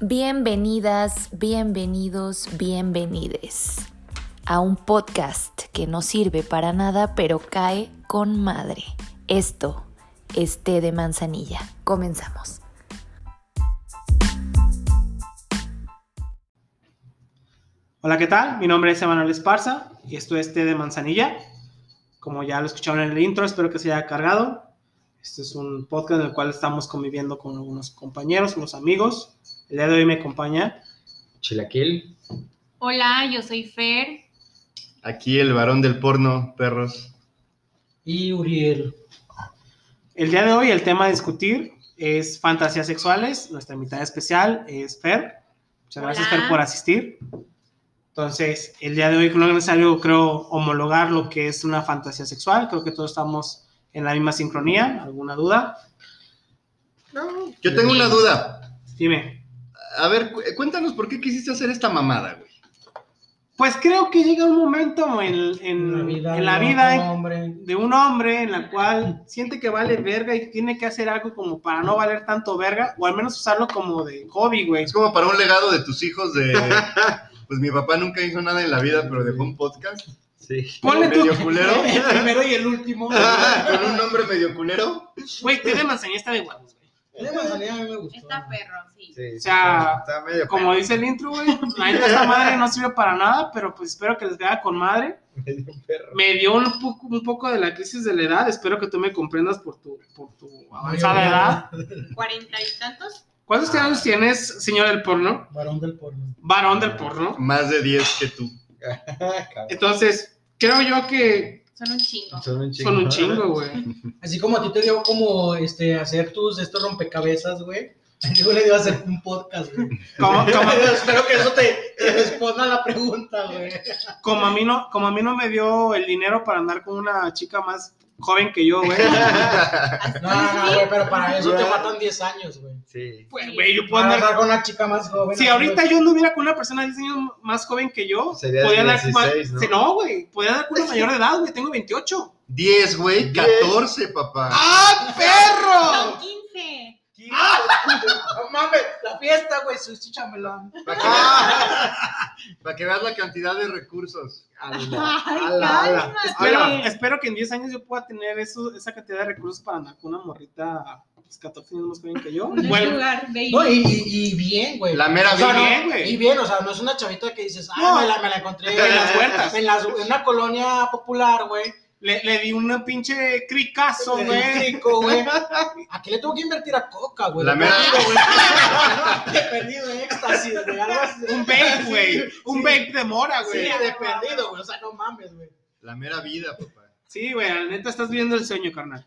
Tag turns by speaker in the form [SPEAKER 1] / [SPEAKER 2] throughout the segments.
[SPEAKER 1] Bienvenidas, bienvenidos, bienvenides a un podcast que no sirve para nada, pero cae con madre. Esto es té de manzanilla. Comenzamos.
[SPEAKER 2] Hola, ¿qué tal? Mi nombre es Emanuel Esparza y esto es Té de Manzanilla. Como ya lo escucharon en el intro, espero que se haya cargado. Este es un podcast en el cual estamos conviviendo con algunos compañeros, unos amigos. El día de hoy me acompaña.
[SPEAKER 3] Chilaquil.
[SPEAKER 4] Hola, yo soy Fer.
[SPEAKER 5] Aquí el varón del porno, perros.
[SPEAKER 3] Y Uriel.
[SPEAKER 2] El día de hoy el tema a discutir es fantasías sexuales. Nuestra invitada especial es Fer. Muchas
[SPEAKER 4] Hola.
[SPEAKER 2] gracias, Fer, por asistir. Entonces, el día de hoy no es necesario, creo, homologar lo que es una fantasía sexual. Creo que todos estamos en la misma sincronía. ¿Alguna duda?
[SPEAKER 5] Yo tengo una duda.
[SPEAKER 2] Dime.
[SPEAKER 5] A ver, cu- cuéntanos por qué quisiste hacer esta mamada, güey.
[SPEAKER 2] Pues creo que llega un momento en, en- en la vida en-
[SPEAKER 3] hombre.
[SPEAKER 2] de un hombre en la cual siente que vale verga y tiene que hacer algo como para no valer tanto verga, o al menos usarlo como de hobby, güey.
[SPEAKER 5] Es como para un legado de tus hijos de... Pues mi papá nunca hizo nada en la vida, pero dejó un podcast.
[SPEAKER 3] Sí.
[SPEAKER 2] Ponle tú,
[SPEAKER 5] medio culero.
[SPEAKER 3] El primero y el último.
[SPEAKER 5] Con un nombre medio culero.
[SPEAKER 2] güey, tiene manzanista de huevos, güey.
[SPEAKER 3] El de manzanilla a mí me gustó.
[SPEAKER 4] Está perro, sí.
[SPEAKER 3] Sí,
[SPEAKER 2] O sea,
[SPEAKER 5] Está medio
[SPEAKER 2] como dice el intro, güey, la neta esta madre no sirve para nada, pero pues espero que les vaya con madre.
[SPEAKER 3] medio perro.
[SPEAKER 2] Me dio un poco, un poco de la crisis de la edad, espero que tú me comprendas por tu, por tu avanzada
[SPEAKER 3] Mario,
[SPEAKER 2] edad.
[SPEAKER 4] ¿Cuarenta y tantos?
[SPEAKER 2] ¿Cuántos años tienes, señor del porno?
[SPEAKER 3] Varón del porno.
[SPEAKER 2] Varón del porno.
[SPEAKER 5] Más de 10 que tú.
[SPEAKER 3] Cabrón.
[SPEAKER 2] Entonces, creo yo que
[SPEAKER 4] Son un chingo.
[SPEAKER 3] Son un chingo.
[SPEAKER 2] son un chingo, güey.
[SPEAKER 6] Así como a ti te dio como este, hacer tus estos rompecabezas, güey. Yo le dio a hacer un podcast, güey.
[SPEAKER 2] Como, como-
[SPEAKER 6] Espero que eso te, te responda a la pregunta, güey.
[SPEAKER 2] como a mí no, como a mí no me dio el dinero para andar con una chica más joven que yo, güey.
[SPEAKER 6] No, no, no, güey, pero para eso te faltan 10 años, güey.
[SPEAKER 3] Sí.
[SPEAKER 2] Pues, güey, yo puedo
[SPEAKER 6] Para
[SPEAKER 3] Ah,
[SPEAKER 2] andar.
[SPEAKER 6] andar con una chica más joven.
[SPEAKER 2] Si ahorita yo anduviera con una persona de 10 años más joven que yo,
[SPEAKER 3] pues. Sería
[SPEAKER 2] podría andar
[SPEAKER 3] 16,
[SPEAKER 2] con-
[SPEAKER 3] ¿no?
[SPEAKER 2] Sí, no, güey, podría andar con una mayor de edad, güey, tengo 28.
[SPEAKER 5] 10, güey. 14, papá.
[SPEAKER 2] ¡Ah,
[SPEAKER 4] Son
[SPEAKER 2] perro!
[SPEAKER 4] quince.
[SPEAKER 2] Ah,
[SPEAKER 6] No mames, la fiesta, güey, su chichamelón.
[SPEAKER 5] Para que, veas- para que veas la cantidad de recursos.
[SPEAKER 3] Ala, ala.
[SPEAKER 4] Ah,
[SPEAKER 2] Espero, espero que en 10 años yo pueda tener eso, esa cantidad de recursos para andar con una morrita pues, 14 años más joven que yo.
[SPEAKER 4] Un
[SPEAKER 2] Bueno,
[SPEAKER 4] lugar, baby.
[SPEAKER 6] No, y, y, y bien, güey.
[SPEAKER 5] La mera
[SPEAKER 6] O sea,
[SPEAKER 5] vida.
[SPEAKER 6] no,
[SPEAKER 2] Bien, güey.
[SPEAKER 6] Y bien, o sea, no es una chavita que dices, ah,
[SPEAKER 2] No.
[SPEAKER 6] me, la, me la encontré
[SPEAKER 2] En las huertas.
[SPEAKER 6] En, las- en una colonia popular, güey.
[SPEAKER 2] le, le di una pinche cricazo,
[SPEAKER 6] Un
[SPEAKER 2] güey.
[SPEAKER 6] rico, güey. Aquí le tengo que invertir a coca, güey.
[SPEAKER 5] La mera-
[SPEAKER 6] Perdido, güey. De perdido, éxtasis, güey. Algo así.
[SPEAKER 2] Un vape, güey. Un vape de mora,
[SPEAKER 6] Sí,
[SPEAKER 2] güey.
[SPEAKER 6] de perdido, güey. O sea, no mames, güey.
[SPEAKER 5] La mera vida, papá.
[SPEAKER 2] Sí, güey, la neta estás viviendo el sueño, carnal.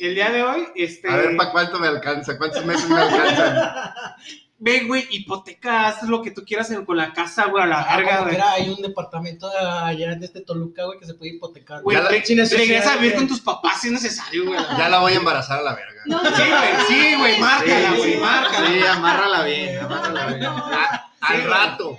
[SPEAKER 2] El día de hoy, este.
[SPEAKER 5] A ver, ¿para cuánto me alcanza? ¿Cuántos meses me alcanzan?
[SPEAKER 2] Ve, güey, hipoteca, haz lo que tú quieras en- con la casa, güey, a la
[SPEAKER 6] Ah,
[SPEAKER 2] verga,
[SPEAKER 6] como
[SPEAKER 2] güey.
[SPEAKER 6] quiera, hay un departamento allá en este Toluca, güey, que se puede hipotecar.
[SPEAKER 2] Güey,
[SPEAKER 5] Ya la-
[SPEAKER 2] re-
[SPEAKER 6] sin necesidad,
[SPEAKER 2] regresa a vivir
[SPEAKER 6] güey.
[SPEAKER 2] con tus papás si es necesario, güey.
[SPEAKER 5] Ya la voy a embarazar a la verga.
[SPEAKER 4] No,
[SPEAKER 2] Sí, güey, sí, güey, márcala,
[SPEAKER 5] Sí,
[SPEAKER 2] güey,
[SPEAKER 5] sí.
[SPEAKER 2] márcala.
[SPEAKER 5] Sí, amárrala bien, amárrala bien. A- al
[SPEAKER 2] Sí.
[SPEAKER 5] rato.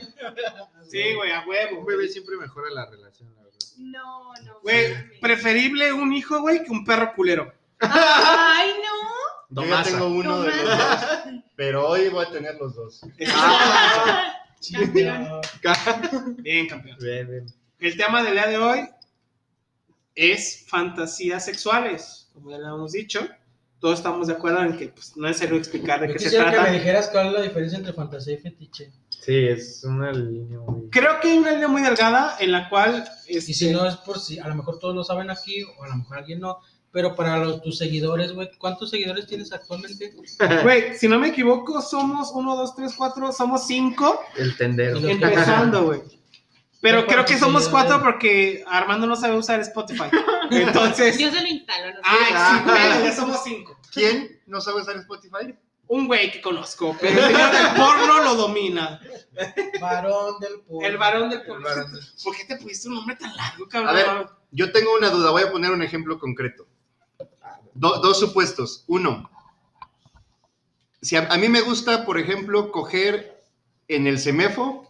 [SPEAKER 2] Sí, güey, a
[SPEAKER 3] Un
[SPEAKER 2] huevo.
[SPEAKER 3] bebé siempre mejora la relación, la verdad.
[SPEAKER 4] No, no.
[SPEAKER 2] Güey, preferible un hijo, güey, que un perro culero.
[SPEAKER 4] Ay, no.
[SPEAKER 5] Yo ya
[SPEAKER 3] Tomasa.
[SPEAKER 5] tengo uno de los dos,
[SPEAKER 4] Tomás.
[SPEAKER 5] pero hoy voy a tener los dos. Ah.
[SPEAKER 6] Chingado.
[SPEAKER 2] Bien, campeón.
[SPEAKER 3] Bien, bien.
[SPEAKER 2] El tema del día de hoy es fantasías sexuales, como ya lo hemos dicho. Todos estamos de acuerdo en que pues, no es necesario explicar de
[SPEAKER 6] Yo
[SPEAKER 2] qué se
[SPEAKER 6] quisiera que me
[SPEAKER 2] trata.
[SPEAKER 6] dijeras cuál es la diferencia entre fantasía y fetiche.
[SPEAKER 3] Sí, es una línea muy.
[SPEAKER 2] Creo que hay una línea muy delgada en la cual... este,
[SPEAKER 6] Y si no es por si, a lo mejor todos lo saben aquí, o a lo mejor alguien no, pero para los, tus seguidores, güey, ¿cuántos seguidores tienes actualmente?
[SPEAKER 2] Güey, si no me equivoco, somos 1, 2, 3, 4, somos 5
[SPEAKER 3] El tendero.
[SPEAKER 6] Los
[SPEAKER 2] empezando, güey. Pero creo que somos
[SPEAKER 6] Sí,
[SPEAKER 2] 4
[SPEAKER 6] güey.
[SPEAKER 2] porque Armando no sabe usar Spotify. Entonces,
[SPEAKER 4] Yo se lo instalo. No sé.
[SPEAKER 2] ay, sí, güey,
[SPEAKER 5] Ah.
[SPEAKER 2] ya somos 5.
[SPEAKER 5] ¿Quién no sabe usar Spotify?
[SPEAKER 2] Un güey que conozco, pero el señor del porno lo domina.
[SPEAKER 6] Varón del pueblo.
[SPEAKER 2] El varón del porno.
[SPEAKER 5] varón
[SPEAKER 2] ¿Por qué te pusiste un nombre tan largo, cabrón?
[SPEAKER 5] A ver. Yo tengo una duda, voy a poner un ejemplo concreto. Do- dos supuestos. Uno, si a, a mí me gusta, por ejemplo, coger en el semefo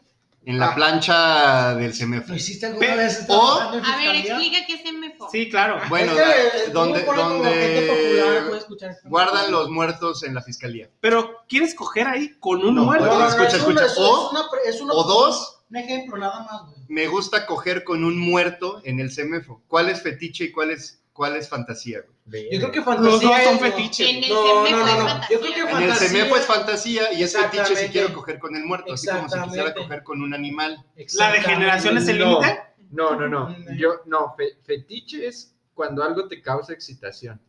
[SPEAKER 5] en la plancha del
[SPEAKER 6] ¿Lo
[SPEAKER 5] CMF.
[SPEAKER 6] hiciste alguna
[SPEAKER 2] Pe-
[SPEAKER 6] vez?
[SPEAKER 5] o-
[SPEAKER 6] trabajando en
[SPEAKER 4] A ver,
[SPEAKER 6] fiscalía?
[SPEAKER 4] explica qué es MFO.
[SPEAKER 2] Sí, claro.
[SPEAKER 5] Bueno,
[SPEAKER 6] Es que, eh,
[SPEAKER 5] donde,
[SPEAKER 6] tú ponlo como gente
[SPEAKER 5] donde
[SPEAKER 7] escuchar.
[SPEAKER 5] guardan los muertos en la fiscalía.
[SPEAKER 2] Pero ¿quieres coger ahí con un
[SPEAKER 5] No,
[SPEAKER 6] No,
[SPEAKER 2] muerto?
[SPEAKER 6] no, no,
[SPEAKER 5] Escucha,
[SPEAKER 6] es un-
[SPEAKER 5] escucha.
[SPEAKER 6] es-
[SPEAKER 5] O-
[SPEAKER 6] es una pre- es una-
[SPEAKER 5] O dos,
[SPEAKER 6] Un ejemplo, nada más, güey.
[SPEAKER 5] me gusta coger con un muerto en el CMFO. ¿Cuál es fetiche y cuál es, cuál es fantasía? güey?
[SPEAKER 7] Yo creo que fantasía.
[SPEAKER 2] Los dos son
[SPEAKER 7] es-
[SPEAKER 2] fetiches.
[SPEAKER 4] En el
[SPEAKER 7] No,
[SPEAKER 4] CMF
[SPEAKER 7] no,
[SPEAKER 4] es
[SPEAKER 7] no, no.
[SPEAKER 4] fantasía.
[SPEAKER 7] Yo creo que
[SPEAKER 5] En el
[SPEAKER 7] fantasía-
[SPEAKER 5] CMFO es fantasía y es fetiche si
[SPEAKER 7] Exactamente.
[SPEAKER 5] quiero coger con el muerto, así como si quisiera
[SPEAKER 7] Exactamente.
[SPEAKER 5] coger con un animal.
[SPEAKER 2] ¿La
[SPEAKER 7] Exactamente.
[SPEAKER 2] degeneración es el
[SPEAKER 3] No.
[SPEAKER 2] límite?
[SPEAKER 3] No, no, no. Yo, no, fe- fetiche es cuando algo te causa excitación.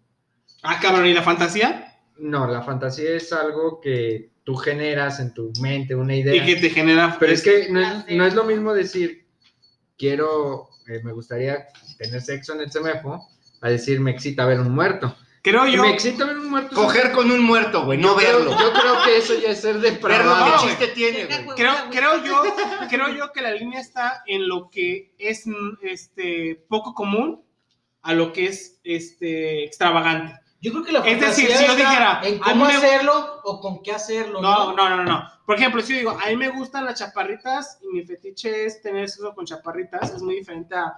[SPEAKER 2] Ah, cabrón, ¿y la fantasía?
[SPEAKER 3] No, la fantasía es algo que tú generas en tu mente, una idea.
[SPEAKER 2] Y que te genera... pues,
[SPEAKER 3] Pero es que no es,
[SPEAKER 4] Placer.
[SPEAKER 3] no es lo mismo decir, quiero, eh, me gustaría tener sexo en el CMFO, a decir, me excita ver un muerto.
[SPEAKER 2] Creo yo...
[SPEAKER 3] Me excita ver un muerto.
[SPEAKER 5] Coger con un muerto, güey, no
[SPEAKER 3] yo creo-
[SPEAKER 5] verlo.
[SPEAKER 3] Yo creo que eso ya es ser
[SPEAKER 5] Verlo,
[SPEAKER 3] depravado.
[SPEAKER 5] ¿qué
[SPEAKER 2] no,
[SPEAKER 5] chiste tiene,
[SPEAKER 4] Deja
[SPEAKER 5] güey?
[SPEAKER 4] jugar
[SPEAKER 2] Creo,
[SPEAKER 4] la Ouija.
[SPEAKER 2] creo yo, creo yo que la línea está en lo que es mm, este poco común a lo que es este extravagante.
[SPEAKER 7] Yo creo que la
[SPEAKER 2] Es decir,
[SPEAKER 7] fantasía
[SPEAKER 2] si yo
[SPEAKER 7] está
[SPEAKER 2] dijera,
[SPEAKER 7] en
[SPEAKER 2] a
[SPEAKER 7] cómo
[SPEAKER 2] mí me-
[SPEAKER 7] hacerlo o con qué hacerlo.
[SPEAKER 2] No, no, no, no. Por ejemplo, si yo digo, a mí me gustan las chaparritas y mi fetiche es tener sexo con chaparritas, es muy diferente a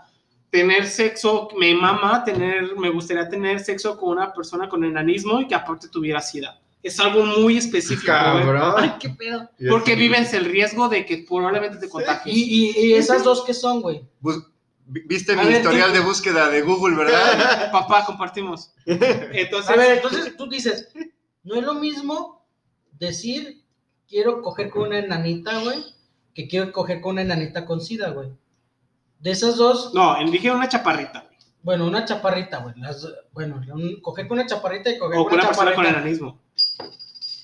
[SPEAKER 2] tener sexo, me mama tener, me gustaría tener sexo con una persona con enanismo y que aparte tuviera sida. Es algo muy específico, güey,
[SPEAKER 3] Cabrón.
[SPEAKER 4] ¿Qué pedo?
[SPEAKER 2] porque vives el riesgo de que probablemente te contagies.
[SPEAKER 7] Y, y, y esas dos que son, güey.
[SPEAKER 5] Bus- vi- Viste
[SPEAKER 7] A
[SPEAKER 5] mi
[SPEAKER 7] ver,
[SPEAKER 5] historial
[SPEAKER 7] tú-
[SPEAKER 5] de búsqueda de Google, ¿verdad?
[SPEAKER 2] Papá, compartimos. Entonces,
[SPEAKER 7] A ver, entonces tú dices, no es lo mismo decir quiero coger con una enanita, güey, que quiero coger con una enanita con sida, güey. De esas dos,
[SPEAKER 2] no, elige una chaparrita.
[SPEAKER 7] bueno, una chaparrita, güey. las- Bueno, un- coger con una chaparrita y coger con
[SPEAKER 2] O con
[SPEAKER 7] una
[SPEAKER 2] una persona con
[SPEAKER 7] chaparrita.
[SPEAKER 2] enanismo.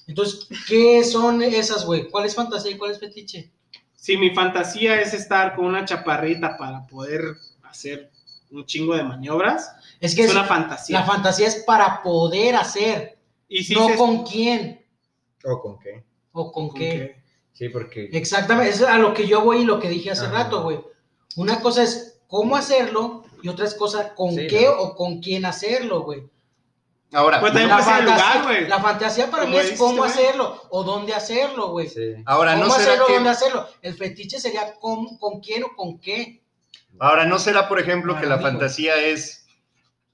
[SPEAKER 7] Entonces, ¿qué son esas, güey? ¿Cuál es fantasía y cuál es fetiche?
[SPEAKER 2] Si mi fantasía es estar con una chaparrita para poder hacer un chingo de maniobras,
[SPEAKER 7] Es que
[SPEAKER 2] es
[SPEAKER 7] es-
[SPEAKER 2] una
[SPEAKER 7] la
[SPEAKER 2] fantasía.
[SPEAKER 7] fantasía es para poder hacer,
[SPEAKER 2] Y si
[SPEAKER 7] no
[SPEAKER 2] dices,
[SPEAKER 7] con quién
[SPEAKER 3] ¿O con qué?
[SPEAKER 7] o con,
[SPEAKER 2] ¿con
[SPEAKER 7] qué.
[SPEAKER 2] qué?
[SPEAKER 3] Sí, porque...
[SPEAKER 7] Exactamente, eso es a lo que yo voy y lo que dije hace
[SPEAKER 3] Ajá.
[SPEAKER 7] rato, güey. Una cosa es cómo hacerlo y otra es cosa con
[SPEAKER 3] Sí,
[SPEAKER 7] qué
[SPEAKER 3] ¿no?
[SPEAKER 7] o con quién hacerlo, güey.
[SPEAKER 5] Ahora,
[SPEAKER 2] Pues también
[SPEAKER 7] La
[SPEAKER 2] puede ser el
[SPEAKER 7] fantasía-
[SPEAKER 2] lugar, güey.
[SPEAKER 7] La fantasía para
[SPEAKER 2] Como
[SPEAKER 7] mí es
[SPEAKER 2] dices,
[SPEAKER 7] cómo
[SPEAKER 2] güey.
[SPEAKER 7] hacerlo o dónde hacerlo, güey.
[SPEAKER 3] Sí.
[SPEAKER 5] ahora
[SPEAKER 7] ¿Cómo
[SPEAKER 5] no será
[SPEAKER 7] hacerlo o
[SPEAKER 5] que...
[SPEAKER 7] dónde hacerlo? El fetiche sería con, con quién o con qué.
[SPEAKER 5] Ahora, ¿no será, por ejemplo,
[SPEAKER 7] Para
[SPEAKER 5] que la
[SPEAKER 7] mí,
[SPEAKER 5] fantasía es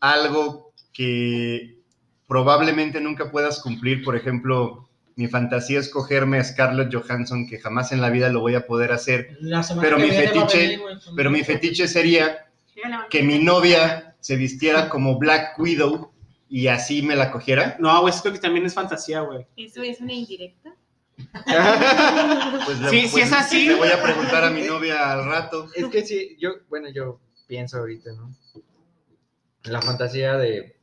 [SPEAKER 5] algo que probablemente nunca puedas cumplir? Por ejemplo, mi fantasía es cogerme a Scarlett Johansson, que jamás en la vida lo voy a poder hacer,
[SPEAKER 7] La semana
[SPEAKER 5] Pero
[SPEAKER 7] que
[SPEAKER 5] mi
[SPEAKER 7] viene va a
[SPEAKER 5] fetiche-
[SPEAKER 7] venir, güey, con-
[SPEAKER 5] pero mi fetiche sería
[SPEAKER 4] Llega la
[SPEAKER 5] que mi novia se vistiera como Black Widow y así me la cogiera.
[SPEAKER 2] No, güey, eso creo que también es fantasía, güey.
[SPEAKER 4] Eso es una indirecta.
[SPEAKER 5] Pues le-
[SPEAKER 2] Sí,
[SPEAKER 5] pues
[SPEAKER 2] si es así.
[SPEAKER 5] Le voy a preguntar a mi novia al rato.
[SPEAKER 3] Es que sí, yo, bueno, yo pienso ahorita, ¿no? La fantasía de...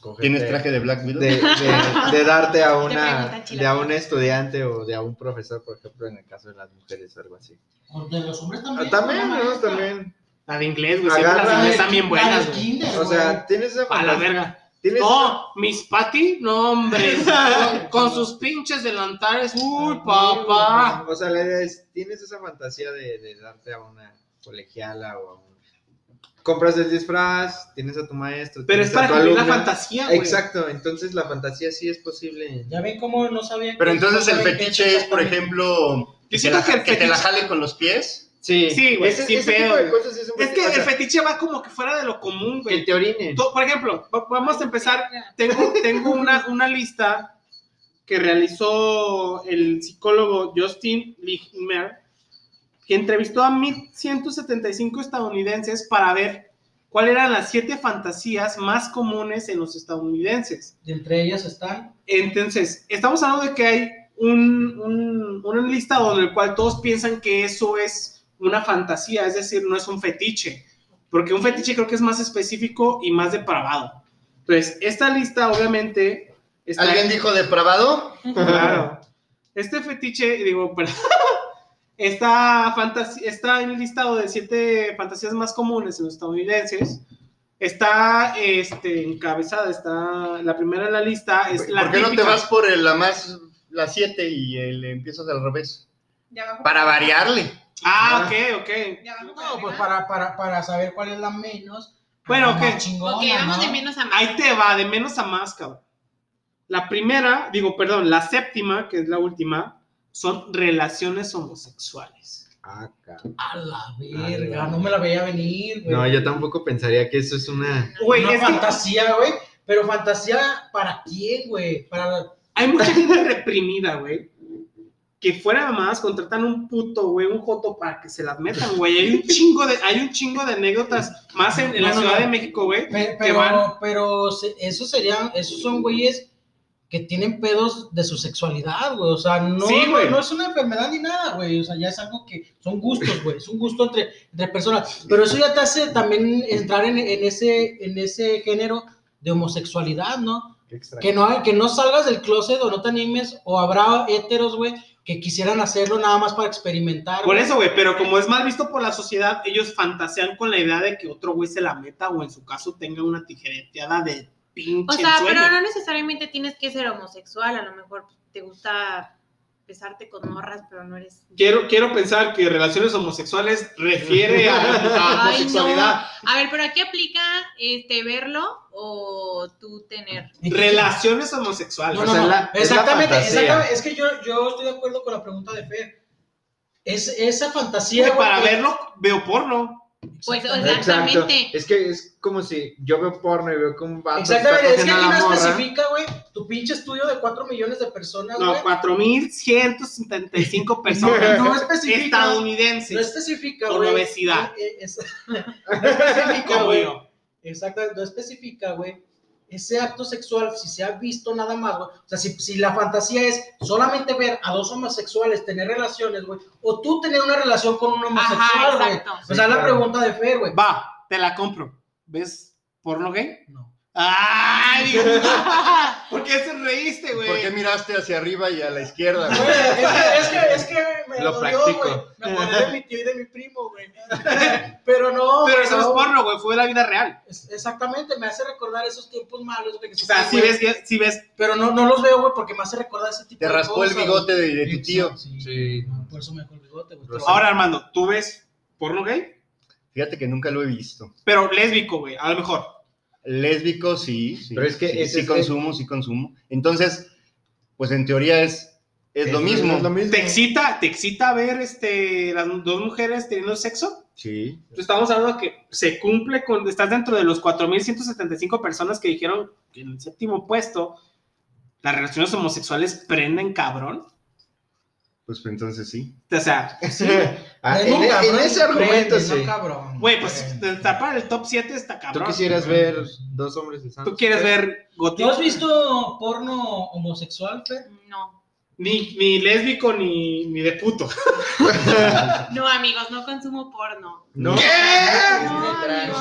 [SPEAKER 3] cogerte-
[SPEAKER 5] ¿Tienes traje de Black Widow?
[SPEAKER 3] de, de- de darte a una
[SPEAKER 4] pregunta, Chila.
[SPEAKER 3] de a un estudiante o de a un profesor, por ejemplo, en el caso de las mujeres o algo así.
[SPEAKER 6] O De los hombres
[SPEAKER 3] Ah,
[SPEAKER 6] también.
[SPEAKER 3] También,
[SPEAKER 6] una
[SPEAKER 3] ¿no?
[SPEAKER 6] maestra.
[SPEAKER 3] También.
[SPEAKER 2] La de inglés, güey. Siempre las
[SPEAKER 3] Agarra
[SPEAKER 2] de
[SPEAKER 3] el
[SPEAKER 2] inglés están bien
[SPEAKER 6] Para
[SPEAKER 2] buenas,
[SPEAKER 6] el
[SPEAKER 2] güey.
[SPEAKER 6] kinder,
[SPEAKER 3] O sea,
[SPEAKER 6] güey.
[SPEAKER 3] tienes esa
[SPEAKER 2] A la
[SPEAKER 3] fantasía-
[SPEAKER 2] verga.
[SPEAKER 3] tienes-
[SPEAKER 2] No, Miss Patty, no, hombre. Con, con sus pinches delantares. Uy, papá.
[SPEAKER 3] O sea, la idea es, tienes esa fantasía de, de darte a una colegiala o a un... Compras el disfraz, tienes a tu maestro.
[SPEAKER 2] Pero es para
[SPEAKER 3] tienes a tu
[SPEAKER 2] cumplir la
[SPEAKER 3] alumna.
[SPEAKER 2] fantasía, güey.
[SPEAKER 3] Exacto, entonces la fantasía sí es posible.
[SPEAKER 7] Ya ven cómo no sabía.
[SPEAKER 5] Pero
[SPEAKER 7] que-
[SPEAKER 5] entonces
[SPEAKER 7] no
[SPEAKER 5] el
[SPEAKER 7] saben qué
[SPEAKER 5] fetiche es, por
[SPEAKER 7] exactamente.
[SPEAKER 5] ejemplo, que, te
[SPEAKER 2] siento
[SPEAKER 5] la,
[SPEAKER 2] que el
[SPEAKER 5] que te la
[SPEAKER 2] fetiche-
[SPEAKER 5] jalen con los pies.
[SPEAKER 3] Sí,
[SPEAKER 2] Sí, güey,
[SPEAKER 3] ese,
[SPEAKER 2] sin
[SPEAKER 3] ese
[SPEAKER 2] pedo,
[SPEAKER 3] tipo de
[SPEAKER 2] güey.
[SPEAKER 3] cosas sí es un
[SPEAKER 2] Es que
[SPEAKER 3] fetiche, o
[SPEAKER 2] el
[SPEAKER 3] sea,
[SPEAKER 2] fetiche va como que fuera de lo común,
[SPEAKER 3] que
[SPEAKER 2] güey.
[SPEAKER 3] te orinen.
[SPEAKER 2] To- Por ejemplo, va- vamos a empezar. Tengo, tengo una, una lista que realizó el psicólogo Justin Lichtmer, que entrevistó a 1.175 estadounidenses para ver cuáles eran las siete fantasías más comunes en los estadounidenses.
[SPEAKER 7] Y Entre ellas están.
[SPEAKER 2] Entonces, estamos hablando de que hay un, un- una lista donde el cual todos piensan que eso es una fantasía, es decir, no es un fetiche, porque un fetiche creo que es más específico y más depravado. Entonces, esta lista obviamente está...
[SPEAKER 5] ¿Alguien dijo depravado?
[SPEAKER 2] Claro. Este fetiche, digo, perdón, esta fantasía, está en el listado de siete fantasías más comunes en los estadounidenses. Está este, encabezada, está la primera en la lista. Es la
[SPEAKER 5] ¿Por qué no te
[SPEAKER 2] típica-
[SPEAKER 5] vas por el- la más, la 7 y el, empiezas al revés?
[SPEAKER 4] De abajo
[SPEAKER 5] Para variarle.
[SPEAKER 2] Ah, ok, ok.
[SPEAKER 4] De abajo
[SPEAKER 7] No, pues
[SPEAKER 4] arriba.
[SPEAKER 7] para, para, para saber cuál es la menos.
[SPEAKER 2] Bueno,
[SPEAKER 7] la más
[SPEAKER 2] ok.
[SPEAKER 7] chingona,
[SPEAKER 4] Ok, vamos
[SPEAKER 7] ¿no?
[SPEAKER 4] de menos a más.
[SPEAKER 2] Ahí te va, de menos a más, cabrón. La primera, digo, perdón, la séptima, que es la última, son relaciones homosexuales.
[SPEAKER 3] Ah, cabrón.
[SPEAKER 6] A la verga,
[SPEAKER 3] Ala.
[SPEAKER 6] no me la veía venir, güey.
[SPEAKER 3] No, yo tampoco pensaría que eso es una.
[SPEAKER 2] Güey,
[SPEAKER 6] Una
[SPEAKER 2] es que
[SPEAKER 6] fantasía, güey. Pero fantasía para quién, güey? Para
[SPEAKER 2] hay mucha gente reprimida, güey. Que fuera más contratan un puto, güey, un joto para que se las metan, güey. Hay un chingo de, hay un chingo de anécdotas más en, en la
[SPEAKER 6] No, no,
[SPEAKER 2] Ciudad
[SPEAKER 6] no.
[SPEAKER 2] de México, güey.
[SPEAKER 6] Pe- Pero,
[SPEAKER 2] que van.
[SPEAKER 6] pero, se- esos serían, esos son güeyes que tienen pedos de su sexualidad, güey. O sea, no,
[SPEAKER 2] Sí, güey.
[SPEAKER 6] no es una enfermedad ni nada, güey. O sea, ya es algo que son gustos, güey. Es un gusto entre, entre personas. Pero eso ya te hace también entrar en, en ese, en ese género de homosexualidad, ¿no?
[SPEAKER 3] Qué extraño.
[SPEAKER 6] Que no, hay- que no salgas del closet o no te animes, o habrá héteros, güey, que quisieran hacerlo nada más para experimentar.
[SPEAKER 2] Por
[SPEAKER 6] güey.
[SPEAKER 2] eso, güey, pero como es mal visto por la sociedad, ellos fantasean con la idea de que otro güey se la meta o en su caso tenga una tijereteada de
[SPEAKER 4] O
[SPEAKER 2] pinche
[SPEAKER 4] sea,
[SPEAKER 2] ensueño.
[SPEAKER 4] pero no necesariamente tienes que ser homosexual, a lo mejor pues, te gusta besarte con morras, pero no eres...
[SPEAKER 2] Quiero, quiero pensar que relaciones homosexuales refiere a, a
[SPEAKER 4] Ay,
[SPEAKER 2] homosexualidad.
[SPEAKER 4] A ver, pero aquí aplica este verlo o tú tener.
[SPEAKER 2] Relaciones homosexuales.
[SPEAKER 6] No,
[SPEAKER 3] O
[SPEAKER 6] no,
[SPEAKER 3] sea,
[SPEAKER 6] no.
[SPEAKER 3] es la- es la
[SPEAKER 6] exactamente,
[SPEAKER 3] fantasía.
[SPEAKER 6] exactamente. Es que yo, yo estoy de acuerdo con la pregunta de Fer. Es esa fantasía.
[SPEAKER 2] Porque
[SPEAKER 6] güey,
[SPEAKER 2] para
[SPEAKER 6] que-
[SPEAKER 2] verlo, veo porno.
[SPEAKER 4] Pues
[SPEAKER 6] Exactamente.
[SPEAKER 3] Exacto.
[SPEAKER 4] exactamente.
[SPEAKER 3] Es que es como si yo veo porno y veo como un vato está
[SPEAKER 6] Exactamente, es que
[SPEAKER 3] cogiendo
[SPEAKER 6] aquí
[SPEAKER 3] a la
[SPEAKER 6] no
[SPEAKER 3] morra. pues,
[SPEAKER 6] especifica, güey, tu pinche estudio de 4 millones de personas, güey.
[SPEAKER 2] No, 4.175 personas
[SPEAKER 6] No, no especifica. No
[SPEAKER 2] estadounidenses.
[SPEAKER 6] especifica,
[SPEAKER 2] Por
[SPEAKER 6] güey.
[SPEAKER 2] obesidad.
[SPEAKER 6] Eh, eh, es- no especifica,
[SPEAKER 2] como
[SPEAKER 6] güey.
[SPEAKER 2] yo.
[SPEAKER 6] Exacto, no especifica, güey. Ese acto sexual, si se ha visto nada más, güey. O sea, si, si la fantasía es solamente ver a dos homosexuales tener relaciones, güey. O tú tener una relación con un homosexual,
[SPEAKER 4] Ajá,
[SPEAKER 6] güey.
[SPEAKER 4] exacto.
[SPEAKER 6] o
[SPEAKER 3] Sí,
[SPEAKER 6] sea, la
[SPEAKER 3] claro.
[SPEAKER 6] pregunta de Fer, güey.
[SPEAKER 2] Va, te la compro. ¿Ves porno gay?
[SPEAKER 6] No.
[SPEAKER 2] ¡Ay! digo, ¿Por qué se reíste, güey?
[SPEAKER 5] ¿Por qué miraste hacia arriba y a la izquierda?
[SPEAKER 6] Güey,
[SPEAKER 5] güey?
[SPEAKER 6] es, que, es, que, es que me
[SPEAKER 3] Lo
[SPEAKER 6] dolió,
[SPEAKER 3] practico.
[SPEAKER 6] güey. Me acordé de mi tío y de mi primo, güey. Pero no.
[SPEAKER 2] Pero
[SPEAKER 6] güey,
[SPEAKER 2] eso no es
[SPEAKER 6] no.
[SPEAKER 2] porno, güey, fue de la vida real.
[SPEAKER 6] Es- Exactamente, me hace recordar esos tiempos malos, güey. que
[SPEAKER 2] O sea,
[SPEAKER 6] sí,
[SPEAKER 2] si
[SPEAKER 6] güey,
[SPEAKER 2] ves, si ves,
[SPEAKER 6] Pero no, no los veo, güey, porque me hace recordar ese tipo
[SPEAKER 5] Te
[SPEAKER 6] de
[SPEAKER 5] raspó el
[SPEAKER 6] cosas,
[SPEAKER 5] bigote de, de
[SPEAKER 6] güey.
[SPEAKER 5] tu tío.
[SPEAKER 6] Sí, sí.
[SPEAKER 3] Sí.
[SPEAKER 6] Por eso me dejó el bigote, güey.
[SPEAKER 3] Pero-
[SPEAKER 2] ahora Armando, tú ves porno gay,
[SPEAKER 5] Fíjate que nunca lo he visto.
[SPEAKER 2] pero lésbico, güey, a lo mejor.
[SPEAKER 5] Lésbico, sí, sí.
[SPEAKER 3] Pero es que
[SPEAKER 5] sí,
[SPEAKER 3] ese
[SPEAKER 5] sí
[SPEAKER 3] es-
[SPEAKER 5] consumo, sí consumo. Entonces, pues en teoría es, es, lo mismo.
[SPEAKER 3] Es lo mismo.
[SPEAKER 2] ¿Te excita, te excita ver este, las dos mujeres teniendo sexo?
[SPEAKER 5] Sí.
[SPEAKER 2] Entonces, Estamos hablando que se cumple con, estás dentro de los 4.175 personas que dijeron que en el séptimo puesto las relaciones homosexuales prenden cabrón.
[SPEAKER 5] Pues entonces sí.
[SPEAKER 2] O sea,
[SPEAKER 3] Ah, en, en ese argumento, sí.
[SPEAKER 2] güey, pues estar para el top 7 está
[SPEAKER 3] Tú
[SPEAKER 2] cabrón.
[SPEAKER 3] quisieras ver dos hombres besándose.
[SPEAKER 2] Tú quieres ver
[SPEAKER 6] ¿Tú has
[SPEAKER 2] gotita,
[SPEAKER 6] visto porno homosexual, Fer?
[SPEAKER 4] No.
[SPEAKER 2] ni, ni lésbico ni, ni de puto.
[SPEAKER 4] No, amigos, no consumo porno.
[SPEAKER 3] ¿No?
[SPEAKER 4] No, amigos.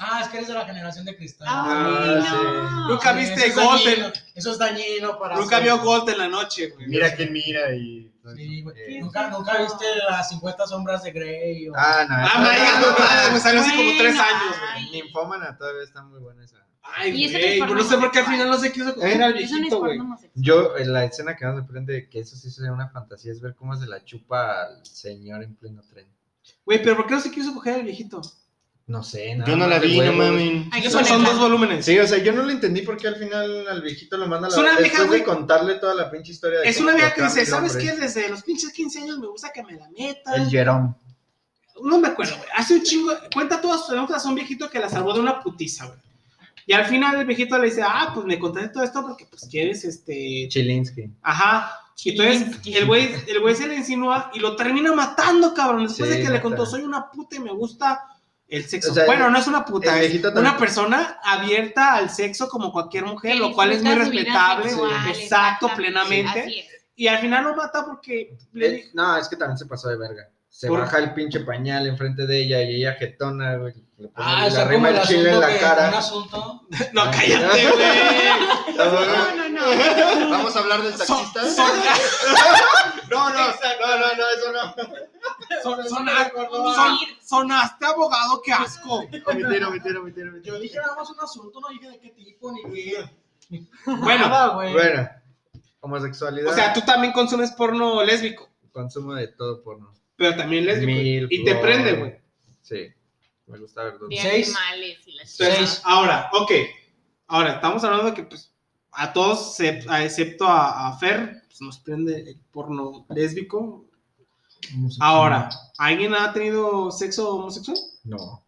[SPEAKER 6] Ah, es que eres de la generación de cristal.
[SPEAKER 4] Ay,
[SPEAKER 3] Ah,
[SPEAKER 4] no.
[SPEAKER 2] Nunca
[SPEAKER 6] Sí,
[SPEAKER 2] viste
[SPEAKER 6] eso es
[SPEAKER 2] Golden.
[SPEAKER 6] dañino, Eso es dañino para.
[SPEAKER 2] Nunca
[SPEAKER 6] hacer-
[SPEAKER 2] vio Gold en la noche, güey.
[SPEAKER 5] Mira quién mira y...
[SPEAKER 6] Sí, güey.
[SPEAKER 3] Eh.
[SPEAKER 6] Nunca, nunca viste las 50 sombras de Grey. o-
[SPEAKER 3] Ah, no.
[SPEAKER 2] Ah, Maya, no mames, güey, salió hace como
[SPEAKER 4] Bueno,
[SPEAKER 2] tres años, güey.
[SPEAKER 4] ay.
[SPEAKER 3] Ninfómana todavía está muy buena esa.
[SPEAKER 4] Y
[SPEAKER 2] Ay,
[SPEAKER 4] eso
[SPEAKER 2] güey,
[SPEAKER 4] no es
[SPEAKER 2] no sé por qué al
[SPEAKER 4] porno.
[SPEAKER 2] final no se quiso coger
[SPEAKER 3] ¿Eh?
[SPEAKER 2] al
[SPEAKER 4] Eso no es
[SPEAKER 2] viejito, güey.
[SPEAKER 4] porno homosexual.
[SPEAKER 3] Yo, en la escena que más me prende de que eso sí sería una fantasía es ver cómo se la chupa al señor en pleno tren.
[SPEAKER 2] Güey, pero ¿por qué no se quiso coger al viejito?
[SPEAKER 3] No sé,
[SPEAKER 5] Yo no la
[SPEAKER 3] más de
[SPEAKER 5] vi, no
[SPEAKER 3] huevos.
[SPEAKER 5] mames.
[SPEAKER 4] Hay que
[SPEAKER 2] Son, son
[SPEAKER 4] ponerla.
[SPEAKER 2] dos volúmenes.
[SPEAKER 3] Sí, o sea, yo no lo entendí porque al final al viejito lo manda a
[SPEAKER 2] Es una
[SPEAKER 3] la
[SPEAKER 2] vieja,
[SPEAKER 3] después
[SPEAKER 2] güey.
[SPEAKER 3] de contarle toda la pinche historia. De
[SPEAKER 2] Es
[SPEAKER 3] cómo
[SPEAKER 2] una vieja que
[SPEAKER 3] tocarle
[SPEAKER 2] dice,
[SPEAKER 3] al
[SPEAKER 2] ¿sabes
[SPEAKER 3] hombre".
[SPEAKER 2] qué? Desde los pinches 15 años me gusta que me la
[SPEAKER 3] El
[SPEAKER 2] metan.
[SPEAKER 3] Jerome.
[SPEAKER 2] No me acuerdo, güey. Hace un chingo, cuenta todas sus anécdotas a un viejito que la salvó de una putiza, güey. Y al final el viejito le dice, ah, pues me contaste todo esto porque pues quieres, este,
[SPEAKER 3] Chilinsky.
[SPEAKER 2] Ajá. Y Entonces, el güey, el güey se le insinúa y lo termina matando, cabrón. Después
[SPEAKER 3] Sí,
[SPEAKER 2] de que le
[SPEAKER 3] neta.
[SPEAKER 2] contó, soy una puta y me gusta el sexo.
[SPEAKER 3] O sea,
[SPEAKER 2] bueno,
[SPEAKER 3] el-
[SPEAKER 2] no es una puta,
[SPEAKER 3] el
[SPEAKER 2] es
[SPEAKER 3] viejito
[SPEAKER 2] una
[SPEAKER 3] también.
[SPEAKER 2] persona abierta al sexo como cualquier mujer,
[SPEAKER 4] Que
[SPEAKER 2] lo cual es muy
[SPEAKER 4] disfruta su vida
[SPEAKER 2] respetable.
[SPEAKER 4] sexual,
[SPEAKER 2] Exacto,
[SPEAKER 4] exactamente.
[SPEAKER 2] plenamente.
[SPEAKER 4] Así es.
[SPEAKER 2] Y al final lo mata porque le
[SPEAKER 3] Eh,
[SPEAKER 2] dijo,
[SPEAKER 3] No, es que también se pasó de verga. Se
[SPEAKER 2] ¿Por?
[SPEAKER 3] baja el pinche pañal enfrente de ella y ella jetona, güey. Le pone
[SPEAKER 6] Ah, o
[SPEAKER 3] la
[SPEAKER 6] sea, como
[SPEAKER 3] rima
[SPEAKER 6] el
[SPEAKER 3] del
[SPEAKER 6] asunto
[SPEAKER 3] chile en la
[SPEAKER 6] que- Un
[SPEAKER 3] cara.
[SPEAKER 6] asunto.
[SPEAKER 2] no, cállate, güey.
[SPEAKER 4] No, no, no.
[SPEAKER 5] ¿Vamos a hablar del
[SPEAKER 2] Son,
[SPEAKER 5] taxista?
[SPEAKER 2] son-
[SPEAKER 5] No, no, no, no, no, eso no.
[SPEAKER 6] Son,
[SPEAKER 2] son-
[SPEAKER 6] recordó a-
[SPEAKER 2] son- sonaste abogado, qué asco.
[SPEAKER 5] Omitir, omitir, omitir, omitir.
[SPEAKER 6] Yo dije nada más un asunto, no dije de qué tipo ni qué.
[SPEAKER 2] Bueno,
[SPEAKER 6] Nada, güey.
[SPEAKER 3] Bueno, homosexualidad.
[SPEAKER 2] o sea, tú también consumes porno lésbico,
[SPEAKER 3] Consumo de todo porno.
[SPEAKER 2] pero también lésbico.
[SPEAKER 3] Mil
[SPEAKER 2] y te
[SPEAKER 3] flores.
[SPEAKER 2] prende, güey.
[SPEAKER 3] Sí. Me gusta ver todo.
[SPEAKER 4] De
[SPEAKER 6] Seis.
[SPEAKER 4] animales y las
[SPEAKER 2] Entonces,
[SPEAKER 6] Seis.
[SPEAKER 2] ahora, ok. Ahora, estamos hablando de que, pues, a todos, se- a- excepto a, a Fer, pues, nos prende el porno lésbico.
[SPEAKER 6] homosexual.
[SPEAKER 2] Ahora, ¿alguien ha tenido sexo homosexual?
[SPEAKER 3] No.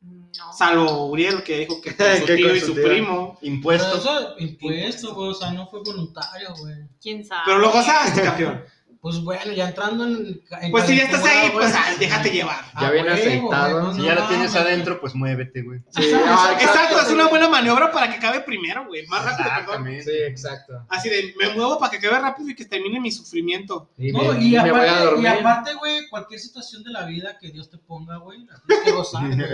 [SPEAKER 4] No.
[SPEAKER 2] Salvo Uriel, que dijo que con su
[SPEAKER 3] Que
[SPEAKER 2] tío
[SPEAKER 3] con
[SPEAKER 2] y
[SPEAKER 3] su
[SPEAKER 2] su
[SPEAKER 3] tío.
[SPEAKER 2] primo.
[SPEAKER 6] Pero
[SPEAKER 5] Impuestos.
[SPEAKER 6] eso impuesto, güey, o sea, no fue voluntario, güey.
[SPEAKER 4] ¿Quién sabe?
[SPEAKER 2] Pero lo gozaste, este campeón.
[SPEAKER 6] Pues bueno, ya entrando en. en
[SPEAKER 2] Pues si ya estás ahí,
[SPEAKER 6] calentura,
[SPEAKER 2] pues
[SPEAKER 6] güey.
[SPEAKER 2] ah, déjate llevar.
[SPEAKER 6] Ah,
[SPEAKER 3] Ya bien
[SPEAKER 6] güey, güey,
[SPEAKER 3] aceitado.
[SPEAKER 6] pues,
[SPEAKER 5] Si
[SPEAKER 6] no
[SPEAKER 5] ya lo
[SPEAKER 6] mames.
[SPEAKER 5] tienes adentro, pues muévete, güey.
[SPEAKER 3] Sí, ah,
[SPEAKER 2] Exacto, es una buena maniobra para que cabe primero, güey. Más rápido, perdón.
[SPEAKER 5] Exactamente.
[SPEAKER 3] Sí, exacto.
[SPEAKER 2] Así de, me muevo para que cabe rápido y que termine mi sufrimiento.
[SPEAKER 3] Y
[SPEAKER 6] No,
[SPEAKER 3] me,
[SPEAKER 6] y,
[SPEAKER 3] y me
[SPEAKER 6] aparte,
[SPEAKER 3] voy a dormir.
[SPEAKER 6] y aparte, güey, cualquier situación de la vida que Dios te ponga, güey, la tienes que gozar, güey.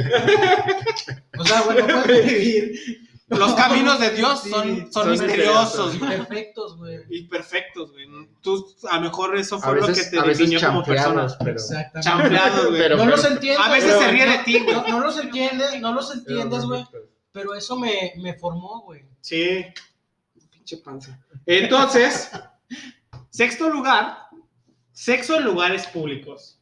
[SPEAKER 6] O sea, güey, no puedes vivir
[SPEAKER 2] Los caminos de Dios son, son,
[SPEAKER 3] son
[SPEAKER 2] misteriosos
[SPEAKER 3] misteriosos.
[SPEAKER 2] güey,
[SPEAKER 6] perfectos, güey.
[SPEAKER 2] y perfectos, güey. Tú, a lo mejor eso
[SPEAKER 3] a
[SPEAKER 2] fue lo que
[SPEAKER 3] veces,
[SPEAKER 2] te
[SPEAKER 3] a veces
[SPEAKER 2] definió como persona.
[SPEAKER 3] champeados, pero.
[SPEAKER 6] Exactamente.
[SPEAKER 2] Chanfleados, güey.
[SPEAKER 3] Pero-
[SPEAKER 6] no los entiendo.
[SPEAKER 2] a veces
[SPEAKER 6] pero-
[SPEAKER 2] se ríe de ti, güey.
[SPEAKER 6] No, no los entiendes, no los
[SPEAKER 3] pero
[SPEAKER 6] entiendes, güey,
[SPEAKER 3] bonitos.
[SPEAKER 6] pero eso me, me formó, güey.
[SPEAKER 2] Sí. Pinche panza. Entonces, sexto lugar, sexo en lugares públicos.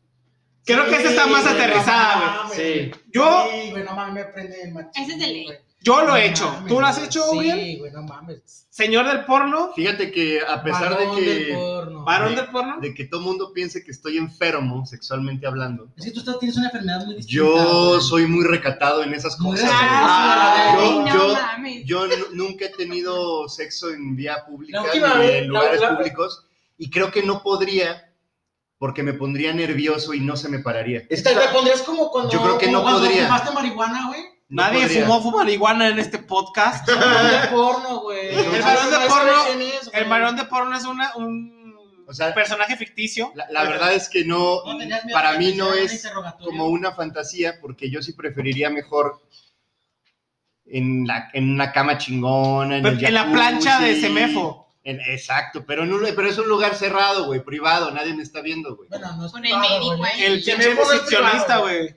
[SPEAKER 2] Creo que esa está más
[SPEAKER 6] Sí,
[SPEAKER 2] aterrizada,
[SPEAKER 6] no
[SPEAKER 2] güey.
[SPEAKER 3] Sí.
[SPEAKER 2] Yo,
[SPEAKER 6] Sí, güey, no mames, me prende el machismo.
[SPEAKER 4] Ese es de ley.
[SPEAKER 6] güey.
[SPEAKER 2] yo lo
[SPEAKER 6] No
[SPEAKER 2] he hecho.
[SPEAKER 6] mames,
[SPEAKER 2] ¿Tú lo has
[SPEAKER 6] güey.
[SPEAKER 2] hecho, Uriel?
[SPEAKER 6] Sí, güey, no mames.
[SPEAKER 2] Señor del porno,
[SPEAKER 5] Fíjate que a pesar de
[SPEAKER 6] Varón del
[SPEAKER 5] que,
[SPEAKER 6] porno.
[SPEAKER 2] varón
[SPEAKER 5] Sí.
[SPEAKER 2] del porno.
[SPEAKER 5] de que todo mundo piense que estoy enfermo, sexualmente hablando,
[SPEAKER 6] Es que tú estás- tienes una enfermedad muy distinta.
[SPEAKER 5] yo
[SPEAKER 6] güey.
[SPEAKER 5] soy muy recatado en esas
[SPEAKER 6] Pues
[SPEAKER 5] cosas.
[SPEAKER 6] Muy Ah,
[SPEAKER 5] güey.
[SPEAKER 4] Ay,
[SPEAKER 5] Yo-
[SPEAKER 4] no
[SPEAKER 5] yo-
[SPEAKER 4] mames.
[SPEAKER 5] Yo n- nunca he tenido sexo en vía pública
[SPEAKER 6] La última
[SPEAKER 5] ni
[SPEAKER 6] vez,
[SPEAKER 5] en
[SPEAKER 6] la-
[SPEAKER 5] lugares
[SPEAKER 6] la-
[SPEAKER 5] públicos y creo que no podría porque me pondría nervioso y no se me pararía.
[SPEAKER 3] Es que
[SPEAKER 6] Te, te
[SPEAKER 3] está-
[SPEAKER 6] pondrías como cuando.
[SPEAKER 5] Yo creo que no
[SPEAKER 6] cuando
[SPEAKER 5] podría.
[SPEAKER 6] fumaste marihuana, güey.
[SPEAKER 5] No
[SPEAKER 2] Nadie
[SPEAKER 5] podría.
[SPEAKER 2] fumó fu- marihuana en este podcast.
[SPEAKER 6] Varón de porno, güey.
[SPEAKER 5] El
[SPEAKER 2] varón de
[SPEAKER 6] Sabes
[SPEAKER 2] porno-
[SPEAKER 6] quién es, güey.
[SPEAKER 2] El varón de porno es una- un
[SPEAKER 5] O sea-
[SPEAKER 2] personaje ficticio.
[SPEAKER 5] La, la verdad es que no,
[SPEAKER 6] No tenías miedo
[SPEAKER 5] para
[SPEAKER 6] que
[SPEAKER 5] mí
[SPEAKER 6] te
[SPEAKER 5] no
[SPEAKER 6] hicieran un
[SPEAKER 5] es
[SPEAKER 6] interrogatorio.
[SPEAKER 5] como una fantasía porque yo sí preferiría mejor en la en una cama chingona, en,
[SPEAKER 2] Pero
[SPEAKER 5] el
[SPEAKER 2] en la
[SPEAKER 5] jacuzzi,
[SPEAKER 2] plancha de Semefo.
[SPEAKER 5] en- exacto, pero, en un, pero es un lugar cerrado, güey, privado, nadie me está viendo, güey.
[SPEAKER 6] Bueno, no es
[SPEAKER 4] Con el
[SPEAKER 6] privado,
[SPEAKER 4] médico,
[SPEAKER 6] güey.
[SPEAKER 4] ¿eh?
[SPEAKER 2] El pinche
[SPEAKER 6] Semefo no es
[SPEAKER 2] posicionista,
[SPEAKER 6] privado,
[SPEAKER 2] güey.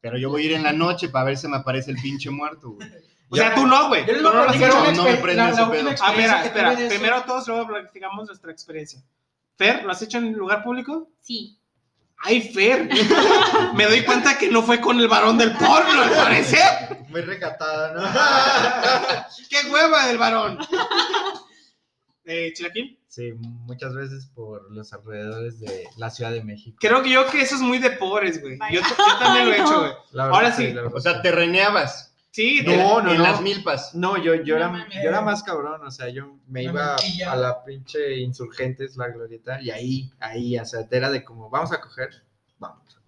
[SPEAKER 5] Pero yo voy a ir en la noche para ver si me aparece el pinche muerto, güey.
[SPEAKER 2] O sea, tú no,
[SPEAKER 4] eh.
[SPEAKER 2] güey.
[SPEAKER 6] Yo les
[SPEAKER 2] Tú no
[SPEAKER 6] voy a
[SPEAKER 2] lo has
[SPEAKER 6] platicar
[SPEAKER 2] hecho.
[SPEAKER 6] una
[SPEAKER 5] no me
[SPEAKER 6] exper-
[SPEAKER 5] prende
[SPEAKER 6] la-
[SPEAKER 5] ese
[SPEAKER 6] la última
[SPEAKER 5] pedo.
[SPEAKER 2] Ah,
[SPEAKER 6] experiencia
[SPEAKER 2] espera,
[SPEAKER 6] que
[SPEAKER 2] espera.
[SPEAKER 6] tuve de eso.
[SPEAKER 2] Primero todos, luego platicamos nuestra experiencia. Fer, ¿lo has hecho en un lugar público?
[SPEAKER 4] Sí.
[SPEAKER 2] ¡Ay, Fer! Me doy cuenta que no fue con el varón del porno, al parecer.
[SPEAKER 3] Muy recatada, ¿no?
[SPEAKER 2] ¡Qué hueva del varón! Eh, Chilaquín,
[SPEAKER 3] Sí, muchas veces por los alrededores de la Ciudad de México.
[SPEAKER 2] creo que yo que eso es muy de pobres, güey. Yo, t- yo
[SPEAKER 4] Ay,
[SPEAKER 2] también lo he
[SPEAKER 4] no.
[SPEAKER 2] hecho, güey.
[SPEAKER 3] La verdad,
[SPEAKER 2] Ahora sí.
[SPEAKER 3] la verdad.
[SPEAKER 5] O sea, te reneabas
[SPEAKER 2] Sí, te-
[SPEAKER 5] en,
[SPEAKER 3] No, no,
[SPEAKER 5] en
[SPEAKER 3] no.
[SPEAKER 5] las milpas.
[SPEAKER 3] No, yo, yo,
[SPEAKER 4] No
[SPEAKER 3] era,
[SPEAKER 4] mames.
[SPEAKER 3] yo era más cabrón, o sea, yo me
[SPEAKER 6] La
[SPEAKER 3] iba
[SPEAKER 6] mantilla.
[SPEAKER 3] a la pinche Insurgentes, la glorieta, y ahí, ahí, o sea, era de como, vamos a coger, vamos.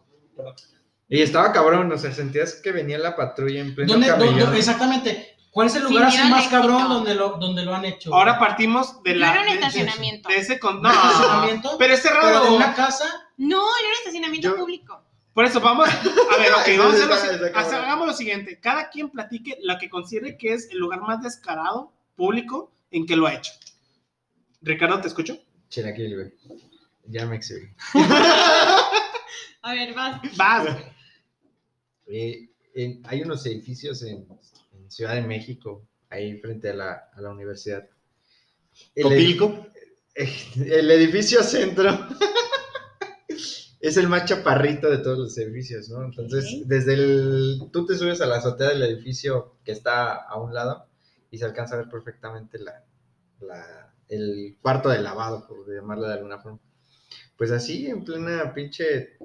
[SPEAKER 3] Y estaba cabrón, o sea, sentías que venía la patrulla en pleno
[SPEAKER 6] ¿Dónde, dónde-
[SPEAKER 3] camellón.
[SPEAKER 6] exactamente. ¿Cuál es el lugar
[SPEAKER 4] Sí,
[SPEAKER 6] así
[SPEAKER 4] mira el
[SPEAKER 6] más
[SPEAKER 4] éxito.
[SPEAKER 6] cabrón donde lo, donde lo han hecho?
[SPEAKER 2] ahora partimos de
[SPEAKER 4] Yo
[SPEAKER 2] la.
[SPEAKER 4] era un
[SPEAKER 2] de-
[SPEAKER 4] estacionamiento.
[SPEAKER 2] de ese con-
[SPEAKER 6] ¿Un
[SPEAKER 2] No,
[SPEAKER 6] estacionamiento?
[SPEAKER 2] pero es
[SPEAKER 6] Pero de
[SPEAKER 2] cerrado.
[SPEAKER 6] una casa.
[SPEAKER 4] No, era un estacionamiento
[SPEAKER 3] Yo-
[SPEAKER 4] público.
[SPEAKER 2] Por eso, vamos. A ver, ok, vamos a
[SPEAKER 3] Está-
[SPEAKER 2] hacer lo si-
[SPEAKER 3] está cabrón.
[SPEAKER 2] hagamos lo siguiente. Cada quien platique lo que considere que es el lugar más descarado público en que lo ha hecho. Ricardo, ¿te escucho?
[SPEAKER 3] Chilaquil, güey. Ya me exhibí.
[SPEAKER 4] A ver, vas.
[SPEAKER 2] Vas. güey.
[SPEAKER 3] Eh, en- hay unos edificios en, en Ciudad de México, ahí frente a la, a la universidad. El ed-
[SPEAKER 5] Copilco.
[SPEAKER 3] el edificio centro es el más chaparrito de todos los edificios, ¿no? Entonces,
[SPEAKER 4] Ok.
[SPEAKER 3] desde el... Tú te subes a la azotea del edificio que está a un lado y se alcanza a ver perfectamente la, la- el cuarto de lavado, por llamarlo de alguna forma. Pues así, en plena pinche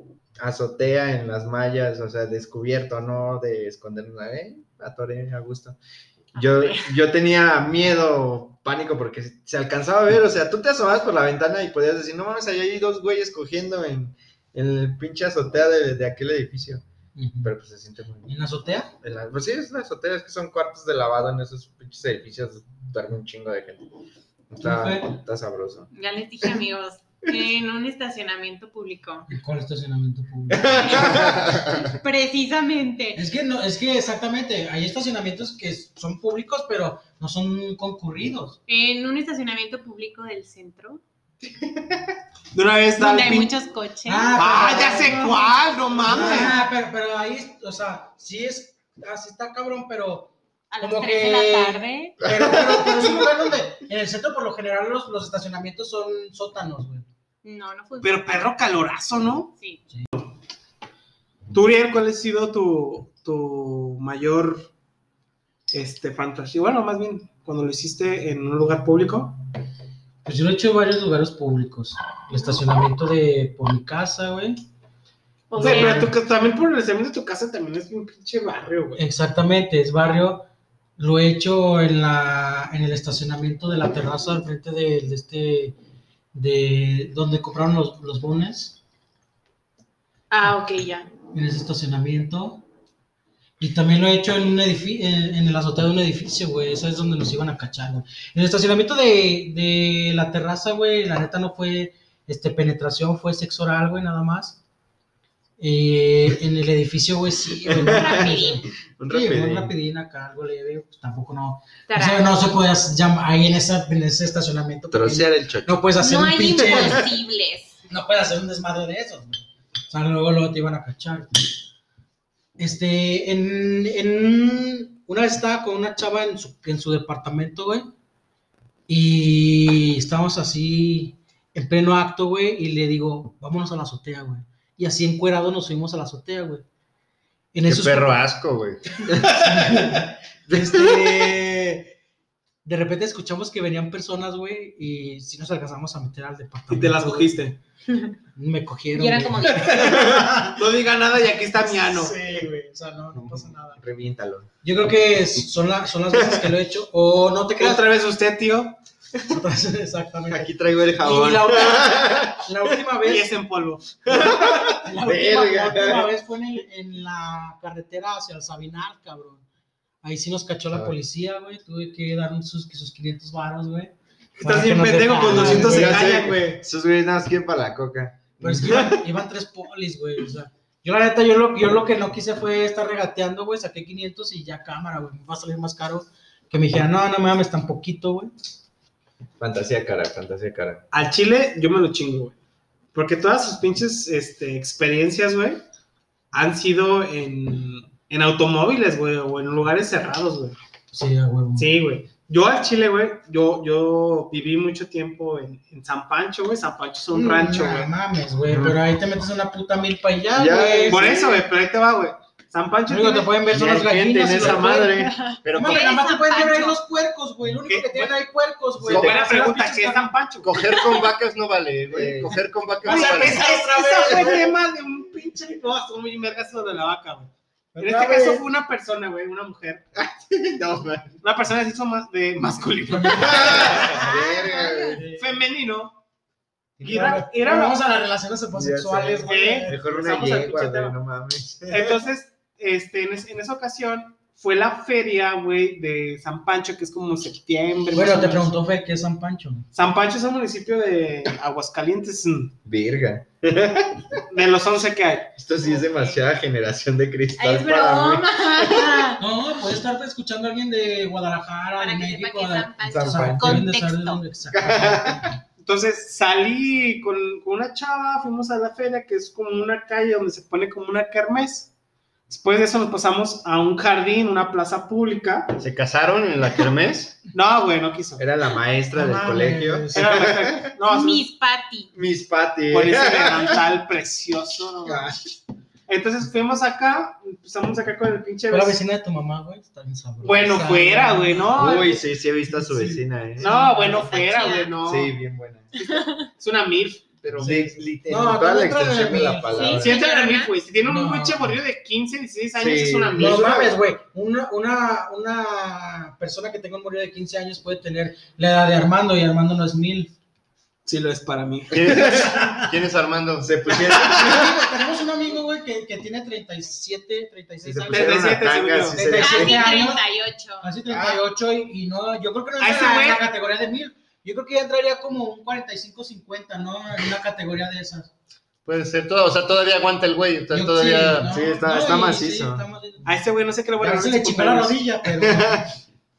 [SPEAKER 3] azotea en las mallas, o sea, descubierto, ¿no? De esconder una... Eh, atoré a gusto. Yo, yo tenía miedo, pánico, porque se alcanzaba a ver, o sea, tú te asomabas por la ventana y podías decir, no mames, ahí hay dos güeyes cogiendo en, en el pinche azotea de, de aquel edificio. Pero pues se siente muy bien.
[SPEAKER 6] ¿En la azotea?
[SPEAKER 3] En la- pues sí, es una azotea, es que son cuartos de lavado en esos pinches edificios, duerme un chingo de gente. Está,
[SPEAKER 6] Ok.
[SPEAKER 3] está sabroso.
[SPEAKER 4] Ya les dije, amigos, en un estacionamiento público.
[SPEAKER 6] ¿Y cuál estacionamiento público?
[SPEAKER 4] Precisamente.
[SPEAKER 6] es que no, es que exactamente, hay estacionamientos que son públicos, pero no son concurridos.
[SPEAKER 4] En un estacionamiento público del centro.
[SPEAKER 2] De una vez
[SPEAKER 4] Donde hay
[SPEAKER 2] dale.
[SPEAKER 4] muchos coches.
[SPEAKER 2] Ah, ya sé cuál, no mames.
[SPEAKER 6] Ah, pero, pero ahí, o sea, sí es, así está cabrón, pero
[SPEAKER 4] A las
[SPEAKER 6] como
[SPEAKER 4] 3
[SPEAKER 6] que-
[SPEAKER 4] de la tarde.
[SPEAKER 6] Pero, pero, pero es un lugar donde en el centro por lo general los, los estacionamientos son sótanos, güey.
[SPEAKER 4] No, no funciona.
[SPEAKER 2] Pero perro calorazo, ¿no?
[SPEAKER 4] Sí.
[SPEAKER 2] Tú, Uriel, ¿cuál ha sido tu, tu mayor este, fantasía? Bueno, más bien, cuando lo hiciste en un lugar público.
[SPEAKER 6] Pues yo lo he hecho en varios lugares públicos. El estacionamiento de por mi casa, güey.
[SPEAKER 2] O
[SPEAKER 4] O
[SPEAKER 2] sea,
[SPEAKER 4] sea,
[SPEAKER 2] pero tu ca- también por el estacionamiento de tu casa también es un pinche barrio, güey.
[SPEAKER 6] Exactamente, es barrio. Lo he hecho en la en el estacionamiento de la terraza al frente de, de este de donde compraron los, los bones,
[SPEAKER 4] Ah, ok, ya.
[SPEAKER 6] en ese estacionamiento. Y también lo he hecho en un edificio, en, en el azotea de un edificio, güey. Esa es donde nos iban a cachar, güey. El estacionamiento de, de la terraza, güey, la neta no fue este penetración, fue sexo oral, güey, nada más. Eh, en el edificio, güey, sí, güey. no,
[SPEAKER 4] Rapidín.
[SPEAKER 3] Un
[SPEAKER 6] Sí,
[SPEAKER 3] rapidín.
[SPEAKER 6] un rapidín acá, algo leve, pues tampoco no.
[SPEAKER 4] Tarán.
[SPEAKER 6] o sea, no se puede hacer- llam- ahí en, esa- en ese estacionamiento. porque
[SPEAKER 3] Trocear el chocho.
[SPEAKER 6] No puedes hacer
[SPEAKER 4] No
[SPEAKER 6] un
[SPEAKER 4] hay
[SPEAKER 6] pinche.
[SPEAKER 4] imposibles.
[SPEAKER 6] No puedes hacer un desmadre de esos, güey. O sea, luego, luego te iban a cachar. Este, en, en- Una vez estaba con una chava en su, en su departamento, güey. Y estábamos así en pleno acto, güey. Y le digo, vámonos a la azotea, güey. Y así encuerado nos fuimos a la azotea, güey. En
[SPEAKER 5] Qué
[SPEAKER 6] esos-
[SPEAKER 5] perro asco, güey.
[SPEAKER 6] este, de repente escuchamos que venían personas, güey, y si nos alcanzamos a meter al departamento.
[SPEAKER 2] Y te las cogiste.
[SPEAKER 6] Me cogieron.
[SPEAKER 4] Y eran
[SPEAKER 6] güey.
[SPEAKER 4] como de,
[SPEAKER 2] No diga nada y aquí está mi ano.
[SPEAKER 6] Sí, güey, o sea, no, no pasa nada.
[SPEAKER 3] Reviéntalo.
[SPEAKER 6] Yo creo que es- son, la- son las veces que lo he hecho, o no te
[SPEAKER 2] ¿Qué
[SPEAKER 6] creas.
[SPEAKER 2] otra vez usted, tío?
[SPEAKER 6] otras- Exactamente.
[SPEAKER 3] Aquí traigo el
[SPEAKER 6] Y
[SPEAKER 3] jabón.
[SPEAKER 6] la, última- la última
[SPEAKER 2] Y
[SPEAKER 6] vez,
[SPEAKER 2] es en polvo.
[SPEAKER 6] la última, la
[SPEAKER 3] Verga.
[SPEAKER 6] última vez fue en, el- en la carretera hacia el Sabinar, cabrón. Ahí sí nos cachó la
[SPEAKER 3] Ah.
[SPEAKER 6] policía, güey. Tuve que dar sus, sus 500 varos, güey.
[SPEAKER 2] Estás
[SPEAKER 6] Para Ah, que
[SPEAKER 2] bien
[SPEAKER 6] nos
[SPEAKER 2] pendejo, con
[SPEAKER 6] dejaran,
[SPEAKER 2] 200 se
[SPEAKER 3] güey.
[SPEAKER 2] callan, güey.
[SPEAKER 3] Esos güeyes nada más quieren para la coca.
[SPEAKER 6] Pero es que iban, iban tres polis, güey. O sea, yo la neta, yo lo, yo lo que no quise fue estar regateando, güey. Saqué 500 y ya cámara, güey. Me va a salir más caro. Que me dijeran, no, no mames, tan poquito, güey.
[SPEAKER 3] Fantasía cara, fantasía cara.
[SPEAKER 2] Al chile yo me lo chingo, güey. Porque todas sus pinches este, experiencias, güey, han sido en, en automóviles, güey, o en lugares cerrados, güey.
[SPEAKER 6] Sí, a huevo.
[SPEAKER 2] Sí, güey. Yo al Chile, güey, yo, yo viví mucho tiempo en, en San Pancho, güey. San Pancho es un
[SPEAKER 6] Mm,
[SPEAKER 2] rancho,
[SPEAKER 6] No
[SPEAKER 2] güey.
[SPEAKER 6] mames, güey. Pero ahí te metes una puta mil para allá,
[SPEAKER 3] Ya,
[SPEAKER 6] güey.
[SPEAKER 2] Por
[SPEAKER 3] sí.
[SPEAKER 2] eso, güey, pero ahí te va, güey. San Pancho
[SPEAKER 6] Lo único que te pueden ver
[SPEAKER 3] Pues
[SPEAKER 6] son
[SPEAKER 2] Y hay
[SPEAKER 6] las gallinas
[SPEAKER 2] gente en
[SPEAKER 6] y
[SPEAKER 2] esa
[SPEAKER 6] los
[SPEAKER 2] madre.
[SPEAKER 5] Pero
[SPEAKER 6] No, mames, nada más te
[SPEAKER 4] San
[SPEAKER 6] pueden ver ahí
[SPEAKER 4] Pancho.
[SPEAKER 6] los puercos, güey. Lo único
[SPEAKER 2] ¿Qué?
[SPEAKER 6] que tienen ahí puercos, güey.
[SPEAKER 5] Sí,
[SPEAKER 2] Buena
[SPEAKER 6] Hacer las
[SPEAKER 2] pregunta,
[SPEAKER 6] pinches
[SPEAKER 2] ¿qué es San Pancho?
[SPEAKER 5] co- coger con vacas no vale, güey.
[SPEAKER 3] Sí.
[SPEAKER 5] Coger con vacas no
[SPEAKER 2] Oye,
[SPEAKER 5] vale.
[SPEAKER 2] pues, es-
[SPEAKER 6] otra
[SPEAKER 2] esa
[SPEAKER 6] vez,
[SPEAKER 2] fue
[SPEAKER 6] güey.
[SPEAKER 2] tema de un pinche negocio muy mergazo de la vaca, güey. En
[SPEAKER 6] Otra
[SPEAKER 2] este caso
[SPEAKER 6] vez.
[SPEAKER 2] fue una persona, güey, una mujer. pues,
[SPEAKER 5] No, man.
[SPEAKER 2] Una persona se hizo más de masculino.
[SPEAKER 3] Verga, güey.
[SPEAKER 2] Femenino.
[SPEAKER 6] Y
[SPEAKER 2] Era,
[SPEAKER 6] ahora
[SPEAKER 2] era la-
[SPEAKER 6] vamos a las relaciones homosexuales,
[SPEAKER 3] sé.
[SPEAKER 6] güey.
[SPEAKER 2] Eh,
[SPEAKER 3] Mejor una
[SPEAKER 2] Empezamos a
[SPEAKER 3] yegua,
[SPEAKER 2] escuchar
[SPEAKER 3] güey,
[SPEAKER 2] tema.
[SPEAKER 3] no mames.
[SPEAKER 2] Entonces, este, en, es- en esa ocasión fue la feria, güey, de San Pancho, que es como septiembre. más
[SPEAKER 6] Bueno,
[SPEAKER 2] o
[SPEAKER 6] te
[SPEAKER 2] menos.
[SPEAKER 6] preguntó Fer qué es San Pancho.
[SPEAKER 2] San Pancho es un municipio de Aguascalientes, mm,
[SPEAKER 3] Verga.
[SPEAKER 2] de los 11 que hay.
[SPEAKER 3] Esto sí es demasiada generación de
[SPEAKER 4] Ay,
[SPEAKER 3] cristal
[SPEAKER 4] es
[SPEAKER 3] para mí.
[SPEAKER 4] broma.
[SPEAKER 6] No, puede estarte escuchando a alguien de Guadalajara,
[SPEAKER 4] Para
[SPEAKER 6] de
[SPEAKER 4] que sepa
[SPEAKER 6] México.
[SPEAKER 4] que es
[SPEAKER 6] de-
[SPEAKER 4] San Pancho.
[SPEAKER 3] San Pancho.
[SPEAKER 6] deben de saber de
[SPEAKER 4] Contexto.
[SPEAKER 6] dónde exactamente.
[SPEAKER 2] Entonces salí con, con una chava, fuimos a la feria, que es como una calle donde se pone como una kermés. Después de eso nos pasamos a un jardín, una plaza pública.
[SPEAKER 5] ¿Se casaron en la kermés?
[SPEAKER 2] No, güey, no quiso.
[SPEAKER 3] Era la maestra del
[SPEAKER 6] No
[SPEAKER 3] colegio.
[SPEAKER 6] mames.
[SPEAKER 2] Era- no, es un-
[SPEAKER 4] Mis Patty.
[SPEAKER 3] Mis Patty.
[SPEAKER 2] con ese delantal precioso. no, güey. Entonces fuimos acá, empezamos acá con el pinche...
[SPEAKER 6] Fue la
[SPEAKER 2] vecino.
[SPEAKER 6] vecina de tu mamá, güey. Está bien sabrosa.
[SPEAKER 2] pues Bueno, fuera, güey, ¿no?
[SPEAKER 3] Uy, sí, sí he visto a su vecina, eh.
[SPEAKER 2] No, bueno, fuera,
[SPEAKER 4] chida.
[SPEAKER 2] güey, no.
[SPEAKER 3] Sí, bien buena.
[SPEAKER 2] Es una MILF.
[SPEAKER 3] Pero
[SPEAKER 5] Sí,
[SPEAKER 3] literal.
[SPEAKER 6] No,
[SPEAKER 3] toda la
[SPEAKER 6] ¿cómo trae
[SPEAKER 3] extensión de
[SPEAKER 6] la
[SPEAKER 3] la
[SPEAKER 6] mil?
[SPEAKER 3] palabra.
[SPEAKER 2] Sí, es una MILF, güey. Si tiene un
[SPEAKER 6] No.
[SPEAKER 2] pinche morrillo de 15, 16 años,
[SPEAKER 3] Sí.
[SPEAKER 2] es una
[SPEAKER 6] No
[SPEAKER 2] MILF.
[SPEAKER 6] mames, güey. Una, una, una persona que tenga un marido de 15 años puede tener la edad de Armando y Armando no es mil.
[SPEAKER 2] Sí, lo es para mí.
[SPEAKER 5] ¿Quién es, quién es Armando?
[SPEAKER 3] Se pusieron,
[SPEAKER 6] Tenemos un amigo, güey, que, que tiene 37,
[SPEAKER 3] sí,
[SPEAKER 6] 36
[SPEAKER 3] se
[SPEAKER 6] años.
[SPEAKER 3] pusieron a
[SPEAKER 2] 37
[SPEAKER 3] tanga,
[SPEAKER 2] según
[SPEAKER 3] sí
[SPEAKER 6] yo.
[SPEAKER 3] se
[SPEAKER 4] Casi
[SPEAKER 6] Siete años.
[SPEAKER 4] 38.
[SPEAKER 6] Casi 38 y, y no, yo creo que no
[SPEAKER 2] ¿A
[SPEAKER 6] es
[SPEAKER 2] ese
[SPEAKER 6] la,
[SPEAKER 2] güey?
[SPEAKER 6] la categoría de mil. Yo creo que ya entraría como un 45, 50, ¿no? En una categoría de esas.
[SPEAKER 5] Puede ser todo, o sea, todavía aguanta el güey, o sea,
[SPEAKER 6] Yo-
[SPEAKER 5] todavía...
[SPEAKER 3] sí, está- está
[SPEAKER 6] y- sí,
[SPEAKER 3] macizo.
[SPEAKER 6] está macizo.
[SPEAKER 2] A ese güey pues, no sé qué le voy
[SPEAKER 6] A
[SPEAKER 2] a
[SPEAKER 6] veces le chipé la rodilla, pero.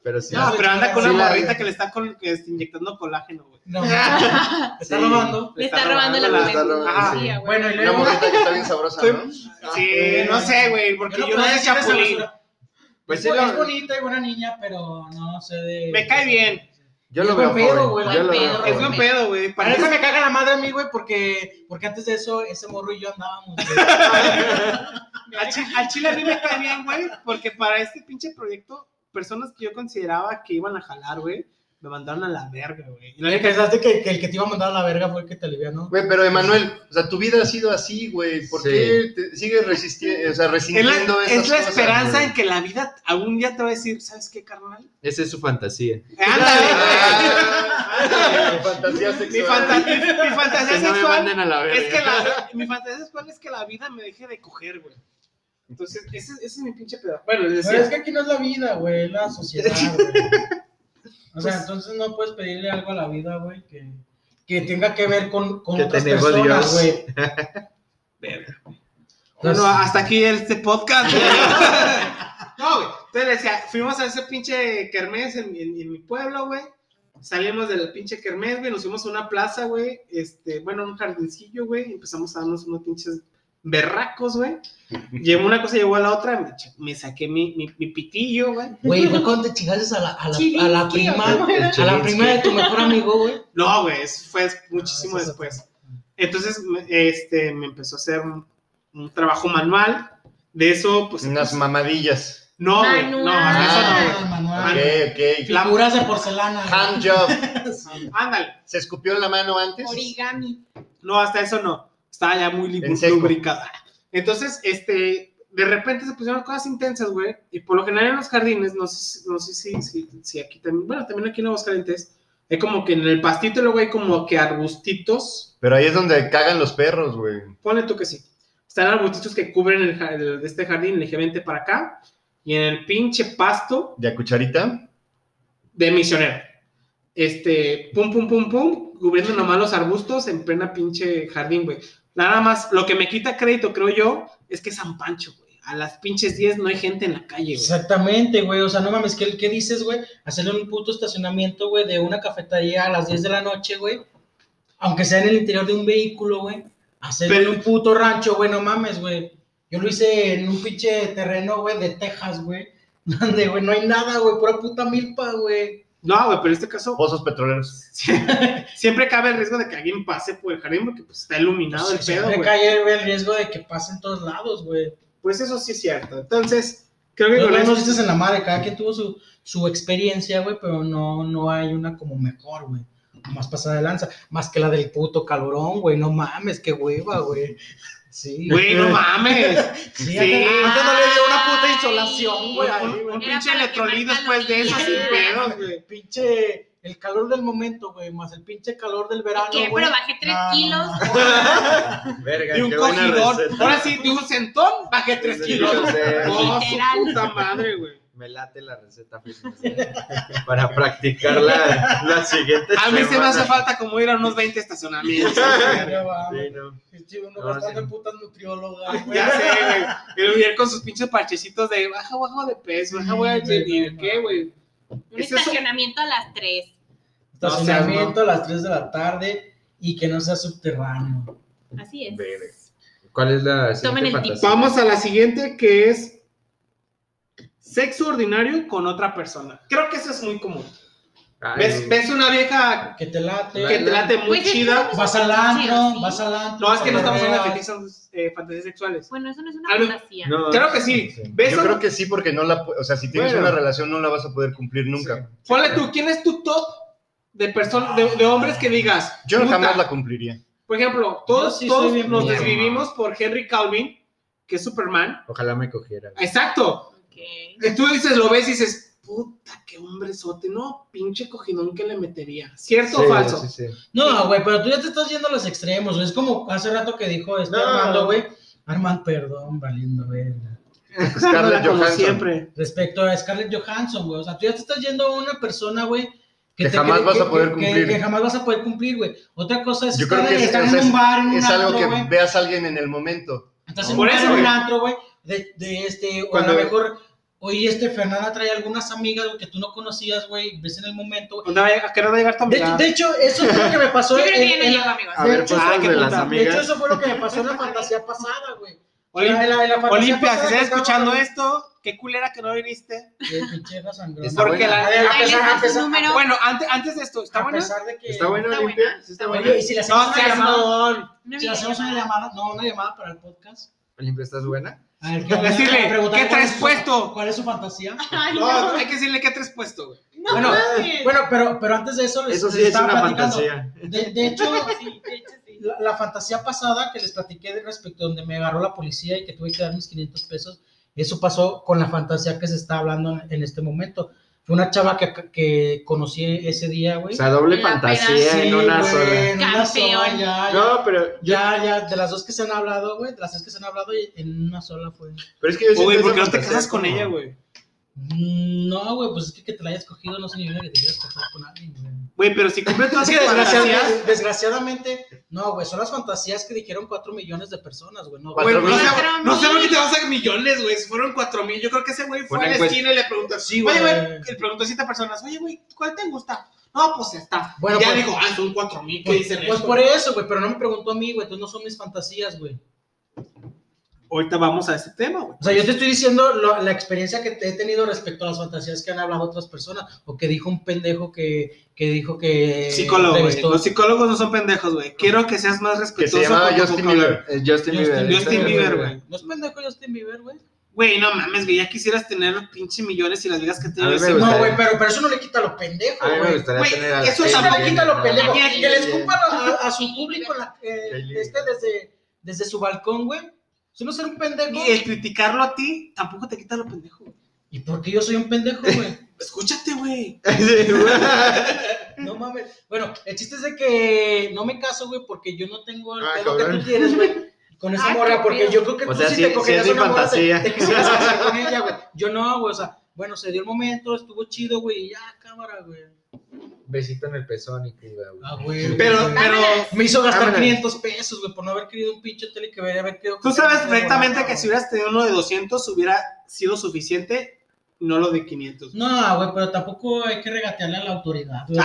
[SPEAKER 3] Pero sí.
[SPEAKER 2] No, pero anda con
[SPEAKER 6] Sí,
[SPEAKER 2] una
[SPEAKER 6] la-
[SPEAKER 2] morrita que le está con, que está inyectando colágeno, güey.
[SPEAKER 6] No, está
[SPEAKER 3] Sí.
[SPEAKER 6] robando.
[SPEAKER 4] Le está robando la
[SPEAKER 3] la- está
[SPEAKER 4] juventud.
[SPEAKER 3] robando,
[SPEAKER 4] Ah,
[SPEAKER 2] sí.
[SPEAKER 4] sí, güey.
[SPEAKER 6] Bueno, y
[SPEAKER 5] Una
[SPEAKER 6] luego.
[SPEAKER 5] morrita que está bien sabrosa, ¿no?
[SPEAKER 2] Sí, no sé, Ah, güey, porque yo no
[SPEAKER 6] podría
[SPEAKER 2] sé
[SPEAKER 6] decir esa
[SPEAKER 2] chapulín.
[SPEAKER 6] basura.
[SPEAKER 3] Pues
[SPEAKER 6] es,
[SPEAKER 3] sí,
[SPEAKER 6] bo-
[SPEAKER 3] lo-
[SPEAKER 6] es bonita y buena niña, pero no sé de.
[SPEAKER 2] Me cae bien.
[SPEAKER 3] Yo lo
[SPEAKER 6] Es
[SPEAKER 3] veo
[SPEAKER 6] buen pedo,
[SPEAKER 3] joven,
[SPEAKER 6] güey,
[SPEAKER 3] yo lo
[SPEAKER 4] buen
[SPEAKER 3] veo
[SPEAKER 4] pedo.
[SPEAKER 2] Es
[SPEAKER 3] joven.
[SPEAKER 2] un pedo, güey.
[SPEAKER 6] Para eso
[SPEAKER 2] Parece-
[SPEAKER 6] me caga la madre a mí, güey, porque, porque antes de eso, ese morro y yo andábamos. güey.
[SPEAKER 2] Al chi- al chile a mí me cae bien, güey, porque para este pinche proyecto, personas que yo consideraba que iban a jalar, güey, me mandaron a la verga, güey. Y la
[SPEAKER 6] Oye,
[SPEAKER 2] neta,
[SPEAKER 6] pensaste que, que el que te iba a mandar a la verga fue el que te alivianó.
[SPEAKER 5] Güey, pero Emanuel, o sea, tu vida ha sido así, güey. ¿Por
[SPEAKER 3] Sí.
[SPEAKER 5] qué te sigues resistiendo, o sea,
[SPEAKER 2] es la,
[SPEAKER 5] resintiendo
[SPEAKER 2] es
[SPEAKER 5] esas
[SPEAKER 2] la
[SPEAKER 5] cosas,
[SPEAKER 2] esperanza
[SPEAKER 5] güey?
[SPEAKER 2] en que la vida algún día te va a decir, ¿sabes qué, carnal?
[SPEAKER 3] Esa es su fantasía.
[SPEAKER 2] Ándale, güey.
[SPEAKER 5] Ah, mi fantasía sexual.
[SPEAKER 2] Mi, fanta- mi- mi fantasía
[SPEAKER 3] Que no me
[SPEAKER 2] sexual
[SPEAKER 3] manden a la verga.
[SPEAKER 2] es que la, mi fantasía sexual es que la vida me deje de coger, güey. Entonces, ese, ese es mi pinche pedo. Bueno, les
[SPEAKER 6] Pero es
[SPEAKER 2] decía,
[SPEAKER 6] que aquí no es la vida, güey, es la sociedad, güey. O sea, entonces no puedes pedirle algo a la vida, güey, que, que tenga que ver con, con
[SPEAKER 3] Que
[SPEAKER 6] otras
[SPEAKER 3] te negó
[SPEAKER 6] personas,
[SPEAKER 3] Dios.
[SPEAKER 6] güey.
[SPEAKER 2] verga.
[SPEAKER 6] Entonces-
[SPEAKER 2] Bueno, hasta aquí este podcast. güey. no, güey. Entonces les decía, fuimos a ese pinche kermés en, en- en mi pueblo, güey. Salimos del pinche kermés, güey, nos fuimos a una plaza, güey, este, bueno, un jardincillo, güey, y empezamos a darnos unos pinches berracos, güey. Llevo una cosa, llevó a la otra, me, ch- me saqué mi, mi, mi pitillo, güey.
[SPEAKER 6] Güey, fue cuando te chingaste a la, a la, a la
[SPEAKER 2] Chilinqui, ¿o
[SPEAKER 6] prima,
[SPEAKER 2] cómo era?
[SPEAKER 6] a la prima de tu mejor amigo, güey.
[SPEAKER 2] No, güey, eso fue muchísimo
[SPEAKER 6] Ah, eso es
[SPEAKER 2] después. Entonces, me- este, me empezó a hacer un, un trabajo manual. De eso, pues.
[SPEAKER 5] Unas mamadillas.
[SPEAKER 2] no, güey, no, hasta eso no,
[SPEAKER 4] Manual.
[SPEAKER 2] güey.
[SPEAKER 5] Ok,
[SPEAKER 6] Ah, Manuel.
[SPEAKER 5] ok.
[SPEAKER 2] Ah, La-
[SPEAKER 6] Figuras de porcelana. güey.
[SPEAKER 5] Hand job.
[SPEAKER 2] Ándale,
[SPEAKER 5] ¿Se escupió en la mano antes?
[SPEAKER 4] Origami.
[SPEAKER 2] no, hasta eso no. Estaba ya muy lib-
[SPEAKER 5] En seco.
[SPEAKER 2] lubricada. Entonces, este, de repente se pusieron cosas intensas, güey. Y por lo general en los jardines, no sé, si- no sé si, si, si aquí también, bueno, también aquí en Aguascalientes, hay como que en el pastito y luego hay como que arbustitos
[SPEAKER 5] Pero ahí es donde cagan los perros, güey.
[SPEAKER 2] Ponle tú que sí. Están arbustitos que cubren el, ja- el- este jardín, le dije, vente para acá. Y en el pinche pasto
[SPEAKER 5] ¿De a cucharita?
[SPEAKER 2] de misionero. Este, pum, pum, pum, pum, cubriendo nomás los arbustos en plena pinche jardín, güey. Nada más, lo que me quita crédito, creo yo, es que es San Pancho, güey. A las pinches 10 no hay gente en la calle, güey.
[SPEAKER 6] Exactamente, güey. O sea, no mames, ¿qué, qué dices, güey? Hacerle un puto estacionamiento, güey, de una cafetería a las 10 de la noche, güey. Aunque sea en el interior de un vehículo, güey. Hacerle
[SPEAKER 2] Pero-
[SPEAKER 6] un puto rancho, güey, no mames, güey. Yo lo hice en un pinche terreno, güey, de Texas, güey. Donde, güey, no hay nada, güey, pura puta milpa, güey.
[SPEAKER 2] No, güey, pero en este caso
[SPEAKER 5] Pozos petroleros.
[SPEAKER 2] siempre cabe el riesgo de que alguien pase por el jardín porque pues, está iluminado el
[SPEAKER 6] Se
[SPEAKER 2] pedo,
[SPEAKER 6] me
[SPEAKER 2] güey.
[SPEAKER 6] cae güey, el riesgo de que pase en todos lados, güey.
[SPEAKER 2] Pues eso sí es cierto. Entonces, creo que
[SPEAKER 6] No
[SPEAKER 2] con
[SPEAKER 6] no
[SPEAKER 2] eso...
[SPEAKER 6] nos dices en la madre, cada quien tuvo su, su experiencia, güey, pero no, no hay una como mejor, güey. Más pasada de lanza, más que la del puto calorón, güey, no mames, qué hueva, güey. Sí,
[SPEAKER 2] Güey, no mames.
[SPEAKER 6] Sí,
[SPEAKER 2] sí. Ah.
[SPEAKER 6] Antes, antes no le dio una puta
[SPEAKER 4] Ay.
[SPEAKER 6] insolación, güey, ahí,
[SPEAKER 2] Un
[SPEAKER 6] güey.
[SPEAKER 4] Era
[SPEAKER 2] pinche
[SPEAKER 4] para
[SPEAKER 2] electrolí
[SPEAKER 4] quemar
[SPEAKER 2] después de eso, sin
[SPEAKER 4] calorías.
[SPEAKER 2] pedos, güey.
[SPEAKER 6] Pinche, el calor del momento, güey, más el pinche calor del verano,
[SPEAKER 4] ¿Qué?
[SPEAKER 6] güey.
[SPEAKER 4] Pero bajé tres
[SPEAKER 6] No, no,
[SPEAKER 4] kilos.
[SPEAKER 3] Verga,
[SPEAKER 2] De un
[SPEAKER 3] qué buena
[SPEAKER 2] cogidón.
[SPEAKER 3] receta.
[SPEAKER 2] Ahora sí, de un sentón, bajé tres
[SPEAKER 3] Sí,
[SPEAKER 2] kilos.
[SPEAKER 3] yo sé.
[SPEAKER 2] No, su
[SPEAKER 4] Literal.
[SPEAKER 2] puta madre, güey.
[SPEAKER 3] Me late la receta fitness, eh, para practicarla la siguiente
[SPEAKER 2] A mí se me
[SPEAKER 3] semana.
[SPEAKER 2] hace falta como ir a unos 20 estacionamientos. güey.
[SPEAKER 6] Ya va,
[SPEAKER 3] Sí,
[SPEAKER 6] güey.
[SPEAKER 3] no.
[SPEAKER 6] Pinche uno
[SPEAKER 3] No,
[SPEAKER 6] gastando
[SPEAKER 3] sí.
[SPEAKER 6] en putas nutriólogas, güey.
[SPEAKER 2] Ya sé, güey. El ir con sus pinches parchecitos de baja, baja de peso, baja, güey.
[SPEAKER 6] Sí,
[SPEAKER 2] ¿Y de
[SPEAKER 6] no,
[SPEAKER 2] qué, güey?
[SPEAKER 4] Un
[SPEAKER 2] Ese es un-
[SPEAKER 4] estacionamiento a las tres.
[SPEAKER 6] Estacionamiento a las 3 de la tarde y que no sea subterráneo.
[SPEAKER 4] Así es.
[SPEAKER 3] Verga. ¿Cuál es la siguiente
[SPEAKER 4] Tomen el tip.
[SPEAKER 3] fantasía?
[SPEAKER 2] Vamos a la siguiente que es sexo ordinario con otra persona. Creo que eso es muy común.
[SPEAKER 3] Ay,
[SPEAKER 2] ¿Ves, ves una vieja
[SPEAKER 6] Que te late.
[SPEAKER 2] que te late muy
[SPEAKER 4] Pues es que
[SPEAKER 2] chida?
[SPEAKER 4] no
[SPEAKER 6] Vas al antro,
[SPEAKER 4] Sí, sí.
[SPEAKER 6] vas al antro.
[SPEAKER 2] No, es que no estamos hablando de
[SPEAKER 6] cotorreas.
[SPEAKER 2] fetiches, eh, fantasías sexuales.
[SPEAKER 4] Bueno, eso no es una
[SPEAKER 2] A ver,
[SPEAKER 4] fantasía.
[SPEAKER 3] no,
[SPEAKER 2] Claro que sí.
[SPEAKER 3] sí.
[SPEAKER 2] ¿Ves
[SPEAKER 5] Yo
[SPEAKER 2] a-
[SPEAKER 5] creo que sí, porque no la, pu- o sea, si tienes
[SPEAKER 2] Bueno.
[SPEAKER 5] una relación no la vas a poder cumplir nunca.
[SPEAKER 2] Ponle tú, ¿quién es tu top de, personas de, de hombres que digas?
[SPEAKER 5] Yo
[SPEAKER 2] "Puta"?
[SPEAKER 5] jamás la cumpliría.
[SPEAKER 2] Por ejemplo, todos,
[SPEAKER 6] Yo sí
[SPEAKER 2] todos
[SPEAKER 6] soy bien
[SPEAKER 2] nos
[SPEAKER 6] mamón.
[SPEAKER 2] desvivimos por Henry Calvin, que es Superman.
[SPEAKER 3] Ojalá me cogiera.
[SPEAKER 2] Exacto.
[SPEAKER 4] Ok.
[SPEAKER 2] Y Tú dices, lo ves y dices, puta, qué hombre sote, no, pinche cogidón que le metería. ¿Cierto o
[SPEAKER 3] Sí,
[SPEAKER 2] falso?
[SPEAKER 3] sí, sí.
[SPEAKER 6] No, güey, pero tú ya te estás yendo a los extremos, güey. Es como hace rato que dijo este
[SPEAKER 3] No.
[SPEAKER 6] Armando, güey. Armando, perdón, valiendo, güey.
[SPEAKER 5] Scarlett
[SPEAKER 2] Como
[SPEAKER 5] Johansson.
[SPEAKER 2] siempre.
[SPEAKER 6] Respecto a Scarlett Johansson, güey. O sea, tú ya te estás yendo a una persona, güey.
[SPEAKER 5] Que jamás vas a poder
[SPEAKER 6] que-
[SPEAKER 5] cumplir.
[SPEAKER 6] Que, jamás vas a poder cumplir, güey. Otra cosa es
[SPEAKER 5] Yo
[SPEAKER 6] estar,
[SPEAKER 5] creo que es,
[SPEAKER 6] estar
[SPEAKER 5] o
[SPEAKER 6] en
[SPEAKER 5] sea,
[SPEAKER 6] un bar, en un
[SPEAKER 5] es algo
[SPEAKER 6] antro,
[SPEAKER 5] que
[SPEAKER 6] güey.
[SPEAKER 5] veas a alguien en el momento.
[SPEAKER 6] Estás en
[SPEAKER 2] Por
[SPEAKER 6] un
[SPEAKER 2] eso,
[SPEAKER 6] antro,
[SPEAKER 2] güey.
[SPEAKER 6] un antro, güey, de, de este, o
[SPEAKER 3] Cuando-
[SPEAKER 6] a lo mejor hoy este Fernanda trae algunas amigas güey, que tú no conocías, güey, ves en el momento, güey.
[SPEAKER 2] ¿Dónde va- ¿A qué hora va a llegar
[SPEAKER 6] De,
[SPEAKER 2] también?
[SPEAKER 6] hecho- de hecho, eso es lo que me pasó.
[SPEAKER 4] Yo creo que
[SPEAKER 6] en-
[SPEAKER 4] ya no
[SPEAKER 6] en
[SPEAKER 4] llego,
[SPEAKER 6] la-
[SPEAKER 4] amigos.
[SPEAKER 3] A ver,
[SPEAKER 6] hecho,
[SPEAKER 3] pues
[SPEAKER 2] ah,
[SPEAKER 3] haz
[SPEAKER 2] qué
[SPEAKER 3] de las
[SPEAKER 2] puta.
[SPEAKER 6] De hecho,
[SPEAKER 3] amigas.
[SPEAKER 6] eso fue lo que me pasó en la fantasía pasada, güey.
[SPEAKER 2] Olimpia,
[SPEAKER 6] La- la- la fantasía
[SPEAKER 2] Olimpia, si
[SPEAKER 6] pasada
[SPEAKER 2] estás
[SPEAKER 6] que estaba-
[SPEAKER 2] escuchando esto, qué culera que no viniste.
[SPEAKER 6] Eh, pinche vieja sangrona.
[SPEAKER 5] Está
[SPEAKER 2] Porque
[SPEAKER 5] buena.
[SPEAKER 2] la...
[SPEAKER 6] A ver, a
[SPEAKER 4] Ahí les
[SPEAKER 6] pesar-
[SPEAKER 4] va
[SPEAKER 6] a
[SPEAKER 4] su
[SPEAKER 6] pesar-
[SPEAKER 4] número.
[SPEAKER 2] Bueno, antes, antes de esto, ¿está
[SPEAKER 6] a
[SPEAKER 2] bueno?
[SPEAKER 6] pesar de que-
[SPEAKER 3] ¿Está bueno,
[SPEAKER 4] Está
[SPEAKER 3] Olimpia?
[SPEAKER 4] buena,
[SPEAKER 3] ¿Sí
[SPEAKER 4] está
[SPEAKER 3] está
[SPEAKER 4] buena.
[SPEAKER 3] buena?
[SPEAKER 6] Oye, y si le hacemos
[SPEAKER 2] No,
[SPEAKER 6] una
[SPEAKER 2] seas
[SPEAKER 6] llamada,
[SPEAKER 2] mamón.
[SPEAKER 4] Una
[SPEAKER 6] si le hacemos una
[SPEAKER 4] videollamada.
[SPEAKER 6] llamada, no, una llamada para el podcast.
[SPEAKER 3] Olimpia, ¿estás buena?
[SPEAKER 6] A ver,
[SPEAKER 2] Decirle,
[SPEAKER 6] preguntarle
[SPEAKER 2] ¿qué
[SPEAKER 6] cuál
[SPEAKER 2] traes
[SPEAKER 6] es su-
[SPEAKER 2] puesto?
[SPEAKER 6] ¿Cuál es su fantasía?
[SPEAKER 4] Ay,
[SPEAKER 2] No,
[SPEAKER 4] no.
[SPEAKER 2] hay que decirle que tres puesto, güey.
[SPEAKER 4] No,
[SPEAKER 6] Bueno,
[SPEAKER 4] mames.
[SPEAKER 6] bueno, pero, pero antes de eso les,
[SPEAKER 3] Eso sí
[SPEAKER 6] les
[SPEAKER 3] es una
[SPEAKER 6] Pues, platicando.
[SPEAKER 3] fantasía.
[SPEAKER 6] De, de hecho,
[SPEAKER 4] Sí, de hecho, sí.
[SPEAKER 6] la, la fantasía pasada que les platiqué de respecto a donde me agarró la policía y que tuve que dar mis 500 pesos, eso pasó con la fantasía que se está hablando en, en este momento. Fue una chava que, que conocí ese día, güey.
[SPEAKER 3] O sea, doble
[SPEAKER 4] La
[SPEAKER 3] fantasía
[SPEAKER 4] peda.
[SPEAKER 3] en una
[SPEAKER 6] güey,
[SPEAKER 3] sola.
[SPEAKER 6] en una sola,
[SPEAKER 4] Campeón.
[SPEAKER 6] ya, ya.
[SPEAKER 3] No, pero yo
[SPEAKER 6] Ya, ya, de las dos que se han hablado, güey, de las tres que se han hablado, en una sola fue.
[SPEAKER 3] Pero es que yo siento
[SPEAKER 2] Güey,
[SPEAKER 3] esa
[SPEAKER 2] ¿por qué no te
[SPEAKER 3] fantasía
[SPEAKER 2] casas con
[SPEAKER 3] como-
[SPEAKER 2] ella, güey?
[SPEAKER 6] No, güey, pues es que que te la hayas cogido no significa que te quieras casar con alguien, güey.
[SPEAKER 2] Güey, pero si cumple todas
[SPEAKER 6] Es que
[SPEAKER 2] sus fantasías.
[SPEAKER 6] desgraciadamente, desgraciadamente, no, güey, son las fantasías que dijeron cuatro millones de personas, güey. No,
[SPEAKER 2] Güey,
[SPEAKER 5] Cuatro
[SPEAKER 2] no
[SPEAKER 5] mil.
[SPEAKER 2] sé,
[SPEAKER 4] Cuatro
[SPEAKER 2] no sé
[SPEAKER 4] mil.
[SPEAKER 2] por qué te vas a millones, güey. Si fueron cuatro mil, yo creo que ese güey fue
[SPEAKER 5] Una
[SPEAKER 2] a la
[SPEAKER 5] encuesta.
[SPEAKER 2] esquina y le preguntó.
[SPEAKER 6] Sí,
[SPEAKER 2] Oye,
[SPEAKER 6] güey.
[SPEAKER 2] güey, le preguntó a siete personas, oye, güey, ¿cuál te gusta? No, pues está.
[SPEAKER 6] Bueno,
[SPEAKER 2] y ya
[SPEAKER 6] pues-
[SPEAKER 2] dijo, ah, son cuatro mil, ¿qué
[SPEAKER 6] pues,
[SPEAKER 2] dicen
[SPEAKER 6] pues
[SPEAKER 2] esto?
[SPEAKER 6] por eso, güey, pero no me preguntó a mí, güey, entonces no son mis fantasías, güey.
[SPEAKER 2] Ahorita vamos a ese tema, güey.
[SPEAKER 6] O sea, yo te estoy diciendo lo- la experiencia que te- he tenido respecto a las fantasías que han hablado otras personas, o que dijo un pendejo que, que dijo que...
[SPEAKER 2] Psicólogo, güey.
[SPEAKER 6] entrevistó-
[SPEAKER 2] Los psicólogos no son pendejos, güey. Quiero que seas más
[SPEAKER 5] Que
[SPEAKER 2] respetuoso.
[SPEAKER 5] se llamaba
[SPEAKER 2] con tu
[SPEAKER 5] Justin
[SPEAKER 2] vocabulario.
[SPEAKER 5] Bieber. Eh, Justin Bieber.
[SPEAKER 2] Justin Bieber, güey.
[SPEAKER 6] No es pendejo Justin Bieber, güey.
[SPEAKER 2] Güey, no mames, güey. Ya quisieras tener los pinche millones y las ligas que
[SPEAKER 3] A
[SPEAKER 2] tienes.
[SPEAKER 3] ver, me
[SPEAKER 2] ese-
[SPEAKER 3] gusta.
[SPEAKER 6] No, güey, pero, pero eso no le quita lo pendejo,
[SPEAKER 3] A mí me
[SPEAKER 6] güey.
[SPEAKER 3] gustaría
[SPEAKER 2] Güey,
[SPEAKER 3] tener a la
[SPEAKER 2] eso
[SPEAKER 6] Eso no le
[SPEAKER 3] Kylie
[SPEAKER 6] quita lo
[SPEAKER 3] Jenner,
[SPEAKER 6] pendejo.
[SPEAKER 3] ¿no?
[SPEAKER 6] Que le escupan a, a- a su
[SPEAKER 4] Sí,
[SPEAKER 6] público la- eh,
[SPEAKER 3] Kylie.
[SPEAKER 6] este, desde, desde su balcón, güey. Eso no es ser un pendejo.
[SPEAKER 2] Y el criticarlo a ti tampoco te quita lo pendejo. güey.
[SPEAKER 6] ¿Y por qué yo soy un pendejo, güey?
[SPEAKER 2] Escúchate, güey.
[SPEAKER 3] Sí, güey.
[SPEAKER 6] No mames. Bueno, el chiste es de que no me caso, güey, porque yo no tengo el
[SPEAKER 3] Ah,
[SPEAKER 6] pedo que
[SPEAKER 3] cabrón.
[SPEAKER 6] tú tienes, güey. Con esa
[SPEAKER 4] Ah,
[SPEAKER 6] morra,
[SPEAKER 4] qué
[SPEAKER 6] porque
[SPEAKER 4] pedo.
[SPEAKER 6] yo creo que
[SPEAKER 3] O
[SPEAKER 6] tú
[SPEAKER 3] sea,
[SPEAKER 6] sí
[SPEAKER 3] sí-
[SPEAKER 6] te
[SPEAKER 3] sí
[SPEAKER 6] cogerías
[SPEAKER 3] es mi
[SPEAKER 6] una morra, te,
[SPEAKER 3] fantasía.
[SPEAKER 6] te quisieras casar con ella, güey. Yo no, güey, o sea, bueno, se dio el momento, estuvo chido, güey, y ya, cámara, güey.
[SPEAKER 3] Besito en el pezón y cruda, güey.
[SPEAKER 6] Ah, güey.
[SPEAKER 2] Pero,
[SPEAKER 6] güey.
[SPEAKER 2] pero.
[SPEAKER 6] Me hizo gastar
[SPEAKER 3] Vámonos.
[SPEAKER 6] 500 pesos, güey, por no haber querido un pinche tele que debería haber querido.
[SPEAKER 2] Tú sabes perfectamente
[SPEAKER 6] perfectamente
[SPEAKER 2] que si hubieras tenido uno de 200 hubiera sido suficiente, no lo de 500.
[SPEAKER 6] No, güey, pero tampoco hay que regatearle a la autoridad. güey.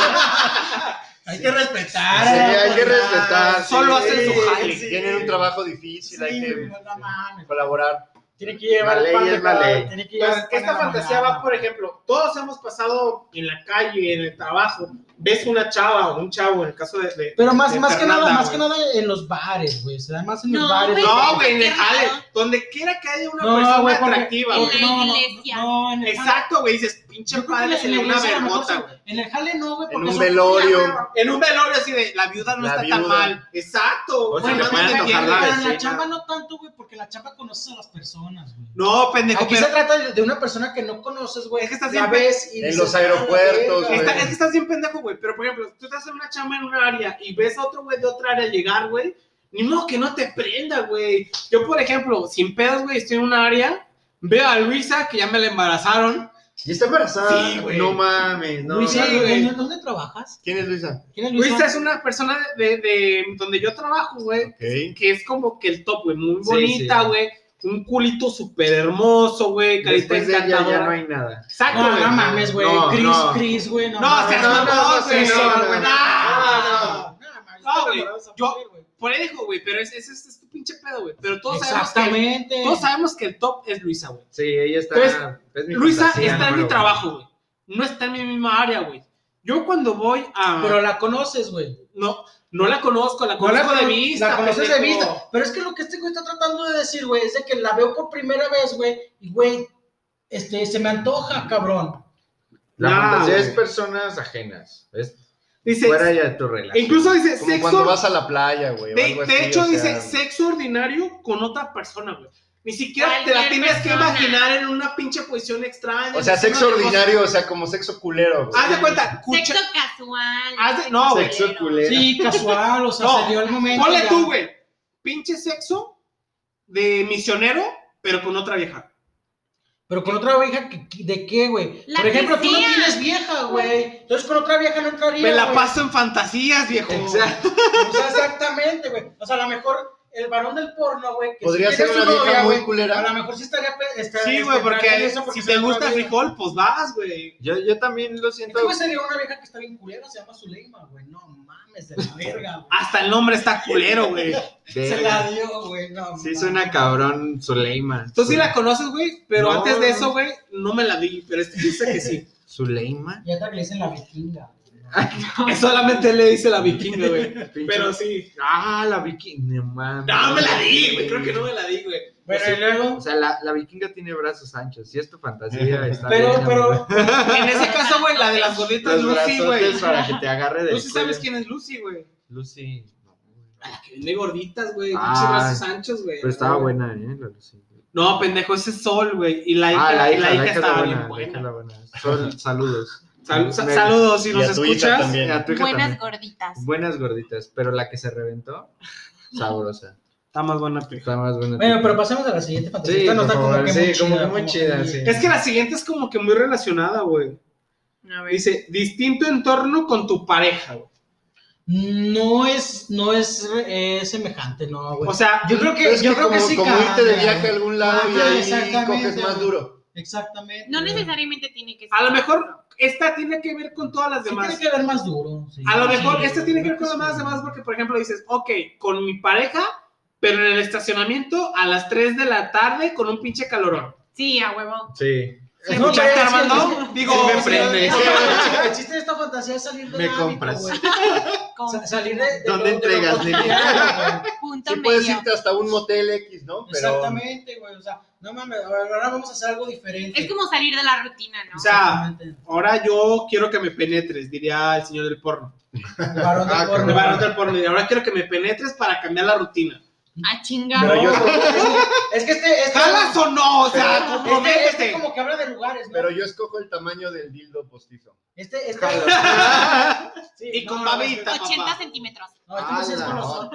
[SPEAKER 6] hay que respetar.
[SPEAKER 3] Sí,
[SPEAKER 6] a la
[SPEAKER 3] hay que
[SPEAKER 6] autoridad.
[SPEAKER 3] respetar, sí.
[SPEAKER 2] Ah. Solo hacen su jale.
[SPEAKER 5] Sí, Tienen un trabajo difícil,
[SPEAKER 6] Sí,
[SPEAKER 5] hay
[SPEAKER 6] güey,
[SPEAKER 5] que
[SPEAKER 6] no mames.
[SPEAKER 5] colaborar.
[SPEAKER 6] Tiene que llevar
[SPEAKER 3] La
[SPEAKER 6] el pan
[SPEAKER 3] ley
[SPEAKER 6] de
[SPEAKER 3] es la
[SPEAKER 6] cada-
[SPEAKER 3] ley.
[SPEAKER 6] tiene que llevar
[SPEAKER 2] Entonces,
[SPEAKER 6] el pan
[SPEAKER 2] esta
[SPEAKER 6] de la
[SPEAKER 2] fantasía
[SPEAKER 6] mañana.
[SPEAKER 2] va, por ejemplo, todos hemos pasado en la calle, en el trabajo, ves una chava o un chavo, en el caso de... de-
[SPEAKER 6] Pero más,
[SPEAKER 2] de
[SPEAKER 6] más que
[SPEAKER 2] Fernanda,
[SPEAKER 6] nada, más que
[SPEAKER 2] güey.
[SPEAKER 6] nada en los bares, güey. Se da más en los
[SPEAKER 4] No,
[SPEAKER 6] bares.
[SPEAKER 4] güey,
[SPEAKER 2] No, güey, en el
[SPEAKER 4] Qué
[SPEAKER 2] jale,
[SPEAKER 4] raro.
[SPEAKER 2] donde quiera que haya una
[SPEAKER 6] No,
[SPEAKER 2] persona
[SPEAKER 6] güey, porque-
[SPEAKER 2] atractiva,
[SPEAKER 4] En
[SPEAKER 2] güey.
[SPEAKER 4] porque- la
[SPEAKER 6] No, no,
[SPEAKER 4] iglesia.
[SPEAKER 6] no, en el jale-
[SPEAKER 2] Exacto, güey, dices, pinche
[SPEAKER 6] yo creo que
[SPEAKER 2] padre,
[SPEAKER 6] en
[SPEAKER 2] se
[SPEAKER 6] la
[SPEAKER 2] le dio una
[SPEAKER 6] iglesia a lo mejor
[SPEAKER 2] vergota,
[SPEAKER 6] se-
[SPEAKER 2] güey.
[SPEAKER 6] En el jale no, güey,
[SPEAKER 5] En
[SPEAKER 6] porque
[SPEAKER 5] un
[SPEAKER 6] son-
[SPEAKER 5] velorio.
[SPEAKER 2] En un velorio así de, la viuda no
[SPEAKER 5] La
[SPEAKER 2] está tan
[SPEAKER 5] viuda.
[SPEAKER 2] mal. Exacto.
[SPEAKER 3] O
[SPEAKER 2] güey,
[SPEAKER 3] se le
[SPEAKER 2] no
[SPEAKER 3] pueden
[SPEAKER 2] me
[SPEAKER 3] antojar
[SPEAKER 2] entiendes.
[SPEAKER 3] la
[SPEAKER 6] pues, Pero en la
[SPEAKER 3] vecina.
[SPEAKER 6] chamba no tanto, güey, porque en la chamba conoces a las personas, güey.
[SPEAKER 2] No, pendejo,
[SPEAKER 6] Aquí
[SPEAKER 2] pero-
[SPEAKER 6] se trata de- de una persona que no conoces, güey.
[SPEAKER 2] Es que estás
[SPEAKER 6] la
[SPEAKER 2] bien-
[SPEAKER 6] ves y
[SPEAKER 5] En
[SPEAKER 6] dices,
[SPEAKER 5] los
[SPEAKER 6] "Ah, la
[SPEAKER 5] aeropuertos,
[SPEAKER 6] verga".
[SPEAKER 2] Está- es que estás bien pendejo, güey. Pero, por ejemplo, tú estás en una chamba en una área y ves a otro güey de otra área llegar, güey. Ni modo que no te prenda, güey. Yo, por ejemplo, sin pedos, güey, estoy en una área, veo a Luisa, que ya me la embarazaron.
[SPEAKER 3] Y está embarazada.
[SPEAKER 2] Sí, güey.
[SPEAKER 3] No mames, no.
[SPEAKER 6] Luisa,
[SPEAKER 2] Sí, güey.
[SPEAKER 6] ¿dónde, dónde trabajas?
[SPEAKER 5] ¿Quién es Luisa?
[SPEAKER 6] ¿Quién es
[SPEAKER 2] Luisa es una persona de, de donde yo trabajo, güey.
[SPEAKER 5] Ok.
[SPEAKER 2] Que es como que el top, güey. Muy
[SPEAKER 3] Sí,
[SPEAKER 2] bonita,
[SPEAKER 3] sí.
[SPEAKER 2] güey. Un culito súper hermoso, güey. Carita
[SPEAKER 3] Después de ella ya no
[SPEAKER 2] encantadora.
[SPEAKER 3] hay nada.
[SPEAKER 2] Exacto,
[SPEAKER 6] Ah, No,
[SPEAKER 2] güey.
[SPEAKER 6] no mames, güey.
[SPEAKER 3] No,
[SPEAKER 6] Chris,
[SPEAKER 3] no.
[SPEAKER 6] Chris, güey. No,
[SPEAKER 2] No,
[SPEAKER 6] mames.
[SPEAKER 2] seas
[SPEAKER 3] no,
[SPEAKER 2] mamón,
[SPEAKER 3] no,
[SPEAKER 2] güey.
[SPEAKER 3] sí, no, güey.
[SPEAKER 2] No,
[SPEAKER 6] Ah, No, mames,
[SPEAKER 2] No, güey,
[SPEAKER 6] te lo vas a
[SPEAKER 2] yo-
[SPEAKER 6] poner, güey.
[SPEAKER 2] Por eso, güey. Pero ese es, es, es tu pinche pedo, güey. Pero todos sabemos que
[SPEAKER 6] Exactamente.
[SPEAKER 2] Todos sabemos que el top es Luisa, güey.
[SPEAKER 3] Sí, ella está.
[SPEAKER 2] Entonces,
[SPEAKER 3] es mi
[SPEAKER 2] Luisa
[SPEAKER 3] fantasía
[SPEAKER 2] está en mi
[SPEAKER 3] número
[SPEAKER 2] trabajo, güey. No está en mi misma área, güey. Yo cuando voy a...
[SPEAKER 6] Pero la conoces, güey.
[SPEAKER 2] no, no la conozco, la
[SPEAKER 6] No la
[SPEAKER 2] conozco de
[SPEAKER 6] cono-
[SPEAKER 2] vista.
[SPEAKER 6] La conoces de
[SPEAKER 2] pendejo.
[SPEAKER 6] vista. Pero es que lo que este güey está tratando de decir, güey, es de que la veo por primera vez, güey. Y, güey, este, se me antoja, cabrón.
[SPEAKER 3] uno. La
[SPEAKER 2] No,
[SPEAKER 3] fantasía
[SPEAKER 2] güey.
[SPEAKER 3] es personas ajenas. Es
[SPEAKER 2] Dice,
[SPEAKER 3] fuera ya de tu relación.
[SPEAKER 2] incluso dice
[SPEAKER 5] Como cuando
[SPEAKER 2] sexo...
[SPEAKER 5] vas a la playa, güey. o
[SPEAKER 2] de,
[SPEAKER 5] algo
[SPEAKER 2] de
[SPEAKER 5] así,
[SPEAKER 2] hecho
[SPEAKER 5] o
[SPEAKER 2] dice
[SPEAKER 5] sea,
[SPEAKER 2] sexo ordinario con otra persona, güey. Ni siquiera te la
[SPEAKER 4] Cualquier
[SPEAKER 2] tenías que
[SPEAKER 4] persona.
[SPEAKER 2] imaginar en una pinche posición extraña.
[SPEAKER 5] O sea,
[SPEAKER 2] en una
[SPEAKER 5] sexo
[SPEAKER 2] cosa-
[SPEAKER 5] ordinario, o sea, como sexo culero, güey.
[SPEAKER 2] Haz de cuenta, cucha-
[SPEAKER 4] Sexo casual.
[SPEAKER 2] Haz de- no, güey.
[SPEAKER 4] culero.
[SPEAKER 3] Sexo culero.
[SPEAKER 6] Sí, casual, o sea,
[SPEAKER 2] No,
[SPEAKER 6] se dio el momento.
[SPEAKER 2] ponle
[SPEAKER 6] ya.
[SPEAKER 2] tú, güey. Pinche sexo de misionero, pero con otra vieja.
[SPEAKER 6] Pero con otra vieja, ¿qué- qué- ¿de qué, güey?
[SPEAKER 4] La
[SPEAKER 6] Por ejemplo,
[SPEAKER 4] que
[SPEAKER 6] tú no
[SPEAKER 4] sea.
[SPEAKER 6] tienes vieja, güey. Entonces con otra vieja no entraría.
[SPEAKER 2] Me la
[SPEAKER 6] güey.
[SPEAKER 2] paso en fantasías, viejo.
[SPEAKER 3] Exacto.
[SPEAKER 6] O sea, exactamente, güey. O sea, a lo mejor el varón del porno, güey. que
[SPEAKER 5] Podría
[SPEAKER 6] sí
[SPEAKER 5] ser
[SPEAKER 6] tiene
[SPEAKER 5] una
[SPEAKER 6] su
[SPEAKER 5] vieja
[SPEAKER 6] novia,
[SPEAKER 5] muy
[SPEAKER 6] güey,
[SPEAKER 5] culera.
[SPEAKER 6] A lo mejor sí estaría. pe- esta-
[SPEAKER 2] Sí,
[SPEAKER 6] este,
[SPEAKER 2] güey,
[SPEAKER 6] estaría
[SPEAKER 2] porque
[SPEAKER 6] eso
[SPEAKER 2] si
[SPEAKER 6] se
[SPEAKER 2] te
[SPEAKER 6] llama
[SPEAKER 2] gusta
[SPEAKER 6] una vieja.
[SPEAKER 2] frijol, pues vas, güey.
[SPEAKER 3] Yo, yo también lo siento.
[SPEAKER 6] Este güey sería una vieja que está bien culera, se llama Zuleima, güey. No mames, de la verga, güey.
[SPEAKER 2] Hasta el nombre está culero, güey.
[SPEAKER 6] Se
[SPEAKER 3] verga.
[SPEAKER 6] la dio, güey. No,
[SPEAKER 3] Sí,
[SPEAKER 6] mames.
[SPEAKER 3] suena cabrón Zuleima.
[SPEAKER 2] Tú sí la conoces, güey, pero
[SPEAKER 3] No,
[SPEAKER 2] antes de
[SPEAKER 3] no.
[SPEAKER 2] eso, güey, no me la di, pero este dice que sí.
[SPEAKER 3] Zuleima.
[SPEAKER 6] Y otra que le dicen la vikinga. güey. No,
[SPEAKER 2] Solamente le dice la vikinga, güey.
[SPEAKER 3] Pinche-
[SPEAKER 2] Pero sí.
[SPEAKER 3] Ah, la vikinga. No, mames.
[SPEAKER 2] No, me la di, güey. Creo que no me la di, güey.
[SPEAKER 6] Bueno, y luego.
[SPEAKER 3] O sea, la, la vikinga tiene brazos anchos. Si es tu fantasía, está
[SPEAKER 6] Pero,
[SPEAKER 3] bien,
[SPEAKER 6] pero.
[SPEAKER 3] amor.
[SPEAKER 2] En ese caso, güey, la de las gorditas
[SPEAKER 3] Los
[SPEAKER 2] Lucy, güey.
[SPEAKER 3] brazotes para que te agarre de.
[SPEAKER 2] Lucy, ¿sabes quién es Lucy, güey?
[SPEAKER 3] Lucy. no, güey.
[SPEAKER 2] La que vende gorditas, güey.
[SPEAKER 3] Ah.
[SPEAKER 2] Pinches brazos anchos, güey.
[SPEAKER 3] Pero estaba buena, ¿eh? La Lucy.
[SPEAKER 2] No, pendejo, ese es Sol, güey. Y la hija,
[SPEAKER 3] ah, la hija, la hija, está
[SPEAKER 2] estaba
[SPEAKER 3] buena,
[SPEAKER 2] bien
[SPEAKER 3] la hija
[SPEAKER 2] buena.
[SPEAKER 3] era buena. Sol- saludos.
[SPEAKER 2] Sal- sa-
[SPEAKER 3] Me-
[SPEAKER 2] saludos, si
[SPEAKER 5] Y
[SPEAKER 2] nos
[SPEAKER 5] a tu hija
[SPEAKER 2] escuchas.
[SPEAKER 5] también.
[SPEAKER 3] Y a tu hija
[SPEAKER 4] Buenas
[SPEAKER 3] también.
[SPEAKER 4] gorditas.
[SPEAKER 3] Buenas gorditas, pero la que se reventó, sabrosa.
[SPEAKER 2] Está más buena, pija.
[SPEAKER 3] Está más buena.
[SPEAKER 6] Bueno, pero pasemos a la siguiente fantasía.
[SPEAKER 3] Sí,
[SPEAKER 6] Esta no
[SPEAKER 3] por
[SPEAKER 6] está como
[SPEAKER 3] favor,
[SPEAKER 6] que
[SPEAKER 3] sí,
[SPEAKER 6] muy
[SPEAKER 3] como
[SPEAKER 6] chida.
[SPEAKER 3] que muy chida, sí.
[SPEAKER 2] Es que la siguiente es como que muy relacionada, güey.
[SPEAKER 4] A ver.
[SPEAKER 2] Dice, distinto entorno con tu pareja, güey.
[SPEAKER 6] No es, no es eh, semejante, no, güey.
[SPEAKER 2] O sea,
[SPEAKER 6] yo creo que,
[SPEAKER 5] Es
[SPEAKER 6] yo creo
[SPEAKER 5] como,
[SPEAKER 6] que sí
[SPEAKER 5] como irte de
[SPEAKER 6] cambia,
[SPEAKER 5] viaje a
[SPEAKER 6] güey.
[SPEAKER 5] algún lado
[SPEAKER 6] Ajá,
[SPEAKER 5] y ahí
[SPEAKER 6] exactamente,
[SPEAKER 5] coges más
[SPEAKER 6] güey.
[SPEAKER 5] duro.
[SPEAKER 6] Exactamente.
[SPEAKER 4] No
[SPEAKER 6] güey.
[SPEAKER 4] necesariamente tiene que ser.
[SPEAKER 2] a lo mejor esta tiene que ver con todas las
[SPEAKER 6] Sí
[SPEAKER 2] demás.
[SPEAKER 6] tiene que ver más duro. sí.
[SPEAKER 2] A lo
[SPEAKER 6] Sí,
[SPEAKER 2] mejor
[SPEAKER 6] güey,
[SPEAKER 2] esta tiene que
[SPEAKER 6] creo
[SPEAKER 2] ver con
[SPEAKER 6] sí.
[SPEAKER 2] las demás porque, por ejemplo, dices, ok, con mi pareja, pero en el estacionamiento a las 3 de la tarde con un pinche calorón.
[SPEAKER 4] Sí, a huevo.
[SPEAKER 3] Sí.
[SPEAKER 4] Sí,
[SPEAKER 6] No,
[SPEAKER 2] ¿Escuchaste,
[SPEAKER 6] güey, sí,
[SPEAKER 2] Armando?
[SPEAKER 6] sí, sí.
[SPEAKER 2] Digo,
[SPEAKER 3] Sí, me prende.
[SPEAKER 6] No, güey, El chiste de esta fantasía es salir de
[SPEAKER 3] Me compras.
[SPEAKER 6] salir de,
[SPEAKER 3] ¿Dónde
[SPEAKER 6] de lo- de lo
[SPEAKER 3] entregas,
[SPEAKER 6] cotidiano, güey.
[SPEAKER 4] Punto
[SPEAKER 5] Sí puedes
[SPEAKER 4] medio.
[SPEAKER 5] irte hasta un motel X, ¿no? Pero
[SPEAKER 6] Exactamente, güey. O sea, no mames, ahora vamos a hacer algo diferente.
[SPEAKER 4] Es como salir de la rutina, ¿no?
[SPEAKER 2] O sea,
[SPEAKER 6] Exactamente.
[SPEAKER 2] ahora yo quiero que me penetres, diría el señor del porno.
[SPEAKER 6] El varón del
[SPEAKER 3] Ah,
[SPEAKER 6] porno.
[SPEAKER 2] El varón del porno, diría, ahora quiero que me penetres para cambiar la rutina.
[SPEAKER 4] a chingar.
[SPEAKER 6] No, es que este. este
[SPEAKER 2] ¿Jalas o no? O sea,
[SPEAKER 6] Este, este
[SPEAKER 2] comprométete.
[SPEAKER 6] como que habla de lugares, ¿no?
[SPEAKER 5] Pero yo escojo el tamaño del dildo postizo.
[SPEAKER 6] Este, este. Sí,
[SPEAKER 2] Y con
[SPEAKER 6] no,
[SPEAKER 2] babita.
[SPEAKER 4] 80
[SPEAKER 2] papá.
[SPEAKER 4] centímetros.
[SPEAKER 6] No, este no sí es
[SPEAKER 3] Ah, la
[SPEAKER 6] golosón.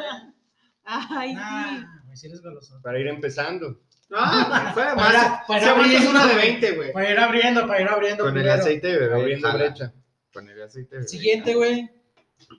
[SPEAKER 4] Ay, sí.
[SPEAKER 6] Nah, güey, sí eres golosón.
[SPEAKER 5] Para ir empezando.
[SPEAKER 2] No, Ah, pues, fue de
[SPEAKER 6] Para-
[SPEAKER 2] más.
[SPEAKER 6] para
[SPEAKER 2] Se aguanta
[SPEAKER 6] abrir,
[SPEAKER 2] una de
[SPEAKER 6] güey.
[SPEAKER 2] 20, güey.
[SPEAKER 6] Para ir abriendo, para ir abriendo.
[SPEAKER 3] Con el
[SPEAKER 6] primero.
[SPEAKER 3] aceite de bebé.
[SPEAKER 5] abriendo
[SPEAKER 3] jala.
[SPEAKER 5] brecha.
[SPEAKER 3] Con el aceite de bebé.
[SPEAKER 6] Siguiente, güey.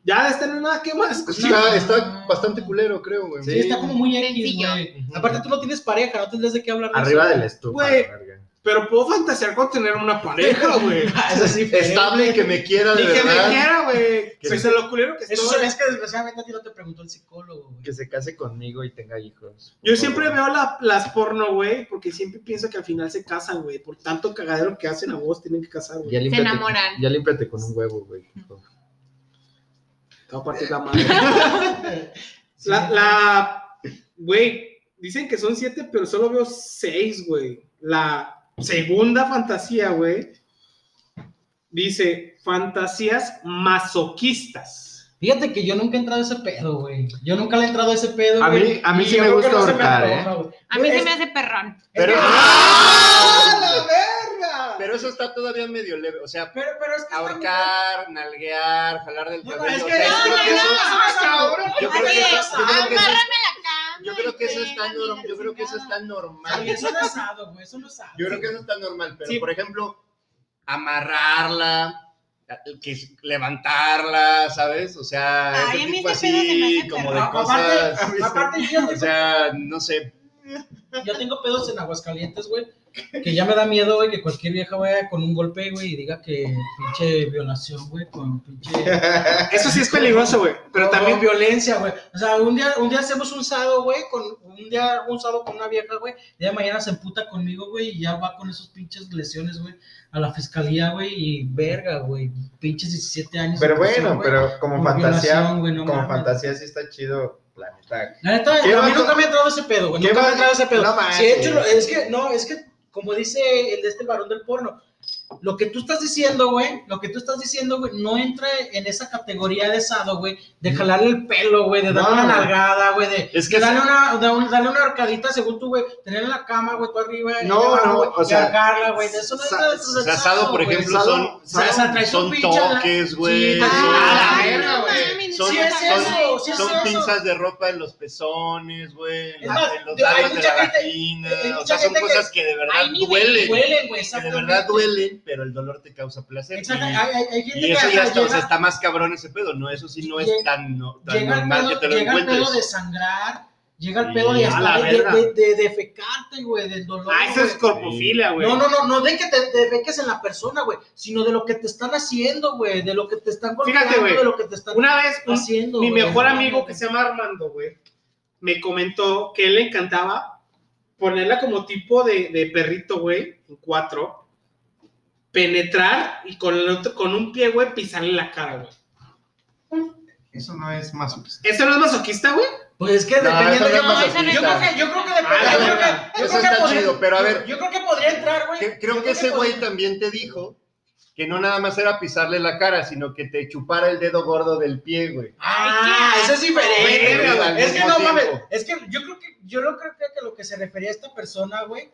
[SPEAKER 2] Ya, este no es nada, ¿qué más?
[SPEAKER 5] Está, está bastante culero, creo, güey.
[SPEAKER 6] Sí,
[SPEAKER 3] Sí.
[SPEAKER 6] está como muy X,
[SPEAKER 4] Sencillo.
[SPEAKER 6] güey. Aparte, tú no tienes pareja, no tendrías de qué hablar. de
[SPEAKER 3] Arriba
[SPEAKER 6] eso.
[SPEAKER 3] del estufa.
[SPEAKER 2] Güey.
[SPEAKER 3] la verga.
[SPEAKER 2] Pero puedo fantasear con tener una pareja, güey.
[SPEAKER 6] Ah, Eso sí, güey.
[SPEAKER 5] Estable y que me quiera de
[SPEAKER 2] Y que me
[SPEAKER 5] verdad.
[SPEAKER 2] quiera, güey.
[SPEAKER 5] Que
[SPEAKER 2] Si se lo culero que
[SPEAKER 6] Eso
[SPEAKER 2] estoy.
[SPEAKER 6] es que desgraciadamente a ti no te preguntó el psicólogo, güey.
[SPEAKER 3] Que se case conmigo y tenga hijos.
[SPEAKER 2] Yo siempre veo la- las porno, güey, porque siempre pienso que al final se casan, güey. Por tanto cagadero que hacen a vos, tienen que casar, güey.
[SPEAKER 3] Ya límpiate-
[SPEAKER 4] enamoran.
[SPEAKER 3] Ya límpiate con un huevo, güey. tipo.
[SPEAKER 2] Te voy a partir la madre. La, la, güey, dicen que son siete, pero solo veo seis, güey. La segunda fantasía, güey, dice fantasías masoquistas.
[SPEAKER 6] Fíjate que yo nunca he entrado a ese pedo, güey. Yo nunca le he entrado a ese pedo,
[SPEAKER 3] A
[SPEAKER 6] güey.
[SPEAKER 3] mí- a mí
[SPEAKER 6] Y
[SPEAKER 3] sí
[SPEAKER 6] yo
[SPEAKER 3] me
[SPEAKER 6] creo
[SPEAKER 3] gusta
[SPEAKER 6] que no se me
[SPEAKER 3] ahorcar, ¿eh?
[SPEAKER 6] antoja, güey.
[SPEAKER 4] A mí
[SPEAKER 6] Es-
[SPEAKER 4] se me hace perrón.
[SPEAKER 6] es que-
[SPEAKER 5] Pero-
[SPEAKER 6] ¡Ah!
[SPEAKER 5] ¡Ah,
[SPEAKER 2] ¡Verga!
[SPEAKER 5] Pero eso está todavía medio leve. O sea,
[SPEAKER 6] Pero, pero es que.
[SPEAKER 5] ahorcar, nalguear, jalar del
[SPEAKER 6] No, no,
[SPEAKER 5] cabello.
[SPEAKER 6] es que-
[SPEAKER 5] o sea, yo
[SPEAKER 4] no,
[SPEAKER 5] creo que
[SPEAKER 4] no,
[SPEAKER 5] eso-
[SPEAKER 4] no,
[SPEAKER 6] no, no,
[SPEAKER 5] yo creo
[SPEAKER 4] Así
[SPEAKER 5] que
[SPEAKER 4] es.
[SPEAKER 5] eso- yo creo que eso-
[SPEAKER 4] Agárrame la cama.
[SPEAKER 5] Yo creo que eso está
[SPEAKER 4] pégame,
[SPEAKER 5] normal. Yo creo que eso está
[SPEAKER 6] Está bien,
[SPEAKER 5] normal.
[SPEAKER 6] Eso no es asado, güey. Eso no es asado.
[SPEAKER 5] Yo creo que eso está normal. Pero,
[SPEAKER 2] Sí.
[SPEAKER 5] por ejemplo, amarrarla, que levantarla, ¿sabes? O sea,
[SPEAKER 4] Ay,
[SPEAKER 5] ese
[SPEAKER 4] a mí
[SPEAKER 5] tipo
[SPEAKER 4] ese pedo se me
[SPEAKER 5] así,
[SPEAKER 4] hace
[SPEAKER 5] como de
[SPEAKER 6] No,
[SPEAKER 5] cosas.
[SPEAKER 6] Aparte, aparte yo,
[SPEAKER 5] O sea, no sé.
[SPEAKER 6] yo tengo pedos en Aguascalientes, güey. Que ya me da miedo, güey, que cualquier vieja vaya con un golpe, güey, y diga que pinche violación, güey, con pinche.
[SPEAKER 2] Eso sí es peligroso, güey. Pero
[SPEAKER 6] Pero también
[SPEAKER 2] también
[SPEAKER 6] violencia, güey. O sea, un día, un día hacemos un sado, güey, con un día un sado con una vieja, güey. y de mañana se emputa conmigo, güey, y ya va con esas pinches lesiones, güey, a la fiscalía, güey, y verga, güey. Pinches 17 años.
[SPEAKER 3] Pero
[SPEAKER 6] de prisión,
[SPEAKER 3] bueno,
[SPEAKER 6] güey.
[SPEAKER 3] pero como
[SPEAKER 6] Como
[SPEAKER 3] fantasía,
[SPEAKER 6] violación, güey, no
[SPEAKER 3] como
[SPEAKER 6] mames.
[SPEAKER 3] fantasía sí está chido, la neta.
[SPEAKER 6] La neta,
[SPEAKER 3] ¿Qué
[SPEAKER 6] a mí
[SPEAKER 3] vato-
[SPEAKER 6] nunca me ha entrado ese pedo, güey.
[SPEAKER 3] ¿Qué
[SPEAKER 6] Nunca me ha
[SPEAKER 3] vato-
[SPEAKER 6] entrado ese pedo.
[SPEAKER 3] No manches.
[SPEAKER 6] Si he hecho, lo- es que, no, es que, como dice el de este el varón del porno, lo que tú estás diciendo, güey, lo que tú estás diciendo, güey, no entra en esa categoría de sado, güey, de jalarle el pelo, güey, de darle
[SPEAKER 3] No,
[SPEAKER 6] una
[SPEAKER 3] güey.
[SPEAKER 6] nalgada, güey, de
[SPEAKER 5] Es que
[SPEAKER 6] darle, una, de un- darle una arcadita según tú, güey, tener en la cama, güey, tú arriba, y
[SPEAKER 3] No,
[SPEAKER 6] debajo,
[SPEAKER 3] no,
[SPEAKER 6] güey,
[SPEAKER 3] o
[SPEAKER 6] y
[SPEAKER 3] sea,
[SPEAKER 6] arcarla, güey, de eso no
[SPEAKER 3] sa-
[SPEAKER 6] entra de
[SPEAKER 5] O sea, asado, por ejemplo, son,
[SPEAKER 6] O sea,
[SPEAKER 5] son,
[SPEAKER 6] traes un
[SPEAKER 5] son
[SPEAKER 6] pinche-
[SPEAKER 5] toques, güey.
[SPEAKER 6] Sí,
[SPEAKER 5] son-
[SPEAKER 6] ah,
[SPEAKER 4] Ay,
[SPEAKER 6] la verga,
[SPEAKER 4] no
[SPEAKER 6] güey.
[SPEAKER 4] mames,
[SPEAKER 5] Son-
[SPEAKER 4] no
[SPEAKER 6] es
[SPEAKER 4] mames.
[SPEAKER 6] eso, sí es
[SPEAKER 5] son
[SPEAKER 6] eso.
[SPEAKER 5] pinzas de ropa en los pezones, güey. En,
[SPEAKER 6] Es
[SPEAKER 5] la-
[SPEAKER 6] más,
[SPEAKER 5] en los
[SPEAKER 6] hay
[SPEAKER 5] labios de
[SPEAKER 6] mucha
[SPEAKER 5] la
[SPEAKER 6] gente-
[SPEAKER 5] vagina.
[SPEAKER 6] hay
[SPEAKER 5] O
[SPEAKER 6] mucha
[SPEAKER 5] sea, son
[SPEAKER 6] gente que-
[SPEAKER 5] cosas que de verdad
[SPEAKER 4] hay niveles,
[SPEAKER 5] duelen.
[SPEAKER 6] Duelen, güey,
[SPEAKER 5] Que de
[SPEAKER 6] exactamente.
[SPEAKER 5] verdad duelen, pero el dolor te causa placer.
[SPEAKER 6] Exacto,
[SPEAKER 5] Y-
[SPEAKER 6] hay, hay, hay gente
[SPEAKER 5] Y eso
[SPEAKER 6] que
[SPEAKER 5] ya
[SPEAKER 6] hasta
[SPEAKER 5] está, o sea,
[SPEAKER 6] llega-
[SPEAKER 5] está más cabrón ese pedo, ¿no? Eso sí no es
[SPEAKER 6] Llega-
[SPEAKER 5] tan, no- tan
[SPEAKER 6] llega el
[SPEAKER 5] normal
[SPEAKER 6] pedo,
[SPEAKER 5] que te lo
[SPEAKER 6] llega el pedo de
[SPEAKER 5] encuentres.
[SPEAKER 6] sangrar, llega el
[SPEAKER 5] Sí,
[SPEAKER 6] pedo de,
[SPEAKER 5] a
[SPEAKER 6] hasta
[SPEAKER 2] la
[SPEAKER 6] de,
[SPEAKER 2] verga.
[SPEAKER 6] de, de defecarte, güey, del dolor.
[SPEAKER 2] Ah, eso es
[SPEAKER 6] güey.
[SPEAKER 2] corpofilia, güey.
[SPEAKER 6] No, no, no, no de que te, te defeques en la persona, güey, sino de lo que te están haciendo, güey, de lo que te están
[SPEAKER 2] Fíjate,
[SPEAKER 6] golpeando,
[SPEAKER 2] güey,
[SPEAKER 6] de lo que te están
[SPEAKER 2] Una vez, un-
[SPEAKER 6] haciendo.
[SPEAKER 2] mi
[SPEAKER 6] güey.
[SPEAKER 2] mejor amigo que se llama Armando, güey, me comentó que él le encantaba ponerla como tipo de, de perrito, güey, en cuatro, penetrar y con el otro, con un pie, güey, pisarle la cara, güey.
[SPEAKER 5] Eso no es más.
[SPEAKER 2] ¿Eso no es masoquista, güey?
[SPEAKER 6] Pues es que
[SPEAKER 5] No,
[SPEAKER 6] dependiendo.
[SPEAKER 5] eso no
[SPEAKER 6] Yo,
[SPEAKER 5] es
[SPEAKER 6] creo-
[SPEAKER 5] masoquista.
[SPEAKER 6] yo creo que, yo creo que depende.
[SPEAKER 2] Ah,
[SPEAKER 6] yo creo que- yo
[SPEAKER 5] Eso
[SPEAKER 6] creo que
[SPEAKER 5] está
[SPEAKER 6] podría-
[SPEAKER 5] chido, pero a ver,
[SPEAKER 6] Yo creo que podría entrar, güey.
[SPEAKER 5] que-
[SPEAKER 6] Yo
[SPEAKER 5] creo que ese güey
[SPEAKER 6] podría-
[SPEAKER 5] también te dijo que no nada más era pisarle la cara, sino que te chupara el dedo gordo del pie, güey.
[SPEAKER 4] Ay,
[SPEAKER 6] Ah,
[SPEAKER 4] qué
[SPEAKER 6] eso es diferente,
[SPEAKER 5] asco,
[SPEAKER 6] güey.
[SPEAKER 5] güey,
[SPEAKER 6] Es que
[SPEAKER 5] al
[SPEAKER 6] no
[SPEAKER 5] mismo
[SPEAKER 6] mames.
[SPEAKER 5] tiempo.
[SPEAKER 6] Es que yo creo que, yo lo creo que a lo que se refería esta persona, güey,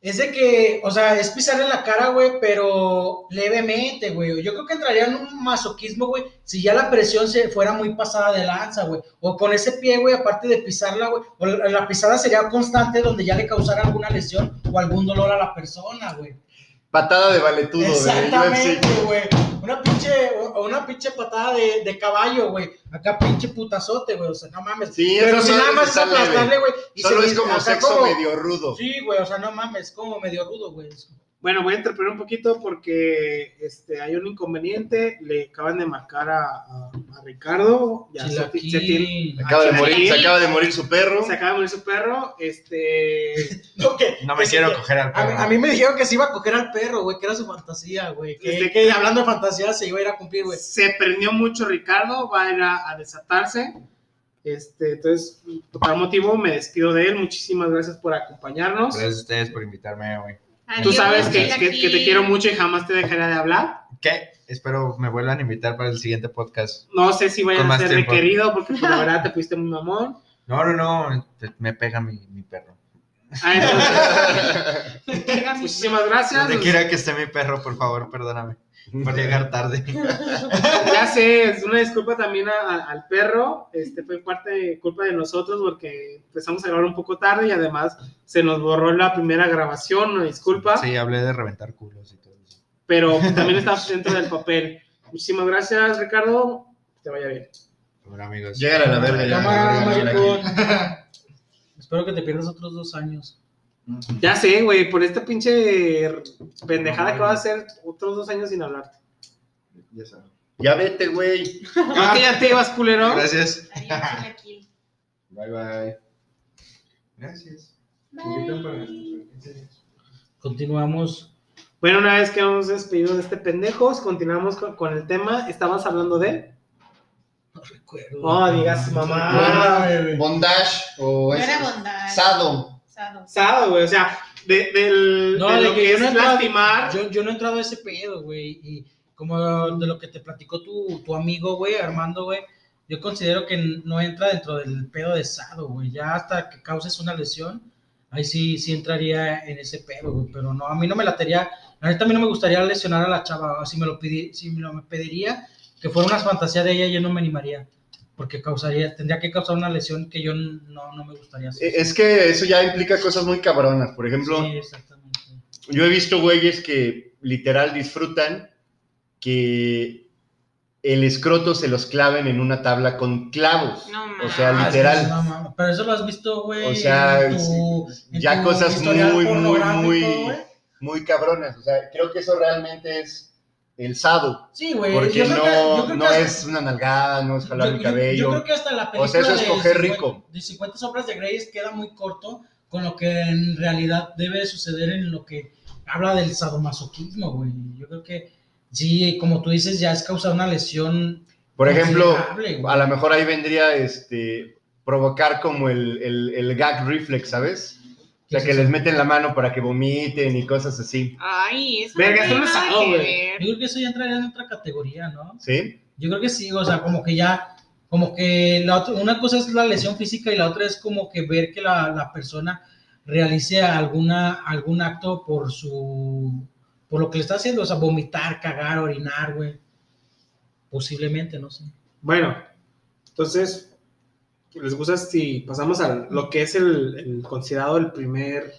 [SPEAKER 6] es de que, o sea, es pisarle la cara, güey, pero levemente, güey. Yo creo que entraría en un masoquismo, güey, si ya la presión se fuera muy pasada de lanza, güey. O con ese pie, güey, aparte de pisarla, güey. O la, la pisada sería constante donde ya le causara alguna lesión o algún dolor a la persona, güey.
[SPEAKER 5] Patada de valetudo de
[SPEAKER 6] Exactamente,
[SPEAKER 5] UFC.
[SPEAKER 6] güey. Una pinche, o- una pinche patada de, de caballo, güey. Acá pinche putazote, güey. O sea, no mames.
[SPEAKER 5] Sí,
[SPEAKER 6] Pero
[SPEAKER 5] eso
[SPEAKER 6] si
[SPEAKER 5] no
[SPEAKER 6] nada
[SPEAKER 5] es
[SPEAKER 6] más es
[SPEAKER 5] tan leve.
[SPEAKER 6] aplastarle, güey. y
[SPEAKER 5] Solo
[SPEAKER 6] se-
[SPEAKER 5] es como
[SPEAKER 6] acá
[SPEAKER 5] sexo
[SPEAKER 6] como-
[SPEAKER 5] medio rudo.
[SPEAKER 6] Sí, güey, o sea, no mames, como medio rudo, güey. Es como-
[SPEAKER 2] Bueno, voy a interrumpir un poquito porque este, hay un inconveniente. Le acaban de marcar a, a- a Ricardo. Ya se,
[SPEAKER 8] Chilaquil.
[SPEAKER 2] se tiene-
[SPEAKER 5] Acaba
[SPEAKER 6] Ah,
[SPEAKER 5] de
[SPEAKER 2] Aquí,
[SPEAKER 5] morir,
[SPEAKER 2] aquí.
[SPEAKER 5] se acaba de morir su perro.
[SPEAKER 2] se acaba de morir su perro. Este,
[SPEAKER 6] No, que-
[SPEAKER 3] No me
[SPEAKER 6] que-
[SPEAKER 3] quiero
[SPEAKER 6] que-
[SPEAKER 3] coger al
[SPEAKER 6] A,
[SPEAKER 3] perro.
[SPEAKER 6] mí- a mí me dijeron que se iba a coger al perro, güey, que era su fantasía, güey. Que,
[SPEAKER 2] Este-
[SPEAKER 6] que hablando de fantasía se iba a ir a cumplir, güey.
[SPEAKER 2] se prendió mucho Ricardo. Va a ir a, a desatarse. Este, entonces, por tal motivo, me despido de él. Muchísimas gracias por acompañarnos.
[SPEAKER 3] Gracias a ustedes por invitarme, güey.
[SPEAKER 4] Ay,
[SPEAKER 2] Tú
[SPEAKER 4] qué
[SPEAKER 2] sabes
[SPEAKER 4] bueno
[SPEAKER 2] que,
[SPEAKER 4] estar
[SPEAKER 2] que-
[SPEAKER 4] aquí.
[SPEAKER 2] que te quiero mucho y jamás te dejaré de hablar.
[SPEAKER 3] ¿Qué? Espero me vuelvan a invitar para el siguiente podcast.
[SPEAKER 2] No sé si
[SPEAKER 3] Con
[SPEAKER 2] vayas a
[SPEAKER 3] más
[SPEAKER 2] ser
[SPEAKER 3] tiempo.
[SPEAKER 2] requerido porque pues, la verdad te fuiste muy mamón.
[SPEAKER 3] No, no, no. te- Me pega mi, mi perro.
[SPEAKER 2] Ah, entonces, muchísimas gracias.
[SPEAKER 3] Donde quiera que esté mi perro, por favor, perdóname por llegar tarde.
[SPEAKER 2] Ya sé, es una disculpa también a- a- al perro, este fue parte culpa de nosotros porque empezamos a grabar un poco tarde y además se nos borró la primera grabación, una disculpa,
[SPEAKER 3] Sí, hablé de reventar culos y todo eso.
[SPEAKER 2] pero también está dentro del papel. Muchísimas gracias, Ricardo. Que te vaya bien.
[SPEAKER 3] Bueno, amigos.
[SPEAKER 5] Llegan a la verga ya. Llegan
[SPEAKER 6] Cámara,
[SPEAKER 5] a la verga.
[SPEAKER 6] maricón. Espero que te pierdas otros dos años.
[SPEAKER 2] Ya sé, güey, por esta pinche pendejada que vas a hacer otros dos años sin hablarte.
[SPEAKER 3] Ya saben.
[SPEAKER 5] Ya vete, güey.
[SPEAKER 2] Creo que ya te ibas, culero.
[SPEAKER 3] Ah. Gracias.
[SPEAKER 4] Adiós, chilaquil.
[SPEAKER 5] Bye, bye.
[SPEAKER 3] Gracias.
[SPEAKER 4] Bye.
[SPEAKER 6] Continuamos.
[SPEAKER 2] Bueno, una vez que hemos despedido de este pendejos, continuamos con, con el tema. Estabas hablando de...
[SPEAKER 6] No recuerdo.
[SPEAKER 2] No, digas, mamá.
[SPEAKER 6] Ah, bebé.
[SPEAKER 5] Bondage o
[SPEAKER 4] No
[SPEAKER 2] Pues,
[SPEAKER 5] es
[SPEAKER 4] era bondad.
[SPEAKER 5] Sado.
[SPEAKER 4] Sado.
[SPEAKER 2] Sado, güey, o sea, de, del,
[SPEAKER 6] No,
[SPEAKER 2] de
[SPEAKER 6] de
[SPEAKER 2] lo
[SPEAKER 6] que
[SPEAKER 2] que
[SPEAKER 6] yo
[SPEAKER 2] es
[SPEAKER 6] no he entrado-
[SPEAKER 2] lastimar.
[SPEAKER 6] Yo, yo no he entrado a ese pedo, güey. Y como de lo que te platicó tu, tu amigo, güey, Armando, güey, yo considero que no entra dentro del pedo de sado, güey. Ya hasta que causes una lesión, ahí sí, sí entraría en ese pedo, güey. Pero no, a mí no me latería. La neta, a mí no me gustaría lesionar a la chava. Si me lo, pidi- si me lo pediría, que fuera una fantasía de ella, yo no me animaría. Porque causaría, tendría que causar una lesión que yo no, no me gustaría hacer.
[SPEAKER 5] Eh, Es que eso ya implica cosas muy cabronas. Por ejemplo,
[SPEAKER 6] Sí, exactamente.
[SPEAKER 5] yo he visto güeyes que literal disfrutan que el escroto se los claven en una tabla con clavos.
[SPEAKER 4] No
[SPEAKER 5] o sea,
[SPEAKER 4] mames.
[SPEAKER 5] literal.
[SPEAKER 6] Ah, No, mames, pero eso lo has visto, güey.
[SPEAKER 5] O sea,
[SPEAKER 6] en tu- en
[SPEAKER 5] ya
[SPEAKER 6] tu
[SPEAKER 5] cosas
[SPEAKER 6] historial
[SPEAKER 5] muy, muy,
[SPEAKER 6] pornográfico,
[SPEAKER 5] muy-
[SPEAKER 6] güey.
[SPEAKER 5] Muy cabronas. O sea, creo que eso realmente es el sado.
[SPEAKER 6] Sí, güey.
[SPEAKER 5] Porque
[SPEAKER 6] Pues, yo creo que- yo
[SPEAKER 5] no,
[SPEAKER 6] creo que
[SPEAKER 5] no
[SPEAKER 6] hasta-
[SPEAKER 5] es una nalgada, no es
[SPEAKER 6] yo-
[SPEAKER 5] jalar el
[SPEAKER 6] yo- Yo,
[SPEAKER 5] cabello.
[SPEAKER 6] creo que hasta la película
[SPEAKER 5] O sea, eso es
[SPEAKER 6] de
[SPEAKER 5] coger
[SPEAKER 6] 50
[SPEAKER 5] rico.
[SPEAKER 6] De 50 sombras de Grey queda muy corto con lo que en realidad debe suceder en lo que habla del sadomasoquismo, güey. Yo creo que sí, como tú dices, ya es causar una lesión.
[SPEAKER 5] Por ejemplo,
[SPEAKER 6] considerable, güey.
[SPEAKER 5] a lo mejor ahí vendría este provocar como el, el, el gag reflex, ¿sabes? O sea, que les meten la mano para que vomiten y cosas así,
[SPEAKER 4] Ay, eso
[SPEAKER 2] Verga, eso no
[SPEAKER 4] no tiene
[SPEAKER 2] es
[SPEAKER 4] nada
[SPEAKER 2] sado,
[SPEAKER 4] que
[SPEAKER 2] güey.
[SPEAKER 4] ver.
[SPEAKER 6] Yo creo que eso ya entraría en otra categoría, ¿no?
[SPEAKER 5] ¿sí?
[SPEAKER 6] Yo creo que sí, o sea, como que ya, como que la otra, una cosa es la lesión física y la otra es como que ver que la, la persona realice alguna, algún acto por su, por lo que le está haciendo, o sea, vomitar, cagar, orinar, güey. Posiblemente, no sé.
[SPEAKER 2] Bueno, entonces, ¿les gusta si pasamos a lo que es el, el considerado el primer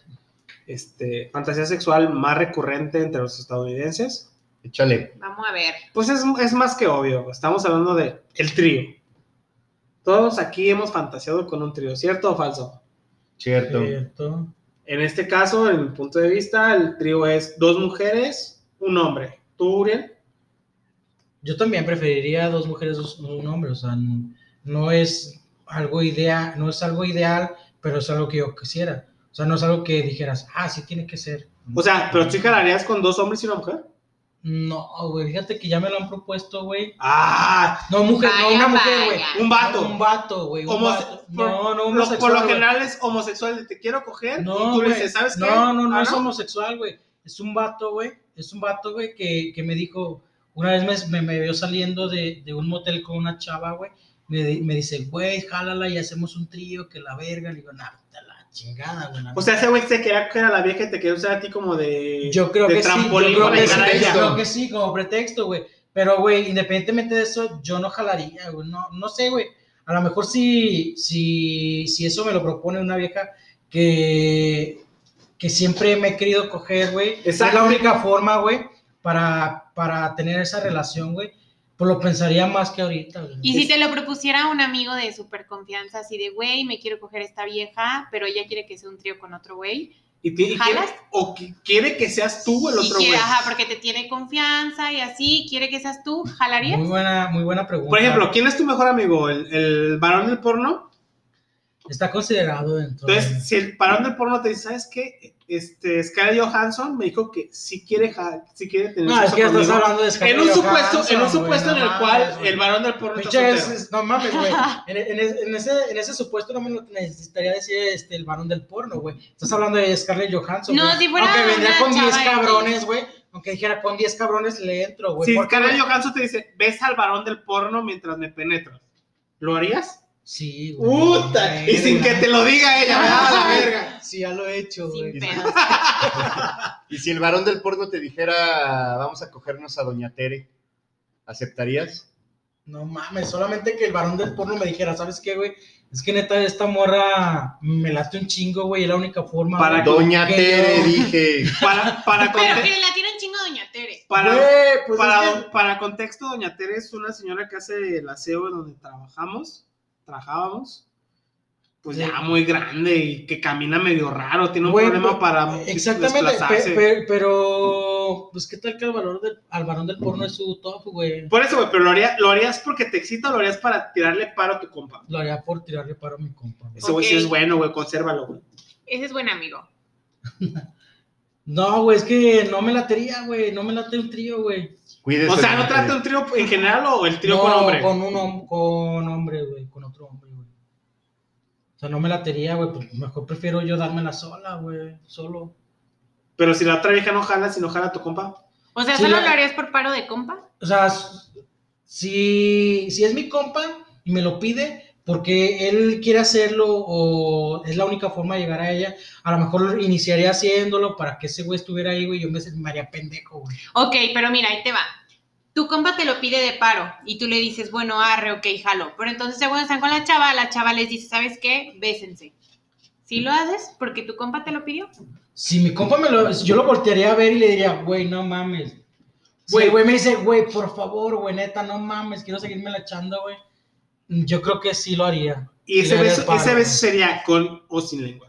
[SPEAKER 2] este, fantasía sexual más recurrente entre los estadounidenses?
[SPEAKER 5] Échale.
[SPEAKER 4] Vamos a ver.
[SPEAKER 2] Pues es, es más que obvio, estamos hablando de el trío. Todos aquí hemos fantaseado con un trío, ¿cierto o falso?
[SPEAKER 5] Cierto.
[SPEAKER 6] Eh, Cierto.
[SPEAKER 2] En este caso, en mi punto de vista, el trío es dos mujeres, un hombre. ¿Tú, Uriel?
[SPEAKER 6] Yo también preferiría dos mujeres, dos- un hombre, o sea, no, no es algo idea, no es algo ideal, pero es algo que yo quisiera. O sea, no es algo que dijeras, ah, sí tiene que ser.
[SPEAKER 2] O sea, pero sí jalarías con dos hombres y una mujer.
[SPEAKER 6] No, güey, fíjate que ya me lo han propuesto, güey.
[SPEAKER 2] Ah,
[SPEAKER 6] No, mujer, no,
[SPEAKER 4] Vaya,
[SPEAKER 6] una mujer, güey.
[SPEAKER 4] vaya.
[SPEAKER 2] un vato.
[SPEAKER 6] No, Un vato, güey. un
[SPEAKER 2] Homo-
[SPEAKER 6] vato.
[SPEAKER 2] por-
[SPEAKER 6] No, no,
[SPEAKER 2] Lo-
[SPEAKER 6] homosexual.
[SPEAKER 2] por lo
[SPEAKER 6] güey.
[SPEAKER 2] general es homosexual, de te quiero coger. y
[SPEAKER 6] No,
[SPEAKER 2] tú le
[SPEAKER 6] güey.
[SPEAKER 2] dices, ¿sabes
[SPEAKER 6] no,
[SPEAKER 2] qué?
[SPEAKER 6] no, no,
[SPEAKER 2] Ah,
[SPEAKER 6] es homosexual, güey. Es un vato, güey. Es un vato, güey, que, que me dijo, una vez me, me, me vio saliendo de, de un motel con una chava, güey. Me, di- me dice, güey, jálala y hacemos un trío, que la verga. Le digo, nah, vete a la chingada, güey. la
[SPEAKER 2] O sea, ese güey se quería coger a la vieja y te quería usar a ti como de.
[SPEAKER 6] Yo creo
[SPEAKER 2] de
[SPEAKER 6] que sí, yo
[SPEAKER 2] trampolín
[SPEAKER 6] creo
[SPEAKER 2] para
[SPEAKER 6] que sí,
[SPEAKER 2] llegar a
[SPEAKER 6] yo
[SPEAKER 2] ella.
[SPEAKER 6] creo que sí, como pretexto, güey. Pero, güey, independientemente de eso, yo no jalaría, güey. No, no sé, güey. A lo mejor si, si, si eso me lo propone una vieja que, que siempre me he querido coger, güey. Es
[SPEAKER 2] Exacto.
[SPEAKER 6] la única forma, güey, para, para tener esa relación, güey. Pues lo pensaría más que ahorita, güey.
[SPEAKER 4] Y si te lo propusiera un amigo de super confianza, así de, güey, me quiero coger a esta vieja, pero ella quiere que sea un trío con otro güey.
[SPEAKER 2] Y, ti- y quiere,
[SPEAKER 4] ¿Jalas?
[SPEAKER 2] o qui- quiere que seas tú el
[SPEAKER 4] Y
[SPEAKER 2] otro
[SPEAKER 4] quiere-
[SPEAKER 2] güey.
[SPEAKER 4] ajá, porque te tiene confianza y así, quiere que seas tú, ¿jalarías?
[SPEAKER 6] Muy buena, muy buena pregunta.
[SPEAKER 2] Por ejemplo, ¿quién es tu mejor amigo? ¿El, el varón del porno?
[SPEAKER 6] está considerado dentro. de-
[SPEAKER 2] Entonces, si el varón del porno te dice, ¿sabes qué? Este, Scarlett Johansson me dijo que sí quiere, ja- sí quiere tener
[SPEAKER 6] No, Ah, es
[SPEAKER 2] sexo
[SPEAKER 6] que estás
[SPEAKER 2] conmigo.
[SPEAKER 6] hablando de
[SPEAKER 2] En un
[SPEAKER 6] Scarlett
[SPEAKER 2] supuesto, en un
[SPEAKER 6] Johansson, güey,
[SPEAKER 2] supuesto
[SPEAKER 6] no
[SPEAKER 2] en el
[SPEAKER 6] mames,
[SPEAKER 2] cual
[SPEAKER 6] güey.
[SPEAKER 2] el varón del porno
[SPEAKER 6] Pinche,
[SPEAKER 2] está
[SPEAKER 6] es-
[SPEAKER 2] soltero.
[SPEAKER 6] es- no mames, güey. En, en es- en ese, en ese supuesto no me lo necesitaría decir este, el varón del porno, güey. Estás hablando de Scarlett Johansson.
[SPEAKER 4] No,
[SPEAKER 6] güey.
[SPEAKER 4] si fuera
[SPEAKER 6] Aunque vendría
[SPEAKER 4] una
[SPEAKER 6] con 10
[SPEAKER 4] chava
[SPEAKER 6] cabrones, güey. Aunque dijera con 10 cabrones le entro, güey.
[SPEAKER 2] Si
[SPEAKER 6] ¿Por qué,
[SPEAKER 2] Scarlett
[SPEAKER 6] güey?
[SPEAKER 2] Johansson te dice, ves al varón del porno mientras me penetras, ¿lo harías?
[SPEAKER 6] Sí, güey.
[SPEAKER 2] ¡Puta! Y
[SPEAKER 6] Verga.
[SPEAKER 2] sin que te lo diga ella, me da la verga.
[SPEAKER 6] Sí, ya lo he hecho,
[SPEAKER 4] Sin
[SPEAKER 6] güey.
[SPEAKER 4] pedos.
[SPEAKER 5] Y si el varón del porno te dijera, vamos a cogernos a Doña Tere, ¿aceptarías?
[SPEAKER 6] No mames, solamente que el varón del porno me dijera, ¿sabes qué, güey? Es que neta, esta morra me late un chingo, güey. Es la única forma.
[SPEAKER 2] Para
[SPEAKER 6] güey,
[SPEAKER 5] Doña
[SPEAKER 6] que
[SPEAKER 5] Tere,
[SPEAKER 6] yo-
[SPEAKER 5] dije.
[SPEAKER 2] Para, para,
[SPEAKER 4] Pero
[SPEAKER 2] conte-
[SPEAKER 4] que la tiene un chingo Doña Tere.
[SPEAKER 2] para,
[SPEAKER 6] Güey, pues
[SPEAKER 2] para,
[SPEAKER 6] es que-
[SPEAKER 2] para contexto, Doña Tere es una señora que hace el aseo en donde trabajamos, trabajábamos, pues
[SPEAKER 6] Sí.
[SPEAKER 2] ya muy grande y que camina medio raro, tiene un
[SPEAKER 6] Güey,
[SPEAKER 2] problema
[SPEAKER 6] pues,
[SPEAKER 2] para
[SPEAKER 6] Exactamente,
[SPEAKER 2] desplazarse.
[SPEAKER 6] pe- pe- pero pues qué tal que al varón del, al varón del porno es su top, güey.
[SPEAKER 2] Por eso, güey, pero lo, haría- lo harías porque te excita o lo harías para tirarle paro a tu compa.
[SPEAKER 6] Lo haría por tirarle paro a mi compa. güey.
[SPEAKER 2] Ese güey sí
[SPEAKER 4] Ok.
[SPEAKER 2] es bueno, güey, consérvalo, güey.
[SPEAKER 4] Ese es buen amigo.
[SPEAKER 6] No, güey, es que no me latería, güey, no me late un trío, güey.
[SPEAKER 5] Cuídese.
[SPEAKER 2] O sea, ¿no
[SPEAKER 5] Doña
[SPEAKER 2] trata
[SPEAKER 5] Tere.
[SPEAKER 2] un trío en general o el trío
[SPEAKER 6] No,
[SPEAKER 2] con hombre?
[SPEAKER 6] Con un hom- con hombre, güey, con otro hombre, güey. O sea, no me latería, güey, pues mejor prefiero yo dármela sola, güey, solo.
[SPEAKER 2] Pero si la otra vieja no jala, si no jala a tu compa.
[SPEAKER 4] O sea,
[SPEAKER 6] Sí,
[SPEAKER 4] ¿solo
[SPEAKER 6] la-
[SPEAKER 4] lo harías por paro de compa?
[SPEAKER 6] O sea, s- si, si es mi compa y me lo pide porque él quiere hacerlo o es la única forma de llegar a ella, a lo mejor iniciaría haciéndolo para que ese güey estuviera ahí, güey, yo me me haría pendejo, güey.
[SPEAKER 4] Ok, pero mira, ahí te va. Tu compa te lo pide de paro y tú le dices, bueno, arre, ok, jalo. Pero entonces, según están con la chava, la chava les dice, ¿sabes qué? Bésense. Si lo haces porque tu compa te lo pidió.
[SPEAKER 6] Si mi compa me lo, yo lo voltearía a ver y le diría, güey, no mames. Güey, güey, me dice, güey, por favor, güey, neta, no mames, quiero seguirme la chanda, güey. Yo creo que sí lo haría.
[SPEAKER 2] Y ese
[SPEAKER 6] le haría el
[SPEAKER 2] beso,
[SPEAKER 6] paro,
[SPEAKER 2] ese beso
[SPEAKER 6] güey.
[SPEAKER 2] sería con o sin lengua.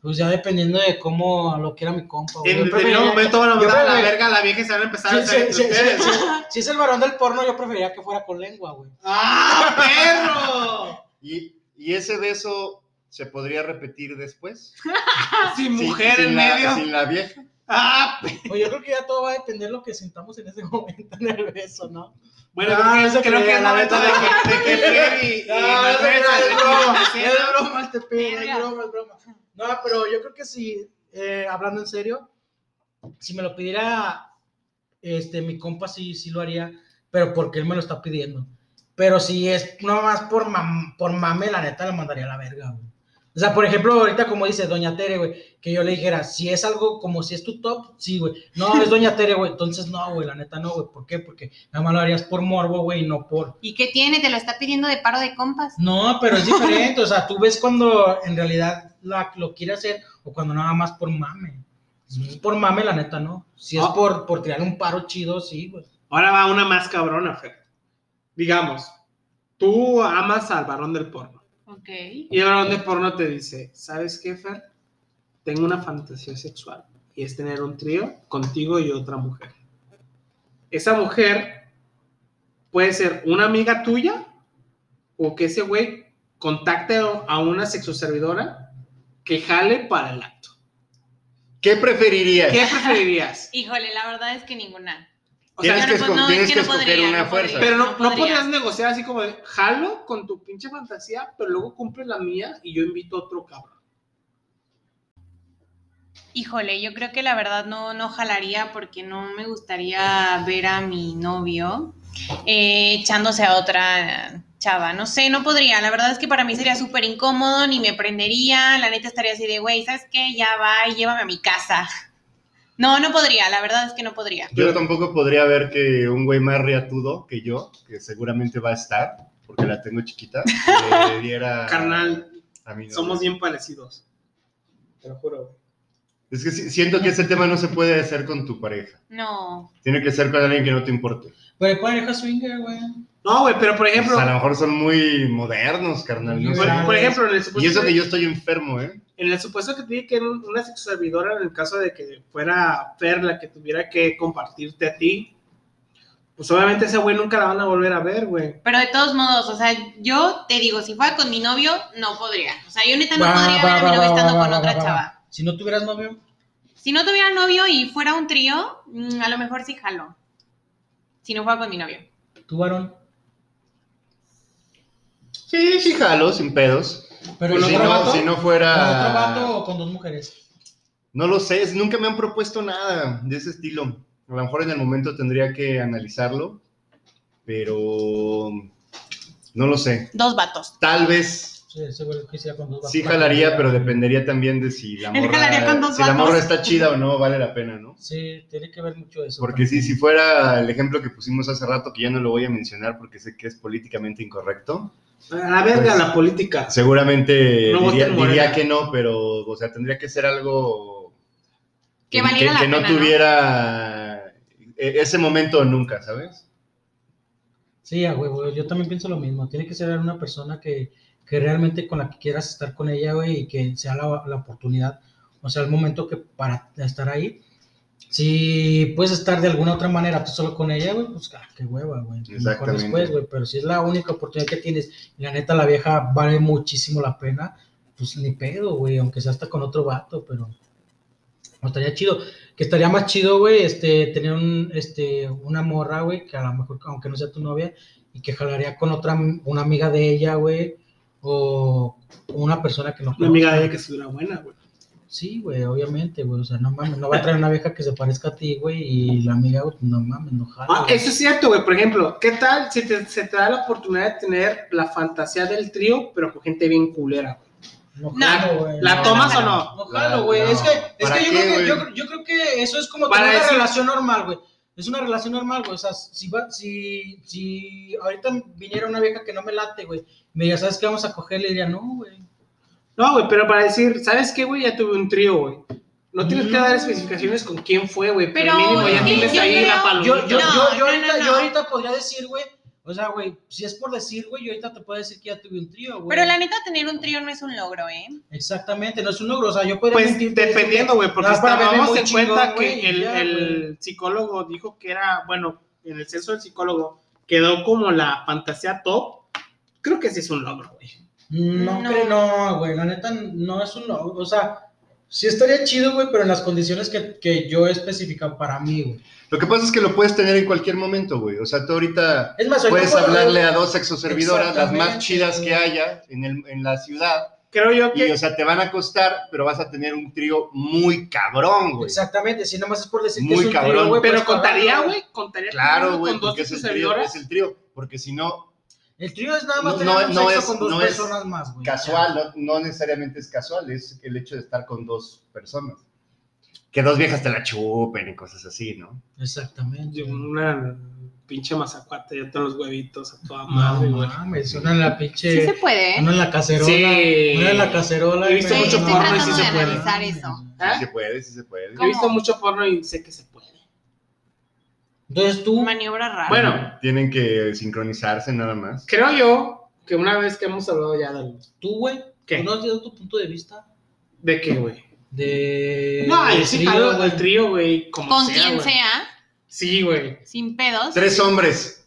[SPEAKER 6] Pues ya dependiendo de cómo lo quiera mi compa, güey.
[SPEAKER 2] En
[SPEAKER 6] Yo
[SPEAKER 2] determinado
[SPEAKER 6] preferiría-
[SPEAKER 2] momento van a
[SPEAKER 6] yo
[SPEAKER 2] mandar a la
[SPEAKER 6] preferiría-
[SPEAKER 2] verga a la vieja y se van a empezar a
[SPEAKER 6] Ah, Sí,
[SPEAKER 2] hacer
[SPEAKER 6] sí,
[SPEAKER 2] entre
[SPEAKER 6] sí,
[SPEAKER 2] ustedes.
[SPEAKER 6] sí, sí. Si es el varón del porno, yo preferiría que fuera con lengua, güey.
[SPEAKER 2] ¡Ah,
[SPEAKER 5] Y, y ese beso se podría repetir después.
[SPEAKER 2] perro! Sin
[SPEAKER 5] Sin-
[SPEAKER 2] mujer
[SPEAKER 5] sin
[SPEAKER 2] en
[SPEAKER 5] la-
[SPEAKER 2] medio.
[SPEAKER 5] Sin la vieja.
[SPEAKER 2] ¡Ah, pe-
[SPEAKER 6] Pues yo creo que ya todo va a depender de lo que sintamos en ese momento en el beso, ¿no?
[SPEAKER 2] Bueno,
[SPEAKER 6] Ah, No,
[SPEAKER 2] creo,
[SPEAKER 6] eso
[SPEAKER 2] que- creo
[SPEAKER 6] creo,
[SPEAKER 2] que es
[SPEAKER 6] la
[SPEAKER 2] momento de
[SPEAKER 6] neta.
[SPEAKER 2] que, de que Fer y, y
[SPEAKER 6] Ah,
[SPEAKER 2] Manuel se retire de la escena.
[SPEAKER 6] broma, este pedo,
[SPEAKER 4] Verga.
[SPEAKER 6] es broma, es broma. No, pero yo creo que si, eh, hablando en serio, si me lo pidiera este, mi compa, sí, sí lo haría, pero porque él me lo está pidiendo. Pero si es nomás por, mam- por mame, la neta, le mandaría a la verga, güey. O sea, por ejemplo, ahorita como dice Doña Tere, güey, que yo le dijera, si es algo como si es tu top, sí, güey. No, es Doña Tere, güey. Entonces, no, güey, la neta no, güey. ¿Por qué? Porque nada más lo harías por morbo, güey, y no por
[SPEAKER 4] ¿Y qué tiene? Te lo está pidiendo de paro de compas.
[SPEAKER 6] no, pero es diferente, o sea, tú ves cuando en realidad la- lo quiere hacer o cuando nada más por mame. Si es por mame, la neta, no. Si es
[SPEAKER 2] Ah.
[SPEAKER 6] por, por tirar un paro chido, sí, güey.
[SPEAKER 2] Ahora va una más cabrona, Fer. Digamos, tú amas al varón del porno.
[SPEAKER 4] Ok.
[SPEAKER 2] Y el varón del porno te dice, ¿sabes qué, Fer? Tengo una fantasía sexual. Y es tener un trío contigo y otra mujer. Esa mujer puede ser una amiga tuya o que ese güey contacte a una sexoservidora que jale para el acto.
[SPEAKER 5] ¿Qué preferirías?
[SPEAKER 2] ¿Qué preferirías?
[SPEAKER 4] Híjole, la verdad es que ninguna.
[SPEAKER 2] O sea,
[SPEAKER 5] Tienes
[SPEAKER 4] yo
[SPEAKER 5] que
[SPEAKER 4] no,
[SPEAKER 5] esco-
[SPEAKER 4] no,
[SPEAKER 5] tienes
[SPEAKER 4] es que
[SPEAKER 5] que
[SPEAKER 4] no
[SPEAKER 5] escoger
[SPEAKER 4] podría,
[SPEAKER 5] una
[SPEAKER 4] no
[SPEAKER 5] fuerza.
[SPEAKER 4] podría.
[SPEAKER 2] pero no, no
[SPEAKER 4] podría.
[SPEAKER 2] podrías negociar así como de jalo con tu pinche fantasía, pero luego cumple la mía y yo invito a otro cabrón.
[SPEAKER 4] Híjole, yo creo que la verdad no, no jalaría porque no me gustaría ver a mi novio eh, echándose a otra chava. No sé, no podría. La verdad es que para mí sería súper incómodo, ni me prendería. La neta estaría así de, güey, ¿sabes qué? Ya va y llévame a mi casa. No, no podría. La verdad es que no podría.
[SPEAKER 5] Yo tampoco podría ver que un güey más riatudo que yo, que seguramente va a estar, porque la tengo chiquita, le diera.
[SPEAKER 2] Carnal,
[SPEAKER 5] a mi novia.
[SPEAKER 2] somos bien parecidos. Te lo juro.
[SPEAKER 5] Es que si- siento que ese tema no se puede hacer con tu pareja.
[SPEAKER 4] No.
[SPEAKER 5] Tiene que ser con alguien que no te importe.
[SPEAKER 6] Pero hay pareja swinger, güey.
[SPEAKER 2] No, güey, pero por ejemplo,
[SPEAKER 5] Pues a lo mejor son muy modernos, carnal. no
[SPEAKER 2] por,
[SPEAKER 5] sé.
[SPEAKER 2] por ejemplo, en el
[SPEAKER 5] Y
[SPEAKER 2] supuesto
[SPEAKER 5] eso
[SPEAKER 2] que-
[SPEAKER 5] que yo estoy enfermo, ¿eh?
[SPEAKER 2] En el supuesto que tiene que un- una servidora, en el caso de que fuera Fer la que tuviera que compartirte a ti, pues obviamente ese güey nunca la van a volver a ver, güey.
[SPEAKER 4] Pero de todos modos, o sea, yo te digo, si fuera con mi novio, no podría. O sea, yo neta no
[SPEAKER 6] Va,
[SPEAKER 4] podría
[SPEAKER 6] va,
[SPEAKER 4] ver a mi
[SPEAKER 6] va,
[SPEAKER 4] novio
[SPEAKER 6] va,
[SPEAKER 4] estando
[SPEAKER 6] va,
[SPEAKER 4] con
[SPEAKER 6] va,
[SPEAKER 4] otra
[SPEAKER 6] va, va.
[SPEAKER 4] chava.
[SPEAKER 6] Si no tuvieras novio,
[SPEAKER 4] Si no tuviera novio y fuera un trío, mm, a lo mejor sí jalo. Si no fuera con mi novio.
[SPEAKER 6] tú varón.
[SPEAKER 5] Sí, sí, jalo, sin pedos.
[SPEAKER 6] Pero
[SPEAKER 5] si,
[SPEAKER 6] ¿con otro vato?
[SPEAKER 5] Pues no, ah. si no fuera.
[SPEAKER 6] ¿Con otro vato o con dos mujeres?
[SPEAKER 5] No lo sé, es- nunca me han propuesto nada de ese estilo. A lo mejor en el momento tendría que analizarlo, pero no lo sé.
[SPEAKER 4] Dos vatos.
[SPEAKER 5] Tal vez
[SPEAKER 6] Sí, seguro que hiciera con dos vatos.
[SPEAKER 5] sí jalaría, pero dependería también de si la
[SPEAKER 4] Él jalaría con
[SPEAKER 5] morra,
[SPEAKER 4] dos
[SPEAKER 5] si la
[SPEAKER 4] vatos.
[SPEAKER 5] morra está chida o no, vale la pena, ¿no?
[SPEAKER 6] Sí, tiene que ver mucho eso.
[SPEAKER 5] Porque sí, si fuera el ejemplo que pusimos hace rato, que ya no lo voy a mencionar porque sé que es políticamente incorrecto,
[SPEAKER 2] A la verga
[SPEAKER 5] Pues-
[SPEAKER 2] la política.
[SPEAKER 5] seguramente
[SPEAKER 2] No voten
[SPEAKER 5] diría,
[SPEAKER 2] Morena.
[SPEAKER 5] diría que no, pero, o sea, tendría que ser algo
[SPEAKER 4] Que valiera la
[SPEAKER 5] que no
[SPEAKER 4] pena, ¿no?
[SPEAKER 5] tuviera e- ese momento nunca, ¿sabes?
[SPEAKER 6] Sí, a huevo, yo también pienso lo mismo. Tiene que ser una persona que, que realmente con la que quieras estar con ella, güey, y que sea la, la oportunidad, o sea, el momento que para estar ahí. Si puedes estar de alguna otra manera tú solo con ella, güey, pues ah, qué hueva, güey. Mejor
[SPEAKER 5] Exactamente.
[SPEAKER 6] después, güey, pero si es la única oportunidad que tienes, y la neta la vieja vale muchísimo la pena, pues ni pedo, güey, aunque sea hasta con otro vato, pero no estaría chido. Que estaría más chido, güey, este, tener un, este, una morra, güey, que a lo mejor, aunque no sea tu novia, y que jalaría con otra, am- una amiga de ella, güey, o una persona que no
[SPEAKER 2] Una amiga de ella que estuviera buena, güey.
[SPEAKER 6] Sí, güey, obviamente, güey, o sea, no mames, no va a traer una vieja que se parezca a ti, güey, y la amiga, güey, no mames, no jala.
[SPEAKER 2] Ah,
[SPEAKER 6] güey.
[SPEAKER 2] eso es cierto, güey. Por ejemplo, ¿qué tal si te- se te da la oportunidad de tener la fantasía del trío, pero con gente bien culera? güey?
[SPEAKER 6] No,
[SPEAKER 4] No,
[SPEAKER 6] jalo, güey.
[SPEAKER 2] ¿La
[SPEAKER 6] No,
[SPEAKER 2] tomas
[SPEAKER 6] no,
[SPEAKER 2] o no?
[SPEAKER 6] No jalo,
[SPEAKER 5] No,
[SPEAKER 6] güey, es que, es
[SPEAKER 5] ¿para
[SPEAKER 6] que, yo,
[SPEAKER 5] qué,
[SPEAKER 6] creo que
[SPEAKER 5] güey?
[SPEAKER 6] yo, creo- yo creo que eso es como
[SPEAKER 2] Para
[SPEAKER 6] tener una
[SPEAKER 2] eso-
[SPEAKER 6] relación normal, güey. Es una relación normal, güey, o sea, si, va, si, si ahorita viniera una vieja que no me late, güey, me diría, ¿sabes qué? Vamos a coger, le diría, no, güey.
[SPEAKER 2] No, güey, pero para decir, ¿sabes qué, güey? Ya tuve un trío, güey. No tienes que dar especificaciones con quién fue, güey. Pero,
[SPEAKER 4] Pero
[SPEAKER 2] mínimo
[SPEAKER 5] es
[SPEAKER 2] ya
[SPEAKER 5] que
[SPEAKER 2] tienes
[SPEAKER 5] yo
[SPEAKER 2] ahí la
[SPEAKER 4] creo-
[SPEAKER 2] palomita.
[SPEAKER 6] yo,
[SPEAKER 4] No,
[SPEAKER 6] yo, yo, yo
[SPEAKER 4] no,
[SPEAKER 6] ahorita,
[SPEAKER 4] no,
[SPEAKER 6] yo
[SPEAKER 4] no.
[SPEAKER 6] ahorita podría decir, güey, o sea, güey, si es por decir, güey, yo ahorita te puedo decir que ya tuve un trío, güey.
[SPEAKER 4] Pero la neta, tener un trío no es un logro, ¿eh?
[SPEAKER 6] Exactamente, no es un logro, o sea, yo podría
[SPEAKER 2] Pues
[SPEAKER 6] mentirte y
[SPEAKER 2] dependiendo,
[SPEAKER 6] decirte,
[SPEAKER 2] güey, porque
[SPEAKER 6] "No, para verme
[SPEAKER 2] estábamos
[SPEAKER 6] muy
[SPEAKER 2] en
[SPEAKER 6] chingón,
[SPEAKER 2] cuenta
[SPEAKER 6] güey",
[SPEAKER 2] que
[SPEAKER 6] y
[SPEAKER 2] el,
[SPEAKER 6] ya,
[SPEAKER 2] el
[SPEAKER 6] güey.
[SPEAKER 2] psicólogo dijo que era, bueno, en el censo del psicólogo quedó como la fantasía top. Creo que sí es un logro, güey.
[SPEAKER 6] No,
[SPEAKER 4] No.
[SPEAKER 6] creo, no, güey, la neta no es un logro, o sea, sí estaría chido, güey, pero en las condiciones que, que yo especifican para mí, güey.
[SPEAKER 5] Lo que pasa es que lo puedes tener en cualquier momento, güey. O sea, tú ahorita
[SPEAKER 6] Es más, ahorita
[SPEAKER 5] puedes
[SPEAKER 6] puedo-
[SPEAKER 5] hablarle a dos eh, exoservidoras, las
[SPEAKER 6] Exactamente,
[SPEAKER 5] más chidas
[SPEAKER 6] güey.
[SPEAKER 5] que haya en, el- en la ciudad.
[SPEAKER 2] Creo yo que
[SPEAKER 5] Y, o sea, te van a costar, pero vas a tener un trío muy cabrón, güey.
[SPEAKER 6] Exactamente, si nomás es por decir
[SPEAKER 5] Muy
[SPEAKER 6] que es un trío,
[SPEAKER 5] cabrón,
[SPEAKER 6] güey,
[SPEAKER 2] Pero
[SPEAKER 6] pues,
[SPEAKER 2] contaría,
[SPEAKER 6] cabrón,
[SPEAKER 2] güey, contaría
[SPEAKER 5] Claro,
[SPEAKER 2] con
[SPEAKER 5] güey,
[SPEAKER 2] dos
[SPEAKER 5] porque
[SPEAKER 2] de
[SPEAKER 5] es
[SPEAKER 2] sus
[SPEAKER 5] el trío,
[SPEAKER 2] servidoras.
[SPEAKER 5] es el trío. Porque si no,
[SPEAKER 6] El trío es nada más
[SPEAKER 5] No,
[SPEAKER 6] tener
[SPEAKER 5] no,
[SPEAKER 6] un
[SPEAKER 5] no
[SPEAKER 6] sexo
[SPEAKER 5] es-
[SPEAKER 6] con dos
[SPEAKER 5] no es
[SPEAKER 6] personas más, güey.
[SPEAKER 5] casual, no, no necesariamente es casual, es el hecho de estar con dos personas. Que dos viejas te la chupen y cosas así, ¿no?
[SPEAKER 6] Exactamente.
[SPEAKER 2] Yo, Una pinche mazacuate, ya todos los huevitos a toda
[SPEAKER 6] No
[SPEAKER 2] madre, güey.
[SPEAKER 6] mames, una en la pinche.
[SPEAKER 4] Sí se puede, ¿eh?
[SPEAKER 6] Una en la cacerola.
[SPEAKER 2] Sí.
[SPEAKER 6] Una en la cacerola.
[SPEAKER 2] He visto
[SPEAKER 6] pero
[SPEAKER 2] mucho
[SPEAKER 6] no,
[SPEAKER 2] porno y
[SPEAKER 6] no,
[SPEAKER 2] sí
[SPEAKER 6] no,
[SPEAKER 2] se
[SPEAKER 6] no,
[SPEAKER 2] puede.
[SPEAKER 4] analizar
[SPEAKER 6] no,
[SPEAKER 4] eso.
[SPEAKER 6] no.
[SPEAKER 2] ¿Eh?
[SPEAKER 5] Sí se puede, sí se puede.
[SPEAKER 2] He visto
[SPEAKER 4] ¿Cómo?
[SPEAKER 2] mucho porno y sé que se puede.
[SPEAKER 6] Entonces tú.
[SPEAKER 4] Uh. Maniobra rara.
[SPEAKER 2] Bueno.
[SPEAKER 5] Tienen que sincronizarse nada más.
[SPEAKER 2] Creo yo que una vez que hemos hablado ya de,
[SPEAKER 6] Tú, güey.
[SPEAKER 2] ¿Qué?
[SPEAKER 6] ¿Tú no has dado tu punto de vista?
[SPEAKER 2] de qué, güey.
[SPEAKER 6] De.
[SPEAKER 2] No,
[SPEAKER 6] del
[SPEAKER 2] yo sí
[SPEAKER 6] trío,
[SPEAKER 2] jalo
[SPEAKER 6] güey.
[SPEAKER 2] el trío, güey, como
[SPEAKER 4] con
[SPEAKER 2] sea,
[SPEAKER 4] quien
[SPEAKER 2] güey.
[SPEAKER 4] sea,
[SPEAKER 2] Sí, güey.
[SPEAKER 4] sin pedos,
[SPEAKER 5] Tres hombres.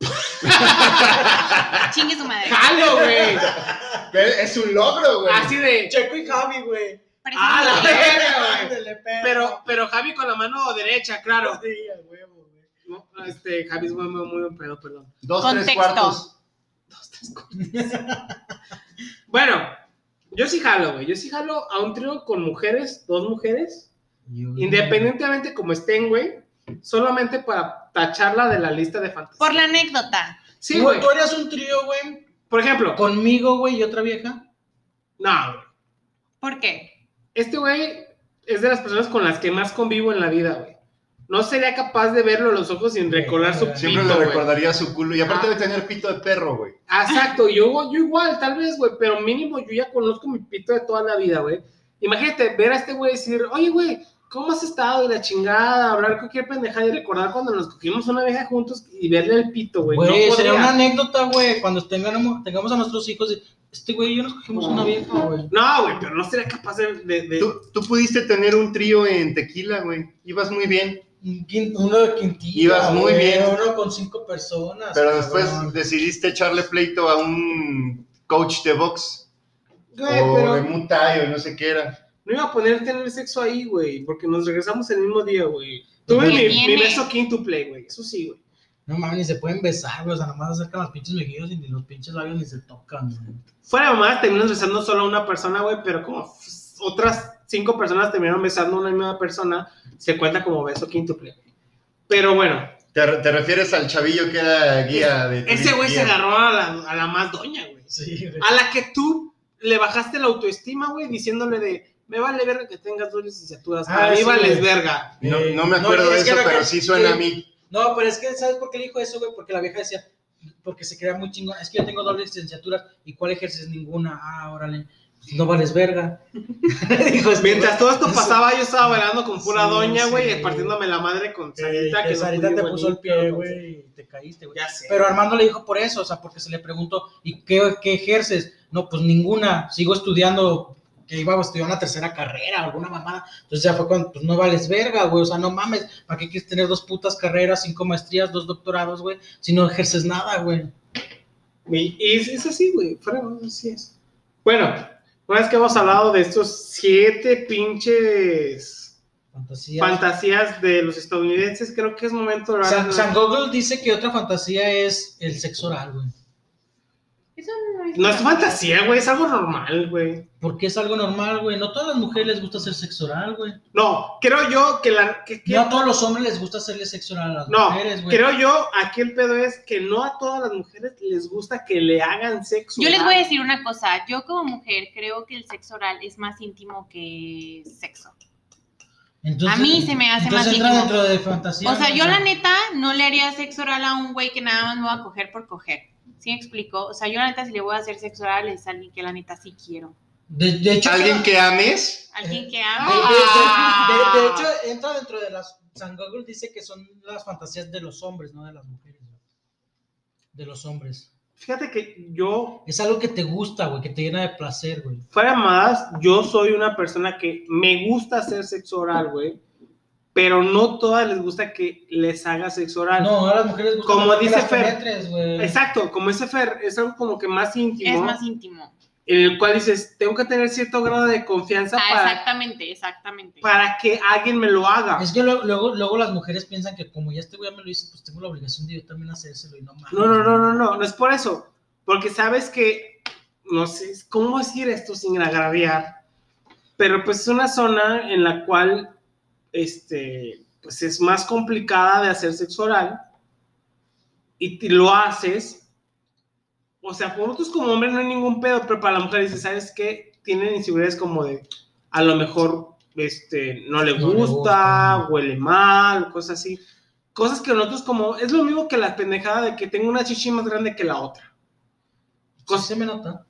[SPEAKER 4] chingue su madre.
[SPEAKER 2] Jalo, güey.
[SPEAKER 5] Pero Es un logro, güey.
[SPEAKER 2] Así de.
[SPEAKER 7] Checo y Javi, güey.
[SPEAKER 4] Parece
[SPEAKER 2] ¡Ah, la
[SPEAKER 4] que-
[SPEAKER 2] verga, güey!
[SPEAKER 6] Ándale, perro.
[SPEAKER 2] Pero, pero Javi con la mano derecha, claro.
[SPEAKER 6] Sí, a huevo, güey.
[SPEAKER 2] No, este, Javi es muy, muy, muy buen pedo, perdón.
[SPEAKER 5] Dos, tres
[SPEAKER 4] Contexto.
[SPEAKER 5] cuartos.
[SPEAKER 2] Bueno, yo sí jalo, güey. Yo sí jalo a un trío con mujeres, dos mujeres, independientemente como estén, güey, solamente para tacharla de la lista de fantasías.
[SPEAKER 4] Por la anécdota.
[SPEAKER 2] Sí,
[SPEAKER 6] ¿Tú,
[SPEAKER 2] güey.
[SPEAKER 6] tú harías un trío, güey,
[SPEAKER 2] Por ejemplo,
[SPEAKER 6] conmigo, güey, y otra vieja.
[SPEAKER 2] no, güey.
[SPEAKER 4] ¿Por qué?
[SPEAKER 2] Este güey es de las personas con las que más convivo en la vida, güey. No sería capaz de verlo a los ojos sin recordar su
[SPEAKER 5] Siempre
[SPEAKER 2] pito,
[SPEAKER 5] le
[SPEAKER 2] güey.
[SPEAKER 5] recordaría su culo. Y aparte
[SPEAKER 2] Ah.
[SPEAKER 5] de tener pito de perro, güey.
[SPEAKER 2] Ah, Exacto, yo, yo igual, tal vez, güey, pero mínimo yo ya conozco mi pito de toda la vida, güey. Imagínate ver a este güey decir, oye, güey, ¿cómo has estado? Y la chingada, hablar cualquier pendejada y recordar cuando nos cogimos una vieja juntos y verle el pito, güey. No
[SPEAKER 6] Güey, sería
[SPEAKER 2] podría.
[SPEAKER 6] una anécdota, güey, cuando tengamos, tengamos a nuestros hijos. y, Este güey y yo nos cogimos una vieja, güey.
[SPEAKER 2] No, güey, pero no sería capaz de... de- de-
[SPEAKER 5] Tú, tú pudiste tener un trío en tequila, güey. Ibas muy bien.
[SPEAKER 6] Un quin- Uno de quintilla.
[SPEAKER 5] Ibas muy
[SPEAKER 6] güey,
[SPEAKER 5] bien.
[SPEAKER 6] Uno con cinco personas.
[SPEAKER 5] Pero
[SPEAKER 6] cabrón.
[SPEAKER 5] después decidiste echarle pleito a un coach de box.
[SPEAKER 2] Güey,
[SPEAKER 5] o
[SPEAKER 2] pero
[SPEAKER 5] de Muay Thai, o no sé qué era.
[SPEAKER 2] no iba a poner tener sexo ahí, güey, porque nos regresamos el mismo día, güey. Tuve
[SPEAKER 4] ¿Qué
[SPEAKER 2] mi, mi
[SPEAKER 4] tiene?
[SPEAKER 2] beso quintuple, güey, eso sí, güey.
[SPEAKER 6] No mames, ni se pueden besar, güey. O sea, nada más acercan los pinches mejillos y ni los pinches labios ni se tocan, güey.
[SPEAKER 2] Fuera de mamadas, terminas besando solo a una persona, güey, pero como f- otras cinco personas terminaron besando a una misma persona, se cuenta como beso quíntuple. Pero bueno,
[SPEAKER 5] ¿Te, re- te refieres al chavillo que era guía de...
[SPEAKER 2] ese güey se
[SPEAKER 5] guía?
[SPEAKER 2] agarró a la, a la más doña, güey.
[SPEAKER 6] Sí, güey.
[SPEAKER 2] A la que tú le bajaste la autoestima, güey, diciéndole de, me vale verga que tengas dos licenciaturas,
[SPEAKER 6] Ah,
[SPEAKER 2] a mí
[SPEAKER 6] sí,
[SPEAKER 2] vales
[SPEAKER 6] güey.
[SPEAKER 2] verga.
[SPEAKER 5] No,
[SPEAKER 6] Eh,
[SPEAKER 5] no me acuerdo
[SPEAKER 6] no,
[SPEAKER 5] de
[SPEAKER 6] es que eh,
[SPEAKER 5] eso,
[SPEAKER 6] era
[SPEAKER 5] pero
[SPEAKER 6] que-
[SPEAKER 5] sí suena
[SPEAKER 6] que-
[SPEAKER 5] a mí.
[SPEAKER 6] No, pero es que, ¿sabes por qué le dijo eso, güey? Porque la vieja decía, porque se crea muy chingón. Es que yo tengo dos licenciaturas. ¿Y cuál ejerces? Ninguna. Ah, órale. No vales verga. dijo, este
[SPEAKER 2] Mientras
[SPEAKER 6] güey.
[SPEAKER 2] todo esto
[SPEAKER 6] Eso-
[SPEAKER 2] pasaba, yo estaba bailando con pura
[SPEAKER 6] Sí,
[SPEAKER 2] doña, güey,
[SPEAKER 6] sí.
[SPEAKER 2] y partiéndome la madre con
[SPEAKER 6] Eh,
[SPEAKER 2] Sarita,
[SPEAKER 6] que
[SPEAKER 2] que no
[SPEAKER 6] Sarita
[SPEAKER 2] fui
[SPEAKER 6] te
[SPEAKER 2] bonito,
[SPEAKER 6] puso el pie,
[SPEAKER 2] con-
[SPEAKER 6] güey, y te caíste, güey.
[SPEAKER 2] Ya sé.
[SPEAKER 6] Pero Armando le dijo por eso, o sea, porque se le preguntó, ¿y qué, qué ejerces? No, pues ninguna, sigo estudiando, que iba a estudiar una tercera carrera, alguna mamada. Entonces ya fue cuando, pues no vales verga, güey, o sea, no mames, ¿para qué quieres tener dos putas carreras, cinco maestrías, dos doctorados, güey, si no ejerces nada, güey?
[SPEAKER 2] Y y es, es así, güey. fuera de mamada, así es. Bueno, una vez que hemos hablado de estos siete pinches
[SPEAKER 6] Fantasía.
[SPEAKER 2] fantasías de los estadounidenses, creo que es momento de hablar
[SPEAKER 6] San,
[SPEAKER 2] de-
[SPEAKER 6] San Gogol dice que otra fantasía es el sexo oral, güey.
[SPEAKER 4] Eso no es.
[SPEAKER 2] No es fantasía, güey, es algo normal, güey.
[SPEAKER 6] Porque es algo normal, güey. No todas las mujeres les gusta hacer sexo oral, güey.
[SPEAKER 2] No, creo yo que la... que- que-
[SPEAKER 6] No a todos los hombres les gusta hacerle sexo oral a las
[SPEAKER 2] No,
[SPEAKER 6] mujeres, güey.
[SPEAKER 2] creo yo, aquí el pedo es que no a todas las mujeres les gusta que le hagan sexo.
[SPEAKER 4] Yo les
[SPEAKER 2] oral.
[SPEAKER 4] voy a decir una cosa. Yo, como mujer, creo que el sexo oral es más íntimo que sexo.
[SPEAKER 6] Entonces-
[SPEAKER 4] a mí se me hace más
[SPEAKER 6] entonces entra
[SPEAKER 4] íntimo.
[SPEAKER 6] dentro de fantasía.
[SPEAKER 4] O sea,
[SPEAKER 6] ¿no?
[SPEAKER 4] yo la neta no le haría sexo oral a un güey que nada más me va a coger por coger. ¿Sí me explico? O sea, yo la neta si le voy a hacer sexo oral es a alguien que la neta sí quiero.
[SPEAKER 6] De, de hecho,
[SPEAKER 5] ¿Alguien
[SPEAKER 6] de-
[SPEAKER 5] que ames?
[SPEAKER 4] Alguien que
[SPEAKER 6] de-
[SPEAKER 4] ame.
[SPEAKER 6] de-
[SPEAKER 4] Ah.
[SPEAKER 6] de hecho, entra dentro de las. San Gogol dice que son las fantasías de los hombres, no de las mujeres. güey. De los hombres.
[SPEAKER 2] Fíjate que yo
[SPEAKER 6] Es algo que te gusta, güey, que te llena de placer, güey.
[SPEAKER 2] Fuera de mamadas, yo soy una persona que me gusta hacer sexo oral, güey. Pero no todas les gusta que les haga sexo oral.
[SPEAKER 6] No, a las mujeres gusta
[SPEAKER 2] Ah, Como
[SPEAKER 6] más que
[SPEAKER 2] dice
[SPEAKER 6] las
[SPEAKER 2] Fer.
[SPEAKER 6] penetres, güey.
[SPEAKER 2] Exacto, como ese Fer, es algo como que más íntimo.
[SPEAKER 4] es más íntimo.
[SPEAKER 2] En el cual dices, tengo que tener cierto grado de confianza
[SPEAKER 4] Ah,
[SPEAKER 2] para,
[SPEAKER 4] exactamente, exactamente.
[SPEAKER 2] para que alguien me lo haga.
[SPEAKER 6] Es que luego, luego, luego las mujeres piensan que como ya este güey ya me lo hizo, pues tengo la obligación de yo también hacérselo y no mames.
[SPEAKER 2] No, no, no, no, no, no es por eso. Porque sabes que, no sé, ¿cómo decir esto sin agraviar? Pero pues es una zona en la cual, este, pues es más complicada de hacer sexo oral y te- lo haces. O sea, por nosotros como hombres no hay ningún pedo, pero para la mujer dice, ¿sabes qué? Tienen inseguridades como de, a lo mejor, este, no le
[SPEAKER 6] No le
[SPEAKER 2] gusta,
[SPEAKER 6] gusta.
[SPEAKER 2] huele mal, cosas así cosas que nosotros como es lo mismo que la pendejada de que tengo una chichi más grande que la otra.
[SPEAKER 6] Sí se me nota.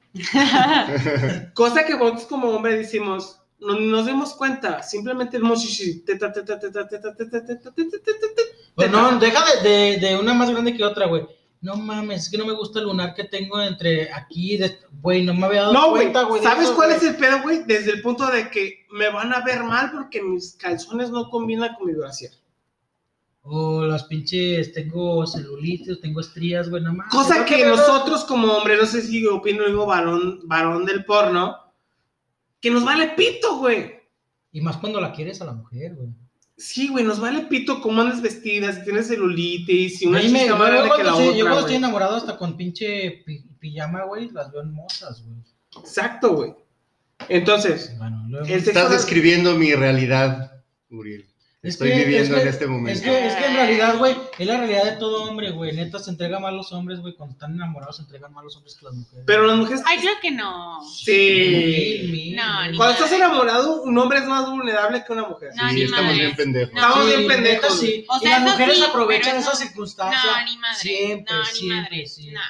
[SPEAKER 2] Cosa que nosotros como hombre decimos, no ni nos dimos cuenta, simplemente el chichi teta teta teta teta teta teta teta teta teta.
[SPEAKER 6] Pero no, deja de, de, de una más grande que otra, güey. No mames, es que no me gusta el lunar que tengo entre aquí, y de- güey, no me había dado
[SPEAKER 2] No, güey,
[SPEAKER 6] cuenta, güey. de
[SPEAKER 2] ¿sabes
[SPEAKER 6] eso,
[SPEAKER 2] cuál
[SPEAKER 6] güey.
[SPEAKER 2] es el pedo, güey? Desde el punto de que me van a ver mal porque mis calzones no combinan con mi brasier.
[SPEAKER 6] O las pinches, tengo celulitis, tengo estrías, güey, no mames.
[SPEAKER 2] Cosa
[SPEAKER 6] No,
[SPEAKER 2] que
[SPEAKER 6] no, no.
[SPEAKER 2] nosotros como hombre, no sé si opino el mismo varón, varón del porno, que nos vale pito, güey.
[SPEAKER 6] Y más cuando la quieres a la mujer, güey.
[SPEAKER 2] Sí, güey, nos vale pito cómo andas vestida, si tienes celulitis, si una
[SPEAKER 6] Ahí me-
[SPEAKER 2] chica
[SPEAKER 6] yo
[SPEAKER 2] más grande
[SPEAKER 6] luego
[SPEAKER 2] que la
[SPEAKER 6] estoy- yo
[SPEAKER 2] otra,
[SPEAKER 6] cuando
[SPEAKER 2] güey.
[SPEAKER 6] estoy enamorado hasta con pinche pi- pijama, güey, las veo hermosas, güey.
[SPEAKER 2] Exacto, güey. Entonces,
[SPEAKER 6] Bueno, luego-
[SPEAKER 2] el sexo...
[SPEAKER 5] Estás describiendo mi realidad, Uriel.
[SPEAKER 6] Es
[SPEAKER 5] Estoy
[SPEAKER 6] que-
[SPEAKER 5] viviendo
[SPEAKER 6] es que-
[SPEAKER 5] en este
[SPEAKER 6] Es
[SPEAKER 5] momento.
[SPEAKER 6] que, es que en realidad, güey, es la realidad de todo hombre, güey. Neta, se entregan más los hombres, güey. Cuando están enamorados, se entregan más los hombres que las mujeres.
[SPEAKER 2] Pero las mujeres...
[SPEAKER 4] Ay, claro que no.
[SPEAKER 2] sí.
[SPEAKER 6] Mil, mil,
[SPEAKER 4] No,
[SPEAKER 6] mil.
[SPEAKER 4] ni-
[SPEAKER 2] Cuando estás enamorado, un hombre es más vulnerable que una mujer.
[SPEAKER 4] No,
[SPEAKER 5] sí,
[SPEAKER 4] ni
[SPEAKER 5] estamos
[SPEAKER 4] madres.
[SPEAKER 5] bien pendejos.
[SPEAKER 4] No.
[SPEAKER 2] Estamos bien
[SPEAKER 6] neta,
[SPEAKER 2] pendejos. güey.
[SPEAKER 6] sí.
[SPEAKER 4] O sea,
[SPEAKER 6] y las
[SPEAKER 4] eso
[SPEAKER 6] mujeres
[SPEAKER 4] sí,
[SPEAKER 6] aprovechan
[SPEAKER 4] pero eso-
[SPEAKER 6] esas circunstancias.
[SPEAKER 4] No, ni madre.
[SPEAKER 6] Siempre,
[SPEAKER 4] no, ni
[SPEAKER 6] siempre,
[SPEAKER 4] madre.
[SPEAKER 6] siempre.
[SPEAKER 4] No.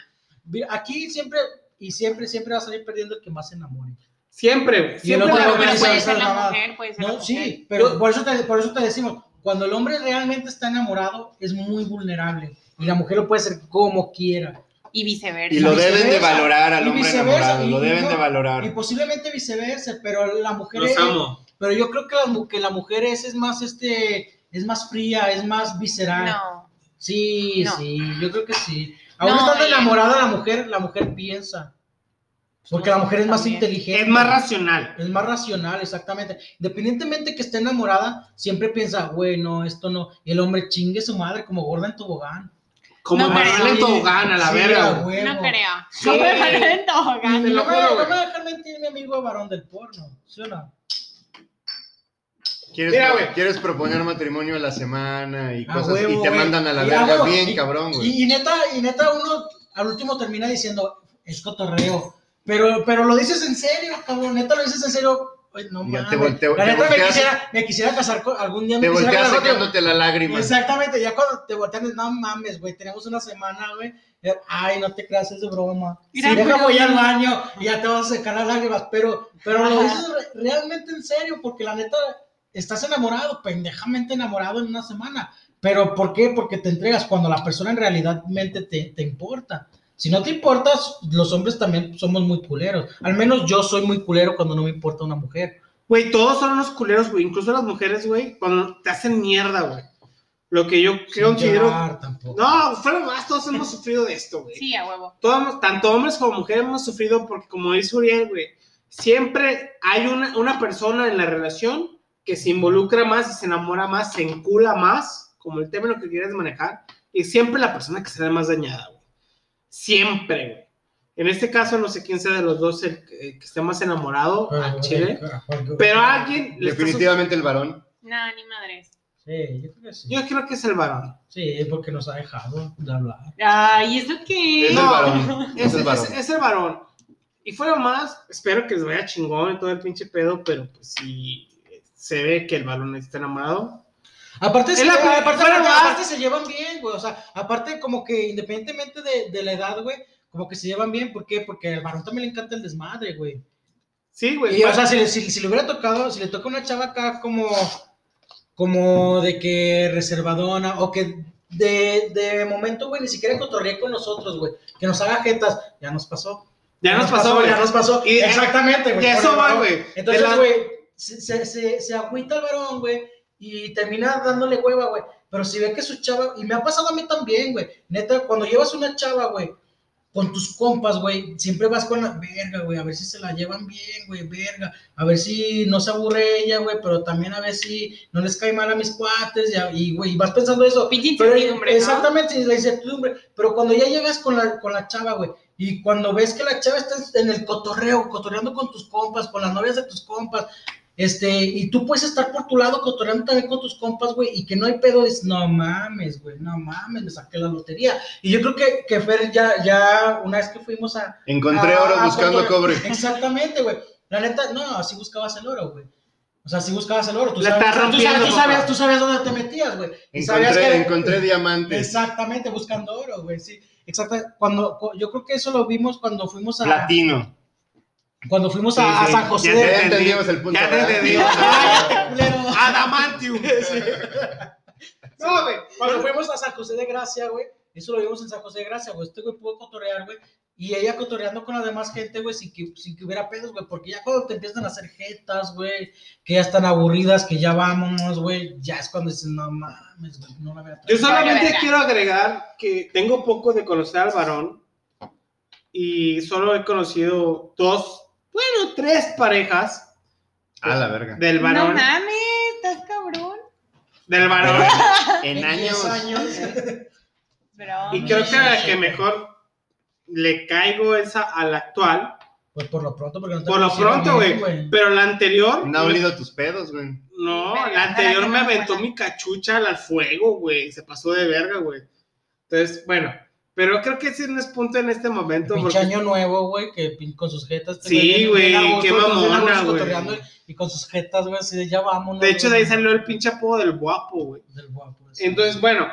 [SPEAKER 6] Mira, Aquí siempre y siempre, siempre va a salir perdiendo el que más se enamore.
[SPEAKER 2] Siempre, güey. Siempre
[SPEAKER 6] otro
[SPEAKER 2] la
[SPEAKER 6] lado,
[SPEAKER 4] Pero,
[SPEAKER 2] mujer
[SPEAKER 6] pero
[SPEAKER 2] es-
[SPEAKER 4] puede
[SPEAKER 6] puede
[SPEAKER 4] ser
[SPEAKER 6] ser
[SPEAKER 4] la
[SPEAKER 6] lavada.
[SPEAKER 4] mujer, puede ser la
[SPEAKER 6] No,
[SPEAKER 4] mujer.
[SPEAKER 6] sí, pero por eso, te, por eso te decimos, cuando el hombre realmente está enamorado, es muy vulnerable. Y la mujer lo puede hacer como quiera.
[SPEAKER 4] Y viceversa.
[SPEAKER 5] Y lo
[SPEAKER 6] Y
[SPEAKER 5] deben de
[SPEAKER 6] viceversa,
[SPEAKER 5] valorar al
[SPEAKER 6] y
[SPEAKER 5] hombre
[SPEAKER 6] viceversa,
[SPEAKER 5] enamorado,
[SPEAKER 6] y-
[SPEAKER 5] lo
[SPEAKER 6] y
[SPEAKER 5] deben
[SPEAKER 6] no,
[SPEAKER 5] de
[SPEAKER 6] Y
[SPEAKER 5] valorar.
[SPEAKER 6] posiblemente viceversa, pero la mujer
[SPEAKER 2] Los
[SPEAKER 6] es-
[SPEAKER 2] amo.
[SPEAKER 6] Pero yo creo que, las mu- que la mujer es, es más este, es más fría, es más visceral.
[SPEAKER 4] No.
[SPEAKER 6] Sí,
[SPEAKER 4] No.
[SPEAKER 6] sí, yo creo que sí. Aún
[SPEAKER 4] No,
[SPEAKER 6] estando
[SPEAKER 4] y-
[SPEAKER 6] enamorada la mujer, la mujer piensa. Porque la mujer es más
[SPEAKER 4] También.
[SPEAKER 6] inteligente.
[SPEAKER 2] Es más racional.
[SPEAKER 6] Es más racional, exactamente. Independientemente que esté enamorada, siempre piensa, güey, no, esto no. Y el hombre chingue su madre como gorda en tobogán.
[SPEAKER 2] Como
[SPEAKER 4] No,
[SPEAKER 2] Manuel
[SPEAKER 4] pero-
[SPEAKER 2] en tobogán, a la
[SPEAKER 6] Sí,
[SPEAKER 2] verga,
[SPEAKER 6] a
[SPEAKER 2] güey.
[SPEAKER 6] huevo.
[SPEAKER 4] No creo.
[SPEAKER 2] Sí.
[SPEAKER 4] No puede poner en
[SPEAKER 6] Y
[SPEAKER 4] tobogán.
[SPEAKER 2] Te lo
[SPEAKER 6] No me,
[SPEAKER 2] juro,
[SPEAKER 6] no
[SPEAKER 2] güey.
[SPEAKER 6] me va a dejar mentir mi amigo varón del porno, ¿sí o no?
[SPEAKER 5] ¿Quieres,
[SPEAKER 2] Mira, güey.
[SPEAKER 5] quieres proponer matrimonio a la semana y
[SPEAKER 6] A
[SPEAKER 5] cosas
[SPEAKER 6] huevo,
[SPEAKER 5] y te
[SPEAKER 6] güey.
[SPEAKER 5] mandan a la
[SPEAKER 6] Y
[SPEAKER 5] verga
[SPEAKER 6] huevo,
[SPEAKER 5] bien
[SPEAKER 6] y-
[SPEAKER 5] cabrón, güey.
[SPEAKER 6] Y, y neta, y neta uno al último termina diciendo, es cotorreo. Pero, pero lo dices en serio, cabrón, neta lo dices en serio. Ay, no
[SPEAKER 5] Ya
[SPEAKER 6] mames.
[SPEAKER 5] te volteo-
[SPEAKER 6] la
[SPEAKER 5] te
[SPEAKER 6] neta me,
[SPEAKER 5] volteas-
[SPEAKER 6] quisiera, me quisiera casar con, algún día.
[SPEAKER 5] Te
[SPEAKER 6] me quisiera
[SPEAKER 5] volteas
[SPEAKER 6] casar contigo.
[SPEAKER 5] secándote la lágrima.
[SPEAKER 6] Exactamente, ya cuando te voltean, no mames, güey, tenemos una semana, güey. Ya, Ay, no te creas, es de broma. Sí,
[SPEAKER 4] Mira,
[SPEAKER 6] déjame
[SPEAKER 4] pero-
[SPEAKER 6] voy al baño y ya te vas a secar las lágrimas. Pero, pero lo dices re- realmente en serio, porque la neta, estás enamorado, pendejamente enamorado en una semana. Pero ¿por qué? Porque te entregas cuando la persona en realidad mente te, te importa. Si no te importas, los hombres también somos muy culeros. Al menos yo soy muy culero cuando no me importa una mujer.
[SPEAKER 2] Güey, todos son unos culeros, güey. Incluso las mujeres, güey, cuando te hacen mierda, güey. Lo que yo
[SPEAKER 6] Sin
[SPEAKER 2] considero.
[SPEAKER 6] llorar tampoco.
[SPEAKER 2] No, fuera más, todos hemos sufrido de esto, güey.
[SPEAKER 4] Sí, a huevo.
[SPEAKER 2] Todos hemos- tanto hombres como mujeres hemos sufrido porque, como dice Uriel, güey, siempre hay una, una persona en la relación que se involucra más, se enamora más, se encula más, como el término que quieras manejar, y siempre la persona que será más dañada, güey. Siempre, güey. En este caso, no sé quién sea de los dos el que, el que esté más enamorado
[SPEAKER 6] Ah,
[SPEAKER 2] a Chile, pero ah, a alguien le está su-
[SPEAKER 5] Definitivamente el varón.
[SPEAKER 4] No, ni madres.
[SPEAKER 6] Sí, yo creo que sí.
[SPEAKER 2] Yo creo que es el varón.
[SPEAKER 6] Sí, porque nos ha dejado de hablar.
[SPEAKER 4] Ay, ¿eso qué?
[SPEAKER 5] Es
[SPEAKER 2] No,
[SPEAKER 5] el varón.
[SPEAKER 2] Es,
[SPEAKER 5] Es el varón.
[SPEAKER 2] es- es el varón. Y fuera más, espero que les vaya chingón y todo el pinche pedo, pero pues sí se ve que el varón está enamorado.
[SPEAKER 6] Aparte,
[SPEAKER 2] Es
[SPEAKER 6] se,
[SPEAKER 2] la
[SPEAKER 6] llevan-
[SPEAKER 2] primera
[SPEAKER 6] aparte,
[SPEAKER 2] vez.
[SPEAKER 6] aparte se llevan bien, güey. O sea, aparte como que independientemente de, de la edad, güey, como que se llevan bien. ¿Por qué? Porque al varón también le encanta el desmadre, güey.
[SPEAKER 2] Sí, güey.
[SPEAKER 6] Y, o
[SPEAKER 2] pues,
[SPEAKER 6] sea, si, le- si- si le hubiera tocado, si le toca una chava acá como, como de que reservadona o que de, de momento, güey, ni siquiera cotorrea con nosotros, güey. Que nos haga jetas. Ya nos pasó.
[SPEAKER 2] ya nos pasó, güey.
[SPEAKER 6] ya nos pasó.
[SPEAKER 2] Y-
[SPEAKER 6] Exactamente, güey.
[SPEAKER 2] Y a
[SPEAKER 6] con
[SPEAKER 2] eso
[SPEAKER 6] el
[SPEAKER 2] va,
[SPEAKER 6] varón.
[SPEAKER 2] güey. De
[SPEAKER 6] Entonces,
[SPEAKER 2] la-
[SPEAKER 6] güey, se, se, se, se agüita el varón, güey, y termina dándole hueva, güey. Pero si ve que su chava, y me ha pasado a mí también, güey. Neta, cuando llevas una chava, güey, con tus compas, güey, siempre vas con la verga, güey, a ver si se la llevan bien, güey, verga. A ver si no se aburre ella, güey, pero también a ver si no les cae mal a mis cuates, ya, y, güey, y vas pensando eso.
[SPEAKER 4] Pinche
[SPEAKER 6] Pero,
[SPEAKER 4] incertidumbre, ¿no?
[SPEAKER 6] Exactamente, la incertidumbre. Pero cuando ya llegas con la, con la chava, güey, y cuando ves que la chava está en el cotorreo, cotorreando con tus compas, con las novias de tus compas, este, y tú puedes estar por tu lado cotorreando también con tus compas, güey, y que no hay pedo, dices, no mames, güey, no mames, me saqué la lotería. Y yo creo que, que Fer ya, ya, una vez que fuimos a...
[SPEAKER 5] Encontré
[SPEAKER 2] Ah,
[SPEAKER 6] a-
[SPEAKER 5] oro
[SPEAKER 6] a
[SPEAKER 5] buscando
[SPEAKER 6] cotorrear-
[SPEAKER 5] cobre.
[SPEAKER 6] Exactamente, güey. La neta, no, así buscabas el oro, güey. O sea, si buscabas el oro, tú
[SPEAKER 2] La
[SPEAKER 6] sabes,
[SPEAKER 2] estás
[SPEAKER 6] tú, sabes, tú,
[SPEAKER 2] rompiendo,
[SPEAKER 6] sabes,
[SPEAKER 2] papá.
[SPEAKER 6] tú sabes dónde te metías, güey. Y sabías
[SPEAKER 5] Encontré,
[SPEAKER 6] que-
[SPEAKER 5] encontré diamantes,
[SPEAKER 6] Exactamente, buscando oro, güey, sí. Exacta- Cuando, cu- yo creo que eso lo vimos cuando fuimos a,
[SPEAKER 5] platino.
[SPEAKER 6] cuando fuimos
[SPEAKER 2] Sí,
[SPEAKER 6] a, a
[SPEAKER 2] sí,
[SPEAKER 6] San José
[SPEAKER 2] ya
[SPEAKER 6] de
[SPEAKER 5] Ya
[SPEAKER 2] entendí.
[SPEAKER 5] entendimos el punto.
[SPEAKER 2] Ya te
[SPEAKER 5] ¿verdad?
[SPEAKER 2] entendí.
[SPEAKER 6] culero.
[SPEAKER 2] Adamantium.
[SPEAKER 6] No, güey, cuando fuimos a San José de Gracia, güey, eso lo vimos en San José de Gracia, güey, este güey pudo cotorrear, güey, y ella cotorreando con la demás gente, güey, sin que, sin que hubiera pedos, güey, porque ya cuando te empiezan a hacer jetas, güey, que ya están aburridas, que ya vámonos, güey, ya es cuando dices, no mames, güey, no la voy a
[SPEAKER 2] Yo
[SPEAKER 6] traer".
[SPEAKER 4] Vale,
[SPEAKER 2] solamente
[SPEAKER 4] verga.
[SPEAKER 2] quiero agregar que tengo poco de conocer al varón y solo he conocido dos, bueno, tres parejas
[SPEAKER 5] A la verga.
[SPEAKER 2] Del varón.
[SPEAKER 4] No mames, estás cabrón.
[SPEAKER 2] del varón.
[SPEAKER 5] En
[SPEAKER 7] En
[SPEAKER 5] años.
[SPEAKER 7] 10 años.
[SPEAKER 4] Bro.
[SPEAKER 2] Y creo que la que mejor le caigo es a, a la actual.
[SPEAKER 6] Pues por lo pronto, porque no te
[SPEAKER 2] Por lo
[SPEAKER 6] pusieron
[SPEAKER 2] pronto,
[SPEAKER 6] bien,
[SPEAKER 2] güey. Pero la anterior.
[SPEAKER 5] No ha olido tus pedos, güey.
[SPEAKER 2] No,
[SPEAKER 4] Sí, pero
[SPEAKER 2] la anterior
[SPEAKER 4] ojalá
[SPEAKER 2] me
[SPEAKER 4] que no
[SPEAKER 2] aventó
[SPEAKER 4] fuera.
[SPEAKER 2] mi cachucha al al fuego, güey. Se pasó de verga, güey. Entonces, bueno. Pero creo que ese no es punto en este momento.
[SPEAKER 6] Pinche
[SPEAKER 2] porque-
[SPEAKER 6] año nuevo, güey, que pin- con sus jetas. te
[SPEAKER 2] Sí,
[SPEAKER 6] ven
[SPEAKER 2] güey,
[SPEAKER 6] bien a gusto,
[SPEAKER 2] qué
[SPEAKER 6] todos bien a gusto
[SPEAKER 2] mamona, güey.
[SPEAKER 6] cotorreando Y con sus jetas, güey, así de ya vámonos.
[SPEAKER 2] de hecho, de
[SPEAKER 6] güey.
[SPEAKER 2] ahí salió el pinche apodo del guapo, güey.
[SPEAKER 6] Del guapo, así.
[SPEAKER 2] Entonces, bueno,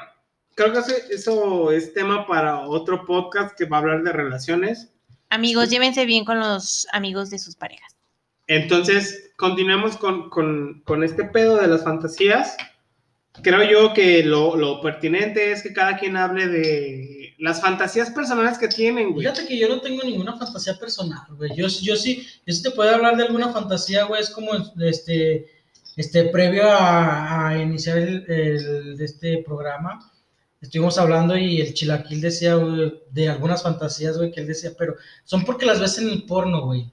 [SPEAKER 2] creo que eso, eso es tema para otro podcast que va a hablar de relaciones.
[SPEAKER 4] Amigos, llévense bien con los amigos de sus parejas.
[SPEAKER 2] Entonces, continuemos con, con- con este pedo de las fantasías. Creo yo que lo, lo pertinente es que cada quien hable de las fantasías personales que tienen, güey.
[SPEAKER 6] Fíjate que yo no tengo ninguna fantasía personal, güey. Yo, yo sí, yo sí te puedo hablar de alguna fantasía, güey. Es como este, este previo a, a iniciar el, el- de este programa. Estuvimos hablando y el chilaquil decía güey, de algunas fantasías, güey, que él decía, pero son porque las ves en el porno, güey.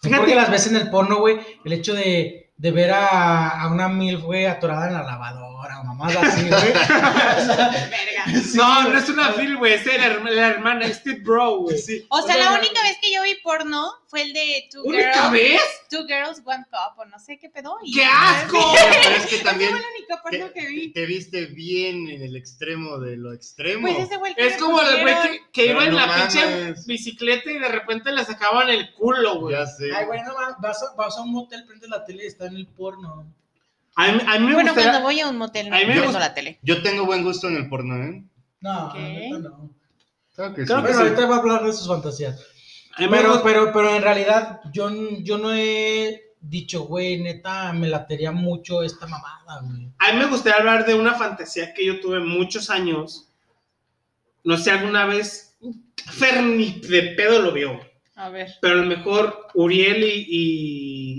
[SPEAKER 6] Son
[SPEAKER 2] Fíjate.
[SPEAKER 6] porque las ves en el porno, güey. El hecho de, de ver a, a una mil, güey, atorada en la lavadora o mamada así, güey.
[SPEAKER 4] Verga.
[SPEAKER 2] no, no es una fil, güey, es el her- la hermana, es Steve Bro, güey.
[SPEAKER 4] O sea, la única vez que yo vi porno fue el de Two
[SPEAKER 2] ¿Única
[SPEAKER 4] Girls,
[SPEAKER 2] vez?
[SPEAKER 4] Two Girls One Cup, o no sé qué pedo. y-
[SPEAKER 2] ¡Qué asco!
[SPEAKER 5] Pero es que
[SPEAKER 4] Ese
[SPEAKER 5] también
[SPEAKER 4] fue el único porno que
[SPEAKER 5] te,
[SPEAKER 4] vi.
[SPEAKER 5] te viste bien en el extremo de lo extremo.
[SPEAKER 4] Pues ese fue el que
[SPEAKER 2] Es
[SPEAKER 4] me
[SPEAKER 2] como el güey
[SPEAKER 4] pusieron.
[SPEAKER 2] que, que iba
[SPEAKER 5] Pero
[SPEAKER 2] en
[SPEAKER 5] no
[SPEAKER 2] la pinche
[SPEAKER 5] mames.
[SPEAKER 2] bicicleta y de repente le sacaban el culo, güey.
[SPEAKER 5] Ya sé.
[SPEAKER 6] Ay, güey, no, vas a, vas a un motel, prendes la tele y está en el porno.
[SPEAKER 2] A mí, a mí me
[SPEAKER 4] Bueno,
[SPEAKER 2] gustaría-
[SPEAKER 4] cuando voy a un motel, no
[SPEAKER 2] A mí me
[SPEAKER 4] prendo
[SPEAKER 2] gusta-
[SPEAKER 4] la tele.
[SPEAKER 5] Yo tengo buen gusto en el porno, ¿eh?
[SPEAKER 6] No,
[SPEAKER 4] Ok.
[SPEAKER 6] la neta no.
[SPEAKER 5] Claro que
[SPEAKER 2] Creo
[SPEAKER 5] sí.
[SPEAKER 2] que
[SPEAKER 6] Bueno,
[SPEAKER 2] sí.
[SPEAKER 6] ahorita va a hablar de sus fantasías.
[SPEAKER 2] a mí me
[SPEAKER 6] Pero,
[SPEAKER 2] gusta-
[SPEAKER 6] pero, pero en realidad, yo, n- yo no he dicho, güey, neta, me latería mucho esta mamada, güey.
[SPEAKER 2] A mí me gustaría hablar de una fantasía que yo tuve muchos años. No sé, alguna vez. Ferni de pedo lo vio.
[SPEAKER 4] A ver.
[SPEAKER 2] Pero a lo mejor Uriel y.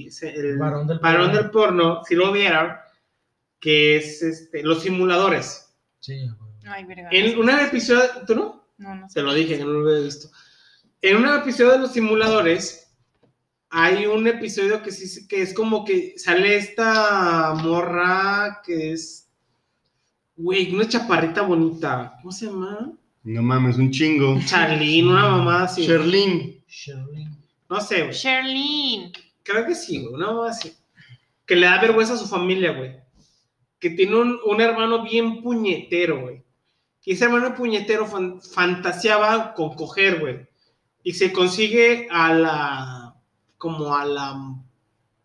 [SPEAKER 2] y se- el varón
[SPEAKER 6] Varón del
[SPEAKER 2] del, porno, si lo vieran, que es este, los simuladores.
[SPEAKER 6] Sí, güey.
[SPEAKER 4] Ay, verga.
[SPEAKER 2] En un episodio. ¿Tú no?
[SPEAKER 4] No, no sé.
[SPEAKER 2] Se lo dije, que no lo había visto. En un episodio de los simuladores, hay un episodio que, sí, que es como que sale esta morra que es. Güey, una chaparrita bonita. ¿Cómo se llama?
[SPEAKER 5] No mames, un chingo.
[SPEAKER 2] Charlene, una mamada así.
[SPEAKER 5] Sherlyn.
[SPEAKER 6] Shirley.
[SPEAKER 2] No sé, güey.
[SPEAKER 4] Sherlyn.
[SPEAKER 2] Creo que sí, güey. Una mamada así. Que le da vergüenza a su familia, güey. Que tiene un, un hermano bien puñetero, güey. Y ese hermano puñetero fan- fantaseaba con coger, güey. Y se consigue a la. como a la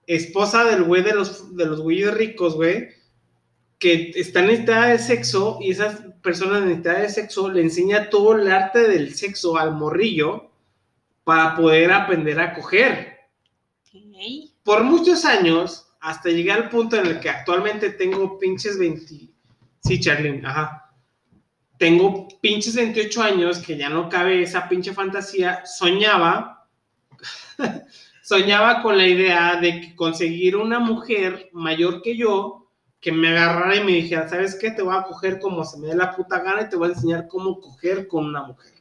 [SPEAKER 2] esposa del güey de los, de los güeyes ricos, güey. Que está en necesidad de sexo y esas personas en necesidad de sexo le enseña todo el arte del sexo al morrillo para poder aprender a coger
[SPEAKER 4] Ok.
[SPEAKER 2] por muchos años, hasta llegué al punto en el que actualmente tengo pinches 20. Sí, Charlene, ajá. Tengo pinches 28 años que ya no cabe esa pinche fantasía. Soñaba, soñaba con la idea de que conseguir una mujer mayor que yo que me agarrara y me dijera, ¿sabes qué? Te voy a coger como se me dé la puta gana y te voy a enseñar cómo coger con una mujer.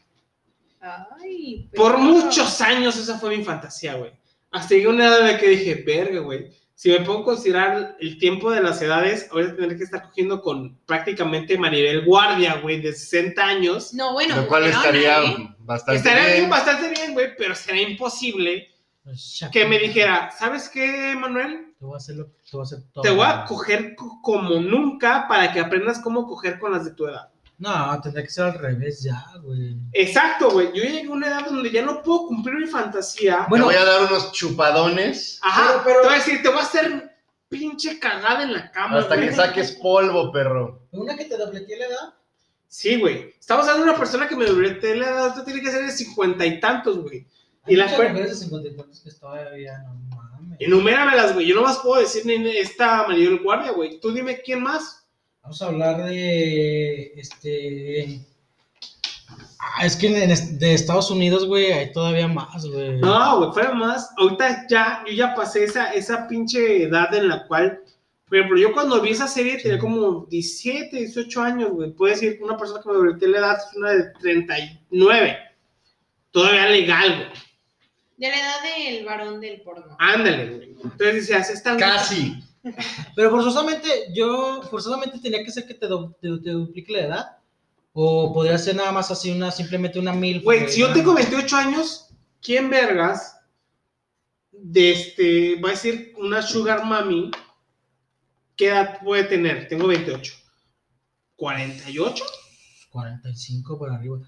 [SPEAKER 4] Ay,
[SPEAKER 2] Por
[SPEAKER 4] pero-
[SPEAKER 2] muchos años esa fue mi fantasía, güey. Hasta llegué a una edad en la que dije, verga, güey. Si me pongo a considerar el tiempo de las edades, voy a tener que estar cogiendo con prácticamente Maribel Guardia, güey, de 60 años.
[SPEAKER 4] No, bueno.
[SPEAKER 5] lo cual
[SPEAKER 4] pero
[SPEAKER 5] estaría
[SPEAKER 4] no, ¿eh?
[SPEAKER 5] bastante
[SPEAKER 2] Estaría bien,
[SPEAKER 5] bien.
[SPEAKER 2] bastante bien, güey, pero será imposible
[SPEAKER 6] Shakira.
[SPEAKER 2] que me dijera, ¿sabes qué, Manuel?
[SPEAKER 6] pues, Te voy a hacer lo te voy a hacer todo.
[SPEAKER 2] Te voy a coger co- como nunca para que aprendas cómo coger con las de tu edad.
[SPEAKER 6] No, tendría que ser al revés ya, güey.
[SPEAKER 2] Exacto, güey. Yo llegué a una edad donde ya no puedo cumplir mi fantasía.
[SPEAKER 5] Te
[SPEAKER 6] Bueno.
[SPEAKER 5] voy a dar unos chupadones
[SPEAKER 2] Ajá,
[SPEAKER 6] Pero- pero-
[SPEAKER 2] te voy a decir, te voy a hacer pinche cagada en la cama.
[SPEAKER 5] hasta
[SPEAKER 2] güey.
[SPEAKER 5] que saques polvo, perro.
[SPEAKER 6] Una que te dobleteé la edad.
[SPEAKER 2] Sí, güey. Estamos hablando de una persona que me dobleteé la edad, esto tiene que ser de cincuenta y tantos, güey. Y
[SPEAKER 6] Hay
[SPEAKER 2] la
[SPEAKER 6] muchas
[SPEAKER 2] cuer-
[SPEAKER 6] mujeres de 50 y tantos que todavía no mames.
[SPEAKER 2] Enuméramelas, güey. Yo no más puedo decir ni esta Maribel Guardia, güey. Tú dime quién más.
[SPEAKER 6] Vamos a hablar de este. Ah, es que en- en- de Estados Unidos, güey, hay todavía más, güey.
[SPEAKER 2] No, güey, fuera más. Ahorita ya, yo ya pasé esa, esa pinche edad en la cual. Por ejemplo, yo cuando vi esa serie tenía como 17, 18 años, güey. Puedes decir que una persona que me dobleteé la edad es una de 39. Todavía legal, güey.
[SPEAKER 4] De la edad del varón del porno.
[SPEAKER 2] Ándale, güey. Entonces decías, esta...
[SPEAKER 5] Casi.
[SPEAKER 6] Pero forzosamente, yo forzosamente tenía que ser que te, do- te- te duplique la edad. O podría ser nada más así una, simplemente una mil.
[SPEAKER 2] Güey, si yo tengo 28 años, ¿quién vergas de este, va a decir una sugar mami? ¿Qué edad puede tener? Tengo 28. ¿48?
[SPEAKER 6] 45 para arriba.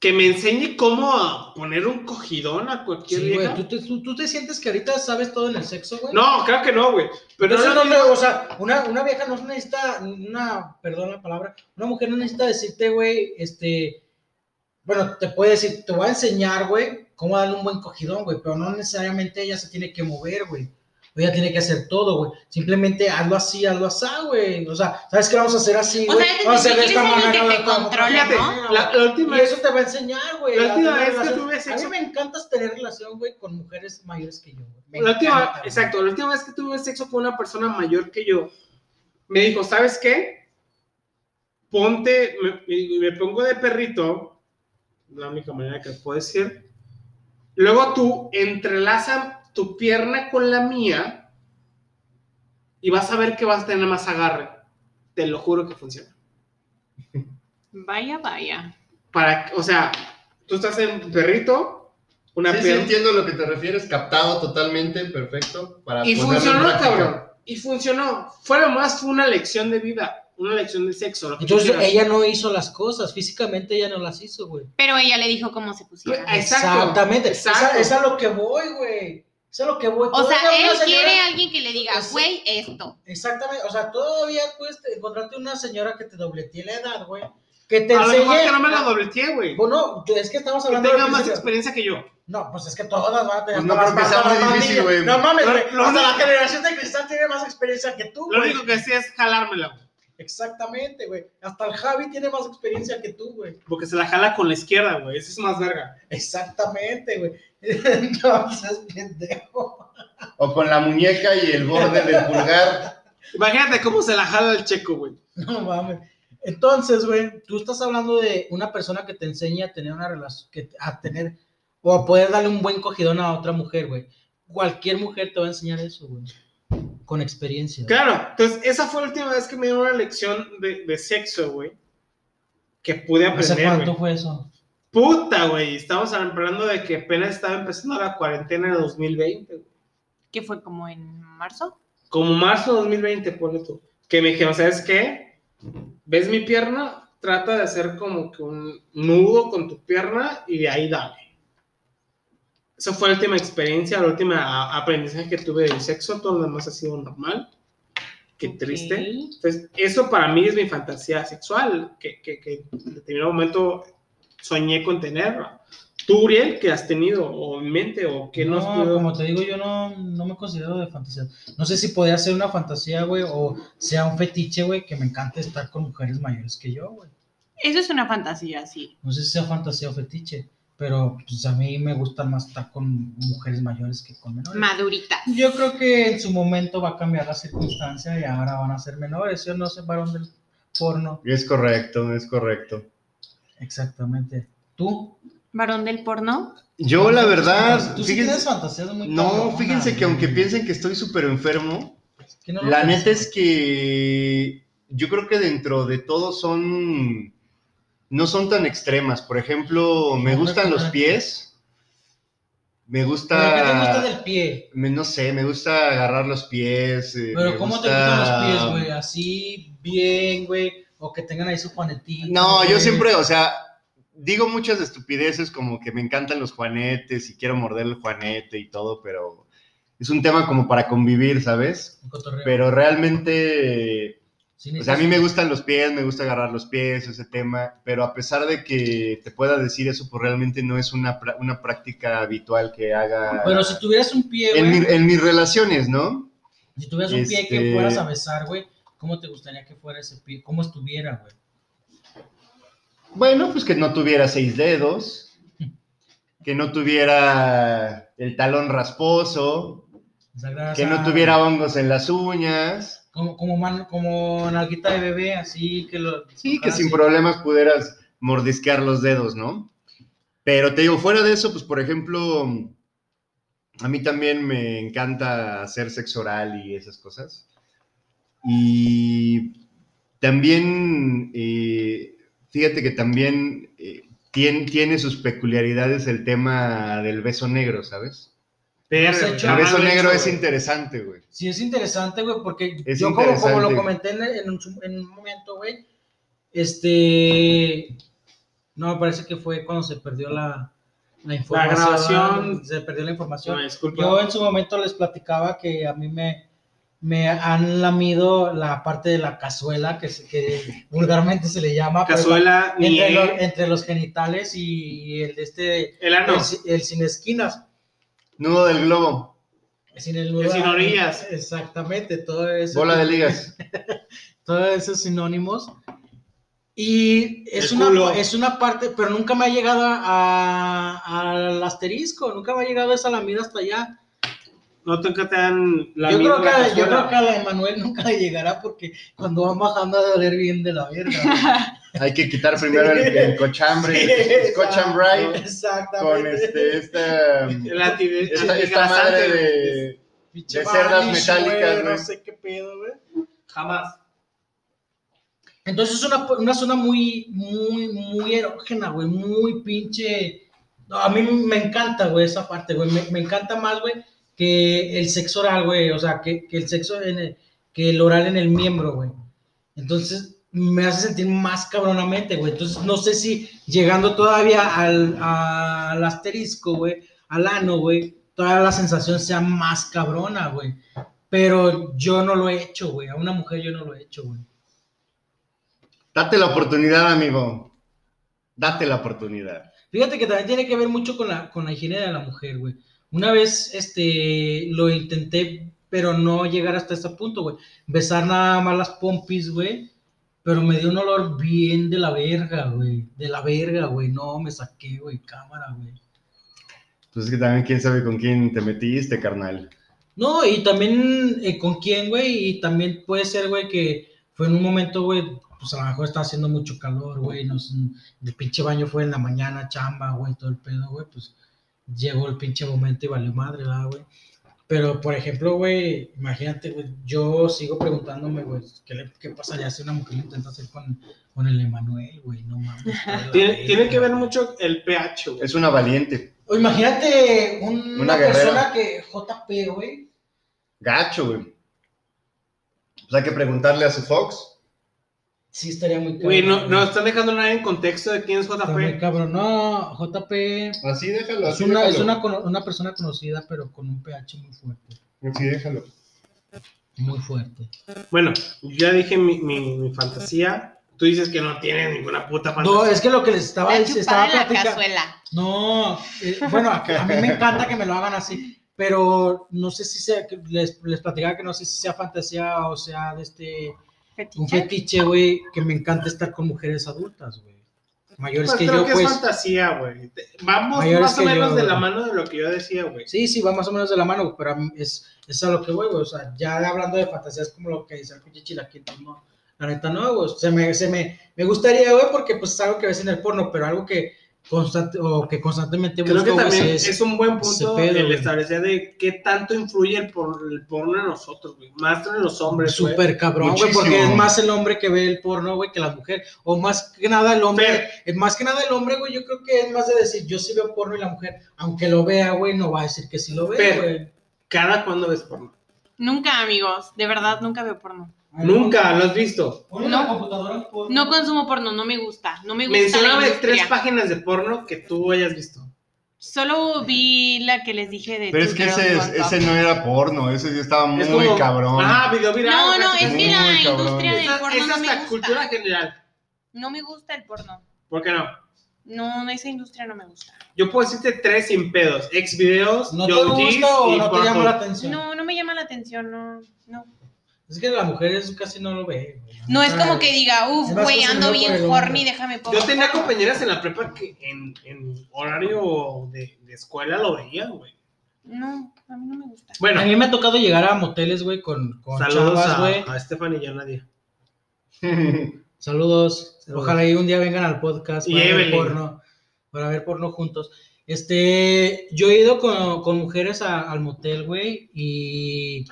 [SPEAKER 2] Que me enseñe cómo a poner un cogidón a cualquier
[SPEAKER 6] Sí,
[SPEAKER 2] vieja.
[SPEAKER 6] güey. ¿tú te, tú, tú te sientes que ahorita sabes todo en el sexo, güey?
[SPEAKER 2] No, creo que no, güey. Pero
[SPEAKER 6] Pero
[SPEAKER 2] no, no,
[SPEAKER 6] o sea, una, una vieja no necesita, una, perdón la palabra, una mujer no necesita decirte, güey, este, bueno, te puede decir, te voy a enseñar, güey, cómo darle un buen cogidón, güey, pero no necesariamente ella se tiene que mover, güey. o Ella tiene que hacer todo, güey. Simplemente hazlo así, hazlo así, güey. O sea, ¿sabes qué vamos a hacer así,
[SPEAKER 4] O
[SPEAKER 6] güey?
[SPEAKER 4] sea,
[SPEAKER 6] Vamos a hacer
[SPEAKER 4] ¿quieres alguien que te
[SPEAKER 6] no, no,
[SPEAKER 4] controle,
[SPEAKER 6] fíjate,
[SPEAKER 4] no?
[SPEAKER 2] la, la última
[SPEAKER 6] y eso te va a enseñar, güey.
[SPEAKER 2] La última
[SPEAKER 6] a tener
[SPEAKER 2] vez que
[SPEAKER 6] relación.
[SPEAKER 2] tuve sexo-
[SPEAKER 6] A mí me encanta tener relación, güey, con mujeres mayores que yo, güey. Me
[SPEAKER 2] La última,
[SPEAKER 6] encanta, güey.
[SPEAKER 2] exacto, la última vez que tuve sexo con una persona mayor que yo, me dijo, ¿sabes qué? Ponte, me, me- me pongo de perrito, la única manera que puedo decir. Luego tú entrelaza tu pierna con la mía y vas a ver que vas a tener más agarre. Te lo juro que funciona.
[SPEAKER 4] Vaya, vaya.
[SPEAKER 2] Para, que- o sea, tú estás en perrito, una
[SPEAKER 5] Sí, sí,
[SPEAKER 2] pierna.
[SPEAKER 5] entiendo a lo que te refieres, captado totalmente, perfecto.
[SPEAKER 6] Ah,
[SPEAKER 5] Para
[SPEAKER 6] pues,
[SPEAKER 2] Y
[SPEAKER 5] ponerlo en
[SPEAKER 2] funcionó,
[SPEAKER 5] práctica.
[SPEAKER 2] cabrón. Y funcionó. Fuera más, fue una lección de vida, una lección de sexo. lo que tú
[SPEAKER 6] Entonces
[SPEAKER 2] quieras.
[SPEAKER 6] ella no hizo las cosas, físicamente ella no las hizo, güey.
[SPEAKER 4] Pero ella le dijo cómo se pusiera.
[SPEAKER 2] Ay, Exacto,
[SPEAKER 6] Exactamente.
[SPEAKER 2] exacto.
[SPEAKER 6] Esa- Es a lo que voy, güey. Es a lo que voy.
[SPEAKER 4] O sea,
[SPEAKER 6] Todavía
[SPEAKER 4] él
[SPEAKER 6] una señora-
[SPEAKER 4] quiere a alguien que le diga,
[SPEAKER 2] pues,
[SPEAKER 6] Exacto.
[SPEAKER 4] güey, esto.
[SPEAKER 6] Exactamente. O sea, todavía puedes te- encontrarte una señora que te dobletee la edad, güey. Que te
[SPEAKER 2] a lo mejor
[SPEAKER 6] enseñe.
[SPEAKER 2] que no me la dobleteé, güey. Que
[SPEAKER 6] Bueno, yo- es que estamos hablando
[SPEAKER 2] tenga
[SPEAKER 6] del
[SPEAKER 2] más
[SPEAKER 6] principio.
[SPEAKER 2] experiencia que yo.
[SPEAKER 6] No, pues es que todas van a tener
[SPEAKER 5] Pues no
[SPEAKER 6] todas
[SPEAKER 5] creo que
[SPEAKER 6] van-
[SPEAKER 5] sea
[SPEAKER 6] todas
[SPEAKER 5] muy
[SPEAKER 6] van
[SPEAKER 5] difícil,
[SPEAKER 6] niñas.
[SPEAKER 5] güey.
[SPEAKER 6] No mames,
[SPEAKER 2] Lo-
[SPEAKER 6] güey.
[SPEAKER 2] lo
[SPEAKER 6] Hasta
[SPEAKER 2] único-
[SPEAKER 6] la generación de cristal tiene más experiencia que tú,
[SPEAKER 2] Lo
[SPEAKER 6] güey.
[SPEAKER 2] único que hacía es jalármela, güey,
[SPEAKER 6] Exactamente, güey. Hasta el Javi tiene más experiencia que tú, güey.
[SPEAKER 2] Porque se la jala con la izquierda, güey. Eso es más verga.
[SPEAKER 6] Exactamente, güey. Entonces, pendejo.
[SPEAKER 5] O con la muñeca y el borde del pulgar.
[SPEAKER 2] Imagínate cómo se la jala el checo, güey.
[SPEAKER 6] No mames. Entonces, güey, tú estás hablando de una persona que te enseña a tener una relación, que, a tener, o a poder darle un buen cogidón a otra mujer, güey. Cualquier mujer te va a enseñar eso, güey. Con experiencia. güey.
[SPEAKER 2] Claro, entonces esa fue la última vez que me dieron una lección de, de sexo, güey. Que pude
[SPEAKER 6] ¿Hace
[SPEAKER 2] aprender,
[SPEAKER 6] cuánto
[SPEAKER 2] güey.
[SPEAKER 6] fue eso?
[SPEAKER 2] Puta, güey. Estamos hablando de que apenas estaba empezando la cuarentena de 2020, güey.
[SPEAKER 4] Que fue como en marzo.
[SPEAKER 2] como marzo de 2020, ponle tú, que me dijeron, ¿sabes qué? ¿Ves mi pierna? Trata de hacer como que un nudo con tu pierna y de ahí dale. Esa fue la última experiencia, la última a- aprendizaje que tuve del sexo, todo lo demás ha sido normal. Qué
[SPEAKER 4] Ok.
[SPEAKER 2] triste. Entonces, eso para mí es mi fantasía sexual, que, que, que en determinado momento soñé con tenerla. Tú, Uriel, que has tenido o en mente o que no,
[SPEAKER 6] no,
[SPEAKER 2] has podido-
[SPEAKER 6] como te digo, yo no, no me considero de fantasía. No sé si podría ser una fantasía, güey, o sea un fetiche, güey, que me encanta estar con mujeres mayores que yo, güey.
[SPEAKER 4] Eso es una fantasía, sí.
[SPEAKER 6] No sé si sea fantasía o fetiche, pero pues a mí me gusta más estar con mujeres mayores que con menores.
[SPEAKER 4] Madurita.
[SPEAKER 6] Yo creo que en su momento va a cambiar la circunstancia y ahora van a ser menores. Yo no sé varón del porno.
[SPEAKER 5] Es correcto, es correcto.
[SPEAKER 6] Exactamente. ¿Tú?
[SPEAKER 4] Varón del porno.
[SPEAKER 5] Yo, la verdad,
[SPEAKER 6] Tú sí
[SPEAKER 5] fíjense-
[SPEAKER 6] tienes fantasías muy
[SPEAKER 5] no,
[SPEAKER 6] cabronas,
[SPEAKER 5] fíjense que aunque
[SPEAKER 6] güey.
[SPEAKER 5] piensen que estoy súper enfermo,
[SPEAKER 6] Que no lo
[SPEAKER 5] La
[SPEAKER 6] pienso.
[SPEAKER 5] neta es que yo creo que dentro de todo son. No son tan extremas. Por ejemplo, me gustan los pies. Me
[SPEAKER 6] ¿Pero qué te gusta
[SPEAKER 5] gusta.
[SPEAKER 6] del pie?
[SPEAKER 5] me- no sé, me gusta agarrar los pies. eh,
[SPEAKER 6] ¿Pero
[SPEAKER 5] me
[SPEAKER 6] cómo te
[SPEAKER 5] gusta-
[SPEAKER 6] gustan los pies, güey? ¿Así, bien, güey? ¿O que tengan ahí su juanetito?
[SPEAKER 5] No, yo
[SPEAKER 6] güey?
[SPEAKER 5] siempre, o sea, digo muchas estupideces como que me encantan los juanetes y quiero morder el juanete y todo, pero es un tema como para convivir, ¿sabes?
[SPEAKER 6] Un cotorreo.
[SPEAKER 5] Pero realmente.
[SPEAKER 6] Sí,
[SPEAKER 5] O sea, a mí me gustan los pies, me gusta agarrar los pies, ese tema, pero a pesar de que te pueda decir eso, pues realmente no es una, pra- una práctica habitual que haga
[SPEAKER 6] Pero si tuvieras un pie,
[SPEAKER 5] en,
[SPEAKER 6] güey.
[SPEAKER 5] mi- en mis relaciones, ¿no?
[SPEAKER 6] Si tuvieras un pie que
[SPEAKER 5] Este-
[SPEAKER 6] fueras a besar, güey, ¿cómo te gustaría que fuera ese pie? ¿Cómo estuviera, güey?
[SPEAKER 5] Bueno, pues que no tuviera seis dedos, que no tuviera el talón rasposo,
[SPEAKER 6] O sea, grasa-
[SPEAKER 5] que no tuviera hongos en las uñas,
[SPEAKER 6] Como, como, man, como nalguita de bebé, así que lo.
[SPEAKER 5] sí, que
[SPEAKER 7] Ah,
[SPEAKER 6] tocar
[SPEAKER 5] sin
[SPEAKER 6] así.
[SPEAKER 5] problemas pudieras mordisquear los dedos, ¿no? Pero te digo, fuera de eso, pues por ejemplo, a mí también me encanta hacer sexo oral y esas cosas. Y también, eh, fíjate que también eh, tien- tiene sus peculiaridades el tema del beso negro, ¿sabes?
[SPEAKER 2] Pero,
[SPEAKER 7] Has hecho-
[SPEAKER 5] El beso
[SPEAKER 7] Ah, lo he
[SPEAKER 5] negro
[SPEAKER 7] hecho,
[SPEAKER 5] es
[SPEAKER 7] güey.
[SPEAKER 5] interesante, güey.
[SPEAKER 6] Sí, es interesante, güey, porque
[SPEAKER 5] Es
[SPEAKER 6] yo como, como
[SPEAKER 5] interesante,
[SPEAKER 6] lo
[SPEAKER 5] güey.
[SPEAKER 6] comenté en, en un, su- en un momento, güey, este, no, me parece que fue cuando se perdió la, la información.
[SPEAKER 2] grabación.
[SPEAKER 6] Se perdió la
[SPEAKER 2] No,
[SPEAKER 6] información.
[SPEAKER 2] disculpa.
[SPEAKER 6] Yo en su momento les platicaba que a mí me, me han lamido la parte de la cazuela, que, se- que vulgarmente se le llama. pero-
[SPEAKER 2] Cazuela, ni
[SPEAKER 6] Entre, lo-
[SPEAKER 2] el,
[SPEAKER 6] entre los genitales y, el de este,
[SPEAKER 2] el ano.
[SPEAKER 6] el, si- el sin esquinas.
[SPEAKER 5] Nudo del globo,
[SPEAKER 6] Sin el
[SPEAKER 2] El sin orillas.
[SPEAKER 6] Exactamente, todo eso.
[SPEAKER 5] bola de ligas.
[SPEAKER 6] Todos esos sinónimos. Y es
[SPEAKER 2] El
[SPEAKER 6] una,
[SPEAKER 2] culo.
[SPEAKER 6] es una parte, pero nunca me ha llegado a- a- al asterisco, nunca me ha llegado esa lamida hasta allá.
[SPEAKER 2] No te que te dan la
[SPEAKER 6] yo, creo que,
[SPEAKER 2] misma
[SPEAKER 6] yo
[SPEAKER 2] cazuela.
[SPEAKER 6] creo que a la de Manuel nunca le llegará porque cuando van bajando a doler bien de la verga.
[SPEAKER 5] Hay que quitar primero el, el cochambre,
[SPEAKER 6] Sí,
[SPEAKER 5] el scotch and bright con
[SPEAKER 6] Exactamente.
[SPEAKER 5] este, esta,
[SPEAKER 2] El anti-
[SPEAKER 5] esta, esta
[SPEAKER 2] antigrasante,
[SPEAKER 5] madre
[SPEAKER 2] güey.
[SPEAKER 5] de...
[SPEAKER 6] Pinche
[SPEAKER 5] de cerdas
[SPEAKER 6] vanish,
[SPEAKER 5] metálicas,
[SPEAKER 6] güey, No
[SPEAKER 5] güey.
[SPEAKER 6] sé qué pedo, güey.
[SPEAKER 2] Jamás.
[SPEAKER 6] Entonces es una, una zona muy, muy, muy erógena, güey, muy pinche. No, a mí me encanta, güey, esa parte, güey. Me, me encanta más, güey, que el sexo oral, güey. O sea, que, que el sexo en el, que el oral en el miembro, güey. Entonces me hace sentir más cabronamente, güey. Entonces no sé si llegando todavía al, al asterisco, güey, al ano, güey, todavía la sensación sea más cabrona, güey. Pero yo no lo he hecho, güey. A una mujer yo no lo he hecho, güey.
[SPEAKER 5] Date la oportunidad, amigo. Date la oportunidad.
[SPEAKER 6] Fíjate que también tiene que ver mucho con la, con la higiene de la mujer, güey. Una vez este, lo intenté, pero no llegar hasta ese punto, güey. Besar nada más las pompis, güey. Pero me dio un olor bien de la verga, güey. De la verga, güey. No, me saqué, güey. Cámara, güey.
[SPEAKER 5] Pues es que también quién sabe con quién te metiste, carnal.
[SPEAKER 6] No, y también eh, con quién, güey. Y también puede ser, güey, que fue en un momento, güey, pues a lo mejor estaba haciendo mucho calor, güey. No, sé, el pinche baño fue en la mañana, chamba, güey, todo el pedo, güey. Pues llegó el pinche momento y valió madre, ¿verdad, güey? Pero, por ejemplo, güey, imagínate, güey, yo sigo preguntándome, güey, ¿qué, le- qué pasaría si una mujer lo intenta hacer con, con el Emanuel, güey? No mames. güey, la
[SPEAKER 2] Tiene,
[SPEAKER 6] verga,
[SPEAKER 2] tiene que ver
[SPEAKER 6] güey.
[SPEAKER 2] mucho el pH, güey.
[SPEAKER 5] Es una valiente.
[SPEAKER 6] O imagínate un-
[SPEAKER 5] Una
[SPEAKER 6] una
[SPEAKER 5] guerrera.
[SPEAKER 6] persona que JP, güey.
[SPEAKER 5] Gacho, güey. Pues hay que preguntarle a su Fox.
[SPEAKER 6] Sí, estaría muy cabrón.
[SPEAKER 2] Güey, no, no
[SPEAKER 6] güey.
[SPEAKER 2] están dejando nada en contexto de quién es JP.
[SPEAKER 6] Está muy cabrón. No, JP es,
[SPEAKER 5] Así déjalo, así
[SPEAKER 6] una, es
[SPEAKER 5] déjalo.
[SPEAKER 6] una, cono- una persona conocida, pero con un pH muy fuerte.
[SPEAKER 5] Así déjalo.
[SPEAKER 6] Muy fuerte.
[SPEAKER 2] Bueno, ya dije mi, mi- mi fantasía. Tú dices que no tiene ninguna puta fantasía.
[SPEAKER 6] No, es que lo que les estaba,
[SPEAKER 4] La
[SPEAKER 6] les estaba
[SPEAKER 4] chupada de la
[SPEAKER 6] platicando.
[SPEAKER 4] cazuela.
[SPEAKER 6] No, eh, bueno, a, a mí me encanta que me lo hagan así, pero no sé si sea, que les, les platicaba que no sé si sea fantasía o sea de este, un
[SPEAKER 4] Fetiche.
[SPEAKER 6] fetiche, güey, que me encanta estar con mujeres adultas, güey. Mayores
[SPEAKER 2] Pues
[SPEAKER 6] que
[SPEAKER 2] creo
[SPEAKER 6] yo,
[SPEAKER 2] que es
[SPEAKER 6] pues.
[SPEAKER 2] fantasía, güey. Te- Vamos
[SPEAKER 6] Mayores
[SPEAKER 2] más o
[SPEAKER 6] que yo,
[SPEAKER 2] menos de
[SPEAKER 6] güey.
[SPEAKER 2] la mano de lo que yo decía, güey.
[SPEAKER 6] Sí, sí, va más o menos de la mano, güey, pero a mí es, es a lo que voy, güey. O sea, ya hablando de fantasías como lo que dice el pinche Chilaquitos, no. La neta no, güey. Se me, se me, me gustaría, güey, porque pues es algo que ves en el porno, pero algo que, constante, o que constantemente
[SPEAKER 2] Creo que
[SPEAKER 6] busco, güey,
[SPEAKER 2] también
[SPEAKER 6] es-
[SPEAKER 2] es un buen
[SPEAKER 6] ese
[SPEAKER 2] punto
[SPEAKER 6] pedo,
[SPEAKER 2] el
[SPEAKER 6] güey.
[SPEAKER 2] establecer de qué tanto influye el, por- el porno en nosotros, güey. Más en los hombres, güey.
[SPEAKER 6] Súper cabrón, güey,
[SPEAKER 5] Muchísimo.
[SPEAKER 6] porque es más el hombre que ve el porno, güey, que la mujer. O más que nada el hombre,
[SPEAKER 2] Fer.
[SPEAKER 6] eh, más que nada el hombre, güey, yo creo que es más de decir, yo sí veo porno y la mujer, aunque lo vea, güey, no va a decir que sí lo ve,
[SPEAKER 2] Fer.
[SPEAKER 6] güey.
[SPEAKER 2] Cada cuando ves porno.
[SPEAKER 4] Nunca, amigos. De verdad, nunca veo porno.
[SPEAKER 2] Nunca lo has visto.
[SPEAKER 6] Ponle
[SPEAKER 4] No.
[SPEAKER 6] la computadora, por-
[SPEAKER 4] No consumo porno, no me gusta. No me gusta. la
[SPEAKER 2] Mencióname tres
[SPEAKER 4] industria.
[SPEAKER 2] páginas de porno que tú hayas visto.
[SPEAKER 4] Solo vi la que les dije de.
[SPEAKER 5] Pero
[SPEAKER 4] Two
[SPEAKER 5] es que
[SPEAKER 4] Girls,
[SPEAKER 5] ese,
[SPEAKER 4] One Cup.
[SPEAKER 5] ese no era porno, ese sí estaba muy
[SPEAKER 2] Es como-
[SPEAKER 5] cabrón.
[SPEAKER 2] Ajá, video viral.
[SPEAKER 4] No, no, es que la
[SPEAKER 5] Muy cabrón.
[SPEAKER 4] industria
[SPEAKER 5] Es-
[SPEAKER 4] del
[SPEAKER 2] Esa-
[SPEAKER 4] porno
[SPEAKER 2] es
[SPEAKER 4] no me
[SPEAKER 2] hasta
[SPEAKER 4] gusta.
[SPEAKER 2] cultura general.
[SPEAKER 4] No me gusta el porno.
[SPEAKER 2] ¿Por qué no?
[SPEAKER 4] No, no, esa industria no me gusta.
[SPEAKER 2] Yo puedo decirte tres sin pedos. Exvideos,
[SPEAKER 6] ¿No te
[SPEAKER 2] Yodeez
[SPEAKER 6] gusta o
[SPEAKER 2] y
[SPEAKER 6] no te
[SPEAKER 2] Pornhub.
[SPEAKER 6] llama la atención?
[SPEAKER 4] No, no me llama la atención, no, no.
[SPEAKER 6] Es que las mujeres casi no lo ven. güey.
[SPEAKER 4] No
[SPEAKER 2] Ah.
[SPEAKER 4] es como que diga, uff,
[SPEAKER 6] Es más
[SPEAKER 4] güey,
[SPEAKER 6] consumido
[SPEAKER 4] ando
[SPEAKER 6] por el
[SPEAKER 4] bien
[SPEAKER 6] hombre.
[SPEAKER 4] horny, déjame poco.
[SPEAKER 2] Yo tenía compañeras en la prepa que en, en horario de, de escuela lo veían, güey.
[SPEAKER 4] No, a mí no me gusta.
[SPEAKER 2] Bueno,
[SPEAKER 6] A mí me ha tocado llegar a moteles, güey, con, con
[SPEAKER 2] saludos
[SPEAKER 6] chavas, güey.
[SPEAKER 2] a, a Stephanie y a Nadia.
[SPEAKER 6] Saludos.
[SPEAKER 2] Saludos.
[SPEAKER 6] Ojalá y un día vengan al podcast
[SPEAKER 2] Y
[SPEAKER 6] para ver
[SPEAKER 2] Evelyn.
[SPEAKER 6] porno. para ver porno juntos. Este, yo he ido con, con mujeres a- al motel, güey, y,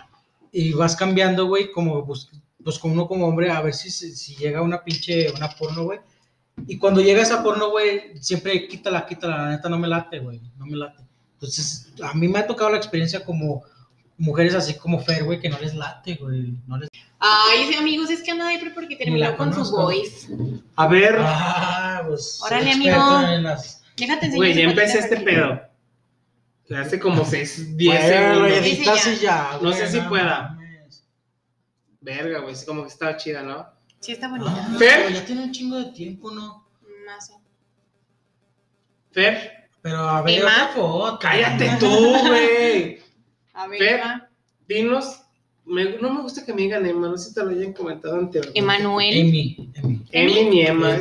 [SPEAKER 6] y vas cambiando, güey, como bus- pues con uno como hombre, a ver si, si si llega una pinche, una porno, güey. Y cuando llega esa porno, güey, siempre quítala, quítala, la neta no me late, güey, no me late. Entonces, a mí me ha tocado la experiencia como mujeres así como Fer, güey, que no les late, güey, no les...
[SPEAKER 4] Ay, sí, amigos, es que anda depre porque terminó
[SPEAKER 6] la
[SPEAKER 4] con su
[SPEAKER 6] conozco.
[SPEAKER 4] voice.
[SPEAKER 2] A ver,
[SPEAKER 6] Ah, pues... soy
[SPEAKER 4] Órale,
[SPEAKER 6] experto
[SPEAKER 4] amigo.
[SPEAKER 6] en las-
[SPEAKER 4] Déjate enseñar.
[SPEAKER 2] güey,
[SPEAKER 4] su
[SPEAKER 2] ya empecé
[SPEAKER 4] patita
[SPEAKER 2] este
[SPEAKER 4] para que-
[SPEAKER 2] pedo. Le hace como 6, 10
[SPEAKER 6] Bueno,
[SPEAKER 2] segundos.
[SPEAKER 4] Sí,
[SPEAKER 6] edita
[SPEAKER 4] sí,
[SPEAKER 6] así ya,
[SPEAKER 2] No
[SPEAKER 6] güey,
[SPEAKER 2] sé si pueda.
[SPEAKER 6] mames.
[SPEAKER 2] Verga, güey, es como que está chida, ¿no?
[SPEAKER 4] Sí, está
[SPEAKER 6] Ah,
[SPEAKER 4] bonita.
[SPEAKER 2] Fer.
[SPEAKER 6] pero Ya tiene un chingo de tiempo, ¿no?
[SPEAKER 4] No sé.
[SPEAKER 2] Fer,
[SPEAKER 6] Pero a ver,
[SPEAKER 4] Emma,
[SPEAKER 6] otra foto.
[SPEAKER 2] cállate tú, güey.
[SPEAKER 4] A ver,
[SPEAKER 2] Fer.
[SPEAKER 4] Emma.
[SPEAKER 2] Dinos, me- no me gusta que me digan Emma, no sé si te lo hayan comentado anteriormente.
[SPEAKER 4] Emanuel.
[SPEAKER 6] Emi, Emi.
[SPEAKER 2] Emi ni Emma.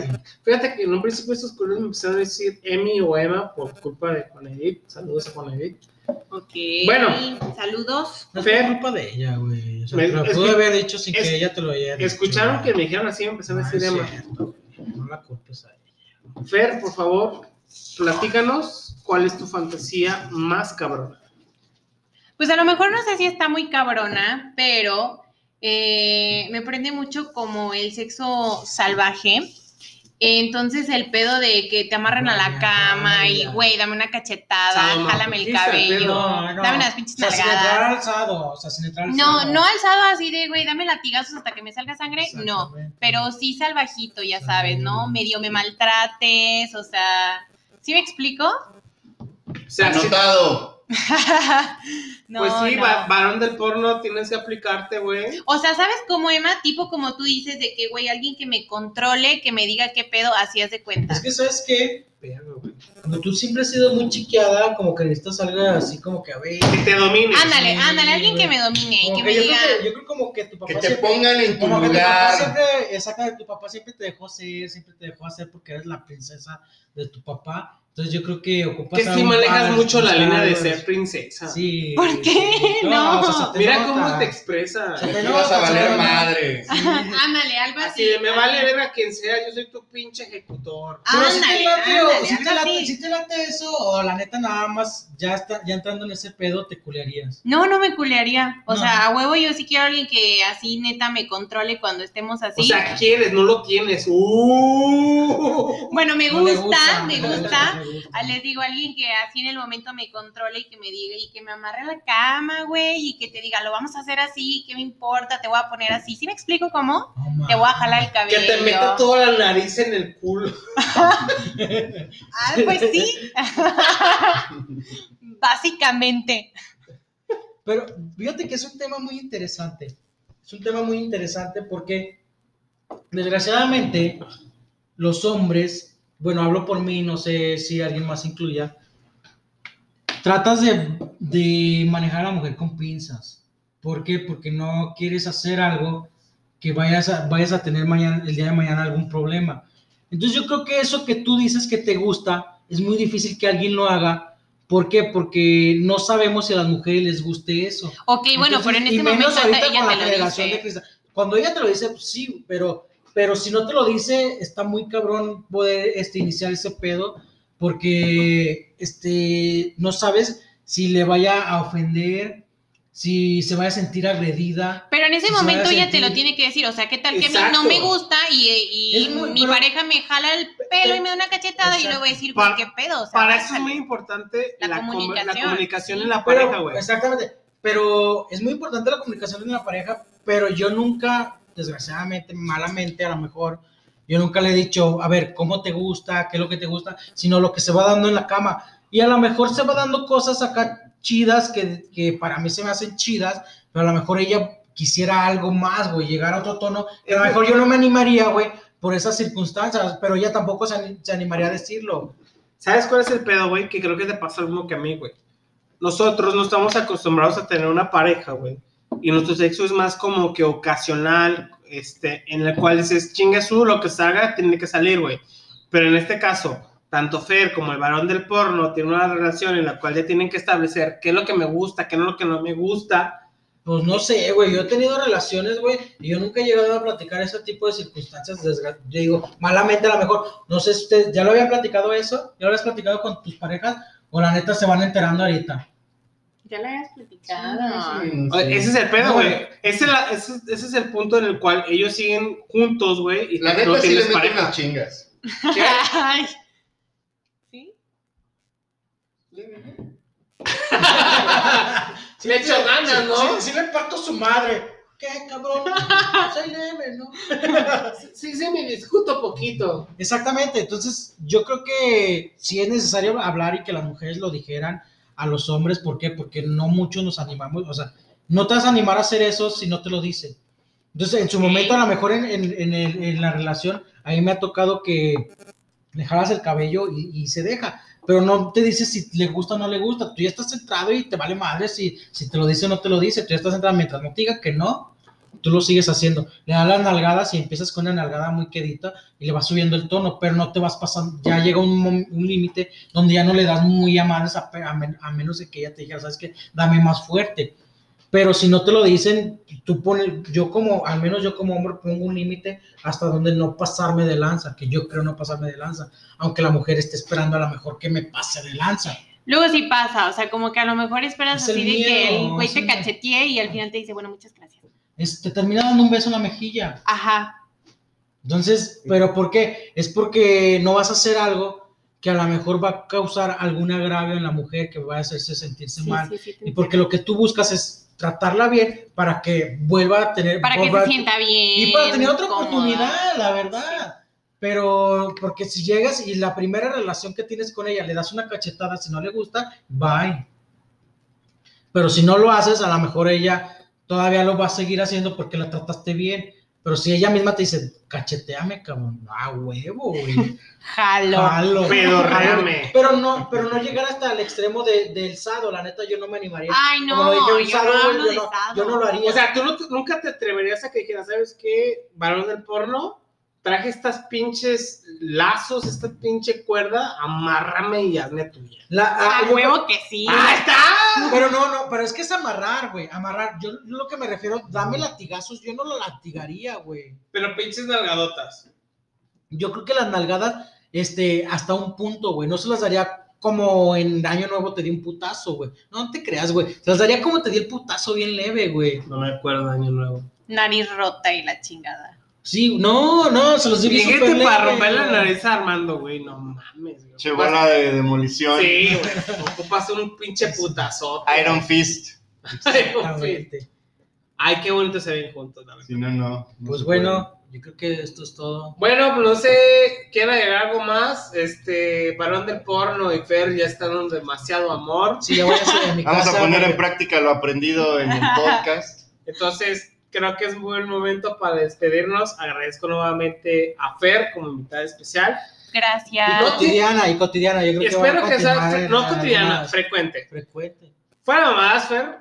[SPEAKER 2] Fíjate que en un principio estos culos me empezaron a decir Emi o Emma por culpa de Juan Edith. Saludos a Juan Edith.
[SPEAKER 4] Ok.
[SPEAKER 2] Bueno.
[SPEAKER 4] Saludos.
[SPEAKER 6] No
[SPEAKER 2] Fer.
[SPEAKER 6] es por culpa de ella, güey. O sea,
[SPEAKER 2] Me-
[SPEAKER 6] lo
[SPEAKER 2] es
[SPEAKER 6] pude
[SPEAKER 2] que-
[SPEAKER 6] haber dicho sin
[SPEAKER 2] es-
[SPEAKER 6] que ella te lo haya dicho,
[SPEAKER 2] Escucharon
[SPEAKER 6] güey.
[SPEAKER 2] que me dijeron así y me empezaron a
[SPEAKER 6] Ah,
[SPEAKER 2] decir
[SPEAKER 6] es
[SPEAKER 2] Emma.
[SPEAKER 6] cierto, güey. No la culpes a ella.
[SPEAKER 2] Fer, por favor, platícanos cuál es tu fantasía más cabrona.
[SPEAKER 4] Pues a lo mejor no sé si está muy cabrona, pero eh, me prende mucho como el sexo salvaje. Entonces el pedo de que te amarran a la
[SPEAKER 6] Ay,
[SPEAKER 4] cama
[SPEAKER 6] ay,
[SPEAKER 4] y,
[SPEAKER 6] ay.
[SPEAKER 4] güey, dame una cachetada,
[SPEAKER 2] Sadomasoquista,
[SPEAKER 4] jálame el
[SPEAKER 2] el
[SPEAKER 4] cabello,
[SPEAKER 2] pedo.
[SPEAKER 4] dame las pinches
[SPEAKER 6] O sea, sin entrar
[SPEAKER 4] nalgadas.
[SPEAKER 6] alzado. O sea, sin entrar
[SPEAKER 4] No,
[SPEAKER 6] alzado.
[SPEAKER 4] no alzado así de, güey, dame latigazos hasta que me salga sangre, no.
[SPEAKER 6] Exactamente.
[SPEAKER 4] Pero sí salvajito, ya sabes, ¿no?
[SPEAKER 6] Sí.
[SPEAKER 4] Medio me maltrates, o sea, ¿sí me explico?
[SPEAKER 2] O sea, si-
[SPEAKER 5] Anotado.
[SPEAKER 6] Pues
[SPEAKER 4] no,
[SPEAKER 2] pues sí,
[SPEAKER 4] no.
[SPEAKER 2] va- varón del porno, tienes que aplicarte, güey.
[SPEAKER 4] O sea, ¿sabes cómo, Emma? Tipo como tú dices, de que, güey, alguien que me controle, que me diga qué pedo, así haz de cuenta.
[SPEAKER 6] Es que, ¿sabes qué?
[SPEAKER 2] Verga, güey.
[SPEAKER 6] Como tú siempre has sido muy chiqueada, como que necesitas algo así como que a ver.
[SPEAKER 2] Que te domines.
[SPEAKER 4] Ándale,
[SPEAKER 6] sí,
[SPEAKER 4] ándale, alguien
[SPEAKER 6] güey.
[SPEAKER 4] que me domine y
[SPEAKER 6] Como
[SPEAKER 4] que me
[SPEAKER 6] yo,
[SPEAKER 4] diga.
[SPEAKER 6] creo que, yo creo como que tu papá
[SPEAKER 5] Que te
[SPEAKER 6] siempre-
[SPEAKER 5] pongan en tu
[SPEAKER 6] Como que tu papá
[SPEAKER 5] lugar.
[SPEAKER 6] siempre, exacto, tu papá siempre te dejó ser, siempre te dejó hacer porque eres la princesa de tu papá. Entonces yo creo que ocupas.
[SPEAKER 2] Que
[SPEAKER 6] a
[SPEAKER 2] sí
[SPEAKER 6] un
[SPEAKER 2] manejas
[SPEAKER 6] padre
[SPEAKER 2] mucho la línea de
[SPEAKER 6] responsable.
[SPEAKER 2] ser princesa.
[SPEAKER 6] Sí.
[SPEAKER 4] ¿Por qué? No.
[SPEAKER 6] se
[SPEAKER 2] Mira
[SPEAKER 6] nota.
[SPEAKER 2] cómo te expresa.
[SPEAKER 6] Se te
[SPEAKER 5] Te
[SPEAKER 6] nota,
[SPEAKER 5] vas a
[SPEAKER 6] se te
[SPEAKER 5] valer
[SPEAKER 6] nota.
[SPEAKER 5] madre.
[SPEAKER 4] ándale, algo
[SPEAKER 2] Así
[SPEAKER 4] así.
[SPEAKER 2] de, me vale ver a quien sea, yo soy tu pinche ejecutor.
[SPEAKER 6] Pero
[SPEAKER 4] Ah,
[SPEAKER 6] si
[SPEAKER 4] Ándale,
[SPEAKER 6] te late, o-
[SPEAKER 4] ándale,
[SPEAKER 6] si te
[SPEAKER 4] algo
[SPEAKER 6] late-
[SPEAKER 4] así.
[SPEAKER 6] si te late eso, o la neta nada más, ya, está, ya entrando en ese pedo, te culearías.
[SPEAKER 4] No, no me culearía. O
[SPEAKER 6] No.
[SPEAKER 4] sea, a huevo yo sí quiero a alguien que así neta me controle cuando estemos así.
[SPEAKER 2] O sea, quieres, no lo tienes. ¡Uh!
[SPEAKER 4] bueno, me
[SPEAKER 6] No le
[SPEAKER 4] gusta, me
[SPEAKER 6] no le
[SPEAKER 4] gusta.
[SPEAKER 6] no le gusta.
[SPEAKER 4] Ah, Les digo a alguien que así en el momento me controle y que me diga y que me amarre la cama, güey, y que te diga, lo vamos a hacer así, ¿qué me importa? Te voy a poner así. ¿Sí me explico cómo?
[SPEAKER 6] No, mames.
[SPEAKER 4] Te voy a jalar el
[SPEAKER 2] Que
[SPEAKER 4] cabello.
[SPEAKER 2] te meta toda la nariz en el culo.
[SPEAKER 4] Ah, pues sí. Básicamente.
[SPEAKER 6] Pero fíjate que es un tema muy interesante. Es un tema muy interesante porque, desgraciadamente, los hombres, bueno, hablo por mí, no sé si alguien más incluya, tratas de, de manejar a la mujer con pinzas. ¿Por qué? Porque no quieres hacer algo que vayas a, vayas a tener mañana, el día de mañana algún problema. Entonces yo creo que eso que tú dices que te gusta, es muy difícil que alguien lo haga ¿Por qué? Porque no sabemos si a las mujeres les guste eso.
[SPEAKER 4] Ok, bueno,
[SPEAKER 6] Entonces,
[SPEAKER 4] pero en
[SPEAKER 6] y
[SPEAKER 4] este
[SPEAKER 6] menos
[SPEAKER 4] momento
[SPEAKER 6] ahorita
[SPEAKER 4] ella
[SPEAKER 6] con la
[SPEAKER 4] te lo
[SPEAKER 6] generación
[SPEAKER 4] dice.
[SPEAKER 6] de cristal. Cuando ella te lo dice, pues sí, pero, pero si no te lo dice, está muy cabrón poder este, iniciar ese pedo porque este, no sabes si le vaya a ofender, si se vaya a sentir agredida.
[SPEAKER 4] Pero en ese
[SPEAKER 6] Se va a
[SPEAKER 4] momento ella te
[SPEAKER 6] sentir-
[SPEAKER 4] lo tiene que decir. O sea, ¿qué tal que a mí
[SPEAKER 2] Exacto.
[SPEAKER 4] no me gusta y, y
[SPEAKER 6] Es muy-
[SPEAKER 4] mi
[SPEAKER 6] pero-
[SPEAKER 4] pareja me jala el pelo y me da una cachetada y
[SPEAKER 6] Exacto.
[SPEAKER 4] luego voy a decir,
[SPEAKER 2] Pa-
[SPEAKER 4] güey, qué pedo? O sea,
[SPEAKER 2] Para eso es
[SPEAKER 4] bájale.
[SPEAKER 2] muy importante
[SPEAKER 4] La
[SPEAKER 2] la, com- la
[SPEAKER 4] comunicación.
[SPEAKER 2] comunicación. en la
[SPEAKER 6] Pero-
[SPEAKER 2] pareja, güey.
[SPEAKER 6] Exactamente. Pero es muy importante la comunicación en la pareja, pero yo nunca, desgraciadamente, malamente a lo mejor, yo nunca le he dicho, a ver, ¿cómo te gusta? ¿Qué es lo que te gusta? Sino lo que se va dando en la cama. Y a lo mejor se va dando cosas acá chidas que, que para mí se me hacen chidas, pero a lo mejor ella quisiera algo más, güey, llegar a otro tono. que A lo mejor yo no me animaría, güey, por esas circunstancias, pero ella tampoco se, ani- se animaría a decirlo.
[SPEAKER 2] ¿Sabes cuál es el pedo, güey? Que creo que te pasa lo mismo que a mí, güey. Nosotros no estamos acostumbrados a tener una pareja, güey. Y nuestro sexo es más como que ocasional, este, en el cual dices, chinga su, lo que salga tiene que salir, güey. Pero en este caso, tanto Fer como el varón del porno tienen una relación en la cual ya tienen que establecer qué es lo que me gusta, qué no es lo que no me gusta.
[SPEAKER 6] Pues no sé, güey, yo he tenido relaciones, güey, y yo nunca he llegado a platicar ese tipo de circunstancias, desgra- yo digo, malamente a lo mejor, no sé si ustedes, ¿ya lo habían platicado eso? ¿Ya lo habías platicado con tus parejas? O la neta se van enterando ahorita.
[SPEAKER 4] Ya lo habías platicado.
[SPEAKER 9] Oye, Ese es el pedo,
[SPEAKER 6] No,
[SPEAKER 9] güey.
[SPEAKER 6] güey.
[SPEAKER 9] Ese, la- ese- ese es el punto en el cual ellos siguen juntos, güey, y
[SPEAKER 5] La
[SPEAKER 9] no
[SPEAKER 5] neta sí le
[SPEAKER 9] tienes
[SPEAKER 5] meten
[SPEAKER 9] pareja.
[SPEAKER 5] las chingas.
[SPEAKER 4] Ay. ¿Sí?
[SPEAKER 10] Sí,
[SPEAKER 2] Le echo ganas, ¿no?
[SPEAKER 10] Sí, sí le parto su madre. ¿Qué, cabrón?
[SPEAKER 6] Pues,
[SPEAKER 10] Soy leve, ¿no?
[SPEAKER 2] Sí, sí, me discuto poquito.
[SPEAKER 6] Exactamente, entonces yo creo que sí es necesario hablar y que las mujeres lo dijeran a los hombres, ¿por qué? Porque no muchos nos animamos, o sea, no te vas a animar a hacer eso si no te lo dicen. Entonces, en su momento, a lo mejor en, en- en el- en la relación, a mí me ha tocado que le jalas el cabello y, y se deja, pero no te dice si le gusta o no le gusta, tú ya estás centrado y te vale madre si, si te lo dice o no te lo dice, tú ya estás centrado, mientras no te diga que no, tú lo sigues haciendo. Le das las nalgadas y empiezas con una nalgada muy quedita y le vas subiendo el tono, pero no te vas pasando, ya llega un, mom- un límite donde ya no le das muy a más, a, pe- a men- a menos de que ella te dijera, sabes que dame más fuerte. Pero si no te lo dicen, tú pones, yo como, al menos yo como hombre pongo un límite hasta donde no pasarme de lanza, que yo creo no pasarme de lanza, aunque la mujer esté esperando a lo mejor que me pase de lanza.
[SPEAKER 4] Luego sí pasa, o sea, como que a lo mejor esperas
[SPEAKER 6] Es el
[SPEAKER 4] así de que
[SPEAKER 6] miedo,
[SPEAKER 4] el güey
[SPEAKER 6] es
[SPEAKER 4] te
[SPEAKER 6] el-
[SPEAKER 4] cachetee y al final te dice, bueno, muchas gracias.
[SPEAKER 6] Es- te termina dando un beso en la mejilla.
[SPEAKER 4] Ajá.
[SPEAKER 6] Entonces, ¿pero por qué? Es porque no vas a hacer algo que a lo mejor va a causar algún agravio en la mujer que va a hacerse sentirse
[SPEAKER 4] Sí,
[SPEAKER 6] mal.
[SPEAKER 4] sí, sí, te
[SPEAKER 6] Y porque lo que tú buscas es tratarla bien para que vuelva a tener...
[SPEAKER 4] para que
[SPEAKER 6] vuelva-
[SPEAKER 4] se sienta bien.
[SPEAKER 6] Y para tener otra
[SPEAKER 4] cómoda.
[SPEAKER 6] oportunidad, la verdad. Pero porque si llegas y la primera relación que tienes con ella le das una cachetada, si no le gusta, bye. Pero si no lo haces, a lo mejor ella todavía lo va a seguir haciendo porque la trataste bien. Pero si ella misma te dice, cacheteame, cabrón, ah, huevo, güey.
[SPEAKER 4] Jalo.
[SPEAKER 6] Jalo.
[SPEAKER 9] Pedorréame.
[SPEAKER 6] Pero no, pero no llegar hasta el extremo de- del sado, la neta, yo no me animaría.
[SPEAKER 4] Ay, no,
[SPEAKER 6] Como lo dije, un
[SPEAKER 4] yo
[SPEAKER 6] sado,
[SPEAKER 4] no
[SPEAKER 6] güey,
[SPEAKER 4] hablo de
[SPEAKER 6] yo, no,
[SPEAKER 4] sado.
[SPEAKER 6] yo no lo haría.
[SPEAKER 2] O sea, tú no te- nunca te atreverías a que dijeras, ¿sabes qué? Varón del porno, traje estas pinches lazos, esta pinche cuerda, amárrame y hazme tuya.
[SPEAKER 6] La- ah,
[SPEAKER 4] A
[SPEAKER 6] yo-
[SPEAKER 4] huevo que sí.
[SPEAKER 2] ¡Ah, está!
[SPEAKER 6] Pero no, no, pero es que es amarrar, güey. Amarrar. Yo lo que me refiero, dame latigazos. Yo no lo latigaría, güey.
[SPEAKER 2] Pero pinches nalgadotas.
[SPEAKER 6] Yo creo que las nalgadas, este, hasta un punto, güey. No se las daría como en Año Nuevo te di un putazo, güey. No te creas, güey. Se las daría como te di el putazo bien leve, güey.
[SPEAKER 2] No me acuerdo, año nuevo.
[SPEAKER 4] Nariz rota y la chingada.
[SPEAKER 6] Sí, no, no, se los di bien
[SPEAKER 2] Llegué
[SPEAKER 6] súper
[SPEAKER 2] para
[SPEAKER 6] leve,
[SPEAKER 2] romper la
[SPEAKER 6] güey.
[SPEAKER 2] nariz a Armando, güey, no mames. güey.
[SPEAKER 5] Che bola de demolición.
[SPEAKER 2] Sí, güey. Ocupas un pinche putazote.
[SPEAKER 5] Iron Fist.
[SPEAKER 6] Ah, Exactamente.
[SPEAKER 2] Ay, qué bonito se ven juntos, la verdad.
[SPEAKER 5] Si no, no. no
[SPEAKER 6] Pues
[SPEAKER 5] se
[SPEAKER 6] bueno, yo creo que esto es todo.
[SPEAKER 2] Bueno, pues no sé, quiero agregar algo más. Este, varón del porno y Fer ya están dando demasiado amor.
[SPEAKER 6] Sí, ya voy a hacer en mi
[SPEAKER 5] puede. Vamos
[SPEAKER 6] casa,
[SPEAKER 5] a poner
[SPEAKER 6] güey.
[SPEAKER 5] en práctica lo aprendido en el podcast.
[SPEAKER 2] Entonces, creo que es buen momento para despedirnos. Agradezco nuevamente a Fer como invitada especial.
[SPEAKER 4] Gracias.
[SPEAKER 2] Y no tiene-
[SPEAKER 6] Cotidiana y cotidiana, yo creo que va a
[SPEAKER 2] Espero que sea
[SPEAKER 6] continuar
[SPEAKER 2] fre-
[SPEAKER 6] en
[SPEAKER 2] no
[SPEAKER 6] algunas
[SPEAKER 2] cotidiana, frecuente.
[SPEAKER 6] frecuente.
[SPEAKER 2] Fuera mamadas, Fer,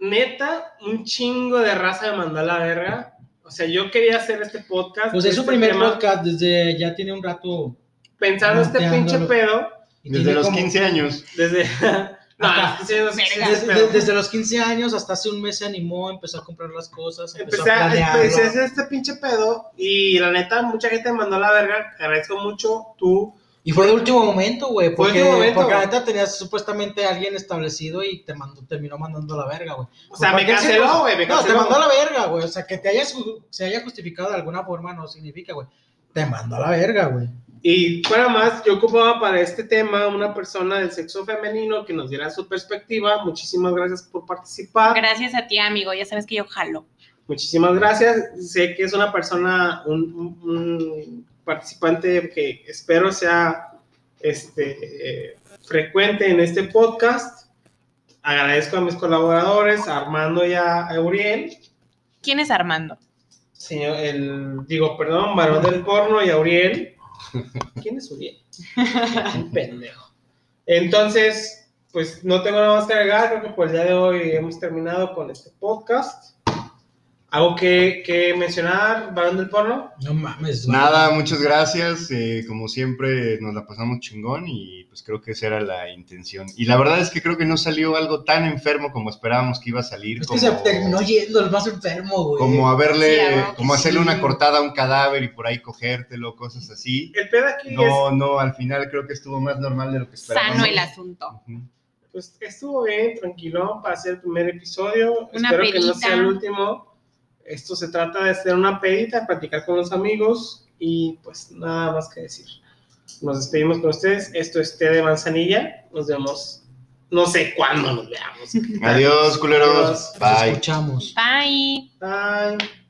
[SPEAKER 2] neta, un chingo de raza me mandó a la verga. O sea, yo quería hacer este podcast.
[SPEAKER 6] Pues es
[SPEAKER 2] este
[SPEAKER 6] su primer
[SPEAKER 2] tema,
[SPEAKER 6] podcast desde ya tiene un rato.
[SPEAKER 2] Pensando este pinche
[SPEAKER 6] Planteándolo.
[SPEAKER 2] pedo
[SPEAKER 6] y
[SPEAKER 5] Desde
[SPEAKER 6] tiene
[SPEAKER 5] los
[SPEAKER 6] como- Pues
[SPEAKER 5] 15 años.
[SPEAKER 2] desde. no,
[SPEAKER 6] Ajá.
[SPEAKER 2] es que sí, no sé qué
[SPEAKER 4] Verga.
[SPEAKER 2] es
[SPEAKER 6] Desde,
[SPEAKER 2] este pedo.
[SPEAKER 6] de- desde los 15 años hasta hace un mes se animó, empezó a comprar las cosas, empezó
[SPEAKER 2] Empecé
[SPEAKER 6] a
[SPEAKER 2] a,
[SPEAKER 6] planearlo.
[SPEAKER 2] empecé a hacer este pinche pedo y la neta, mucha gente me mandó a la verga. Te agradezco mucho tú.
[SPEAKER 6] Y fue de último momento, güey,
[SPEAKER 2] Fue de
[SPEAKER 6] porque,
[SPEAKER 2] último momento,
[SPEAKER 6] porque la
[SPEAKER 2] güey.
[SPEAKER 6] neta tenías supuestamente a alguien establecido y te mandó, terminó mandando a la verga, güey.
[SPEAKER 2] O sea,
[SPEAKER 6] Por
[SPEAKER 2] me
[SPEAKER 6] cualquier
[SPEAKER 2] canceló,
[SPEAKER 6] circun-
[SPEAKER 2] güey. Me
[SPEAKER 6] No, te
[SPEAKER 2] canceló.
[SPEAKER 6] mandó a la verga, güey. O sea, que te haya su- se haya justificado de alguna forma no significa, güey. Te mandó a la verga, güey.
[SPEAKER 2] Y fuera más, yo ocupaba para este tema una persona del sexo femenino que nos diera su perspectiva. Muchísimas gracias por participar.
[SPEAKER 4] Gracias a ti, amigo. Ya sabes que yo jalo.
[SPEAKER 2] Muchísimas gracias. Sé que es una persona, un, un- un participante que espero sea este, eh, frecuente en este podcast. Agradezco a mis colaboradores, a Armando y a a Uriel.
[SPEAKER 4] ¿Quién es Armando?
[SPEAKER 2] Señor, el, digo, perdón, varón del porno y a Uriel. ¿Quién es Uriel? Un pendejo. Entonces, pues no tengo nada más que agregar. Creo que por el día de hoy hemos terminado con este podcast. ¿Algo que, que mencionar, varón del porno?
[SPEAKER 6] No mames, güey.
[SPEAKER 5] Nada, muchas gracias. eh, como siempre, nos la pasamos chingón y pues creo que esa era la intención. Y la verdad es que creo que no salió algo tan enfermo como esperábamos que iba a salir.
[SPEAKER 6] Es que
[SPEAKER 5] como,
[SPEAKER 6] se terminó yendo el más enfermo, güey.
[SPEAKER 5] como
[SPEAKER 4] Sí,
[SPEAKER 5] haberle,
[SPEAKER 4] la verdad que
[SPEAKER 5] como hacerle
[SPEAKER 6] sí.
[SPEAKER 5] una cortada a un cadáver y por ahí cogértelo, cosas así.
[SPEAKER 2] El pedo aquí es,
[SPEAKER 5] No, no, al final creo que estuvo más normal de lo que esperábamos.
[SPEAKER 4] Sano el asunto.
[SPEAKER 5] Ujú.
[SPEAKER 2] pues, estuvo bien, tranquilo, para hacer el primer episodio.
[SPEAKER 4] Una
[SPEAKER 2] Espero que no
[SPEAKER 4] pedita.
[SPEAKER 2] sea el último. Esto se trata de hacer una pedita, platicar con los amigos y pues nada más que decir. Nos despedimos con ustedes. Esto es té de manzanilla. Nos vemos. No sé cuándo nos veamos.
[SPEAKER 5] Adiós, culeros.
[SPEAKER 2] Adiós.
[SPEAKER 6] Nos
[SPEAKER 5] Bye.
[SPEAKER 6] escuchamos.
[SPEAKER 4] Bye.
[SPEAKER 2] Bye.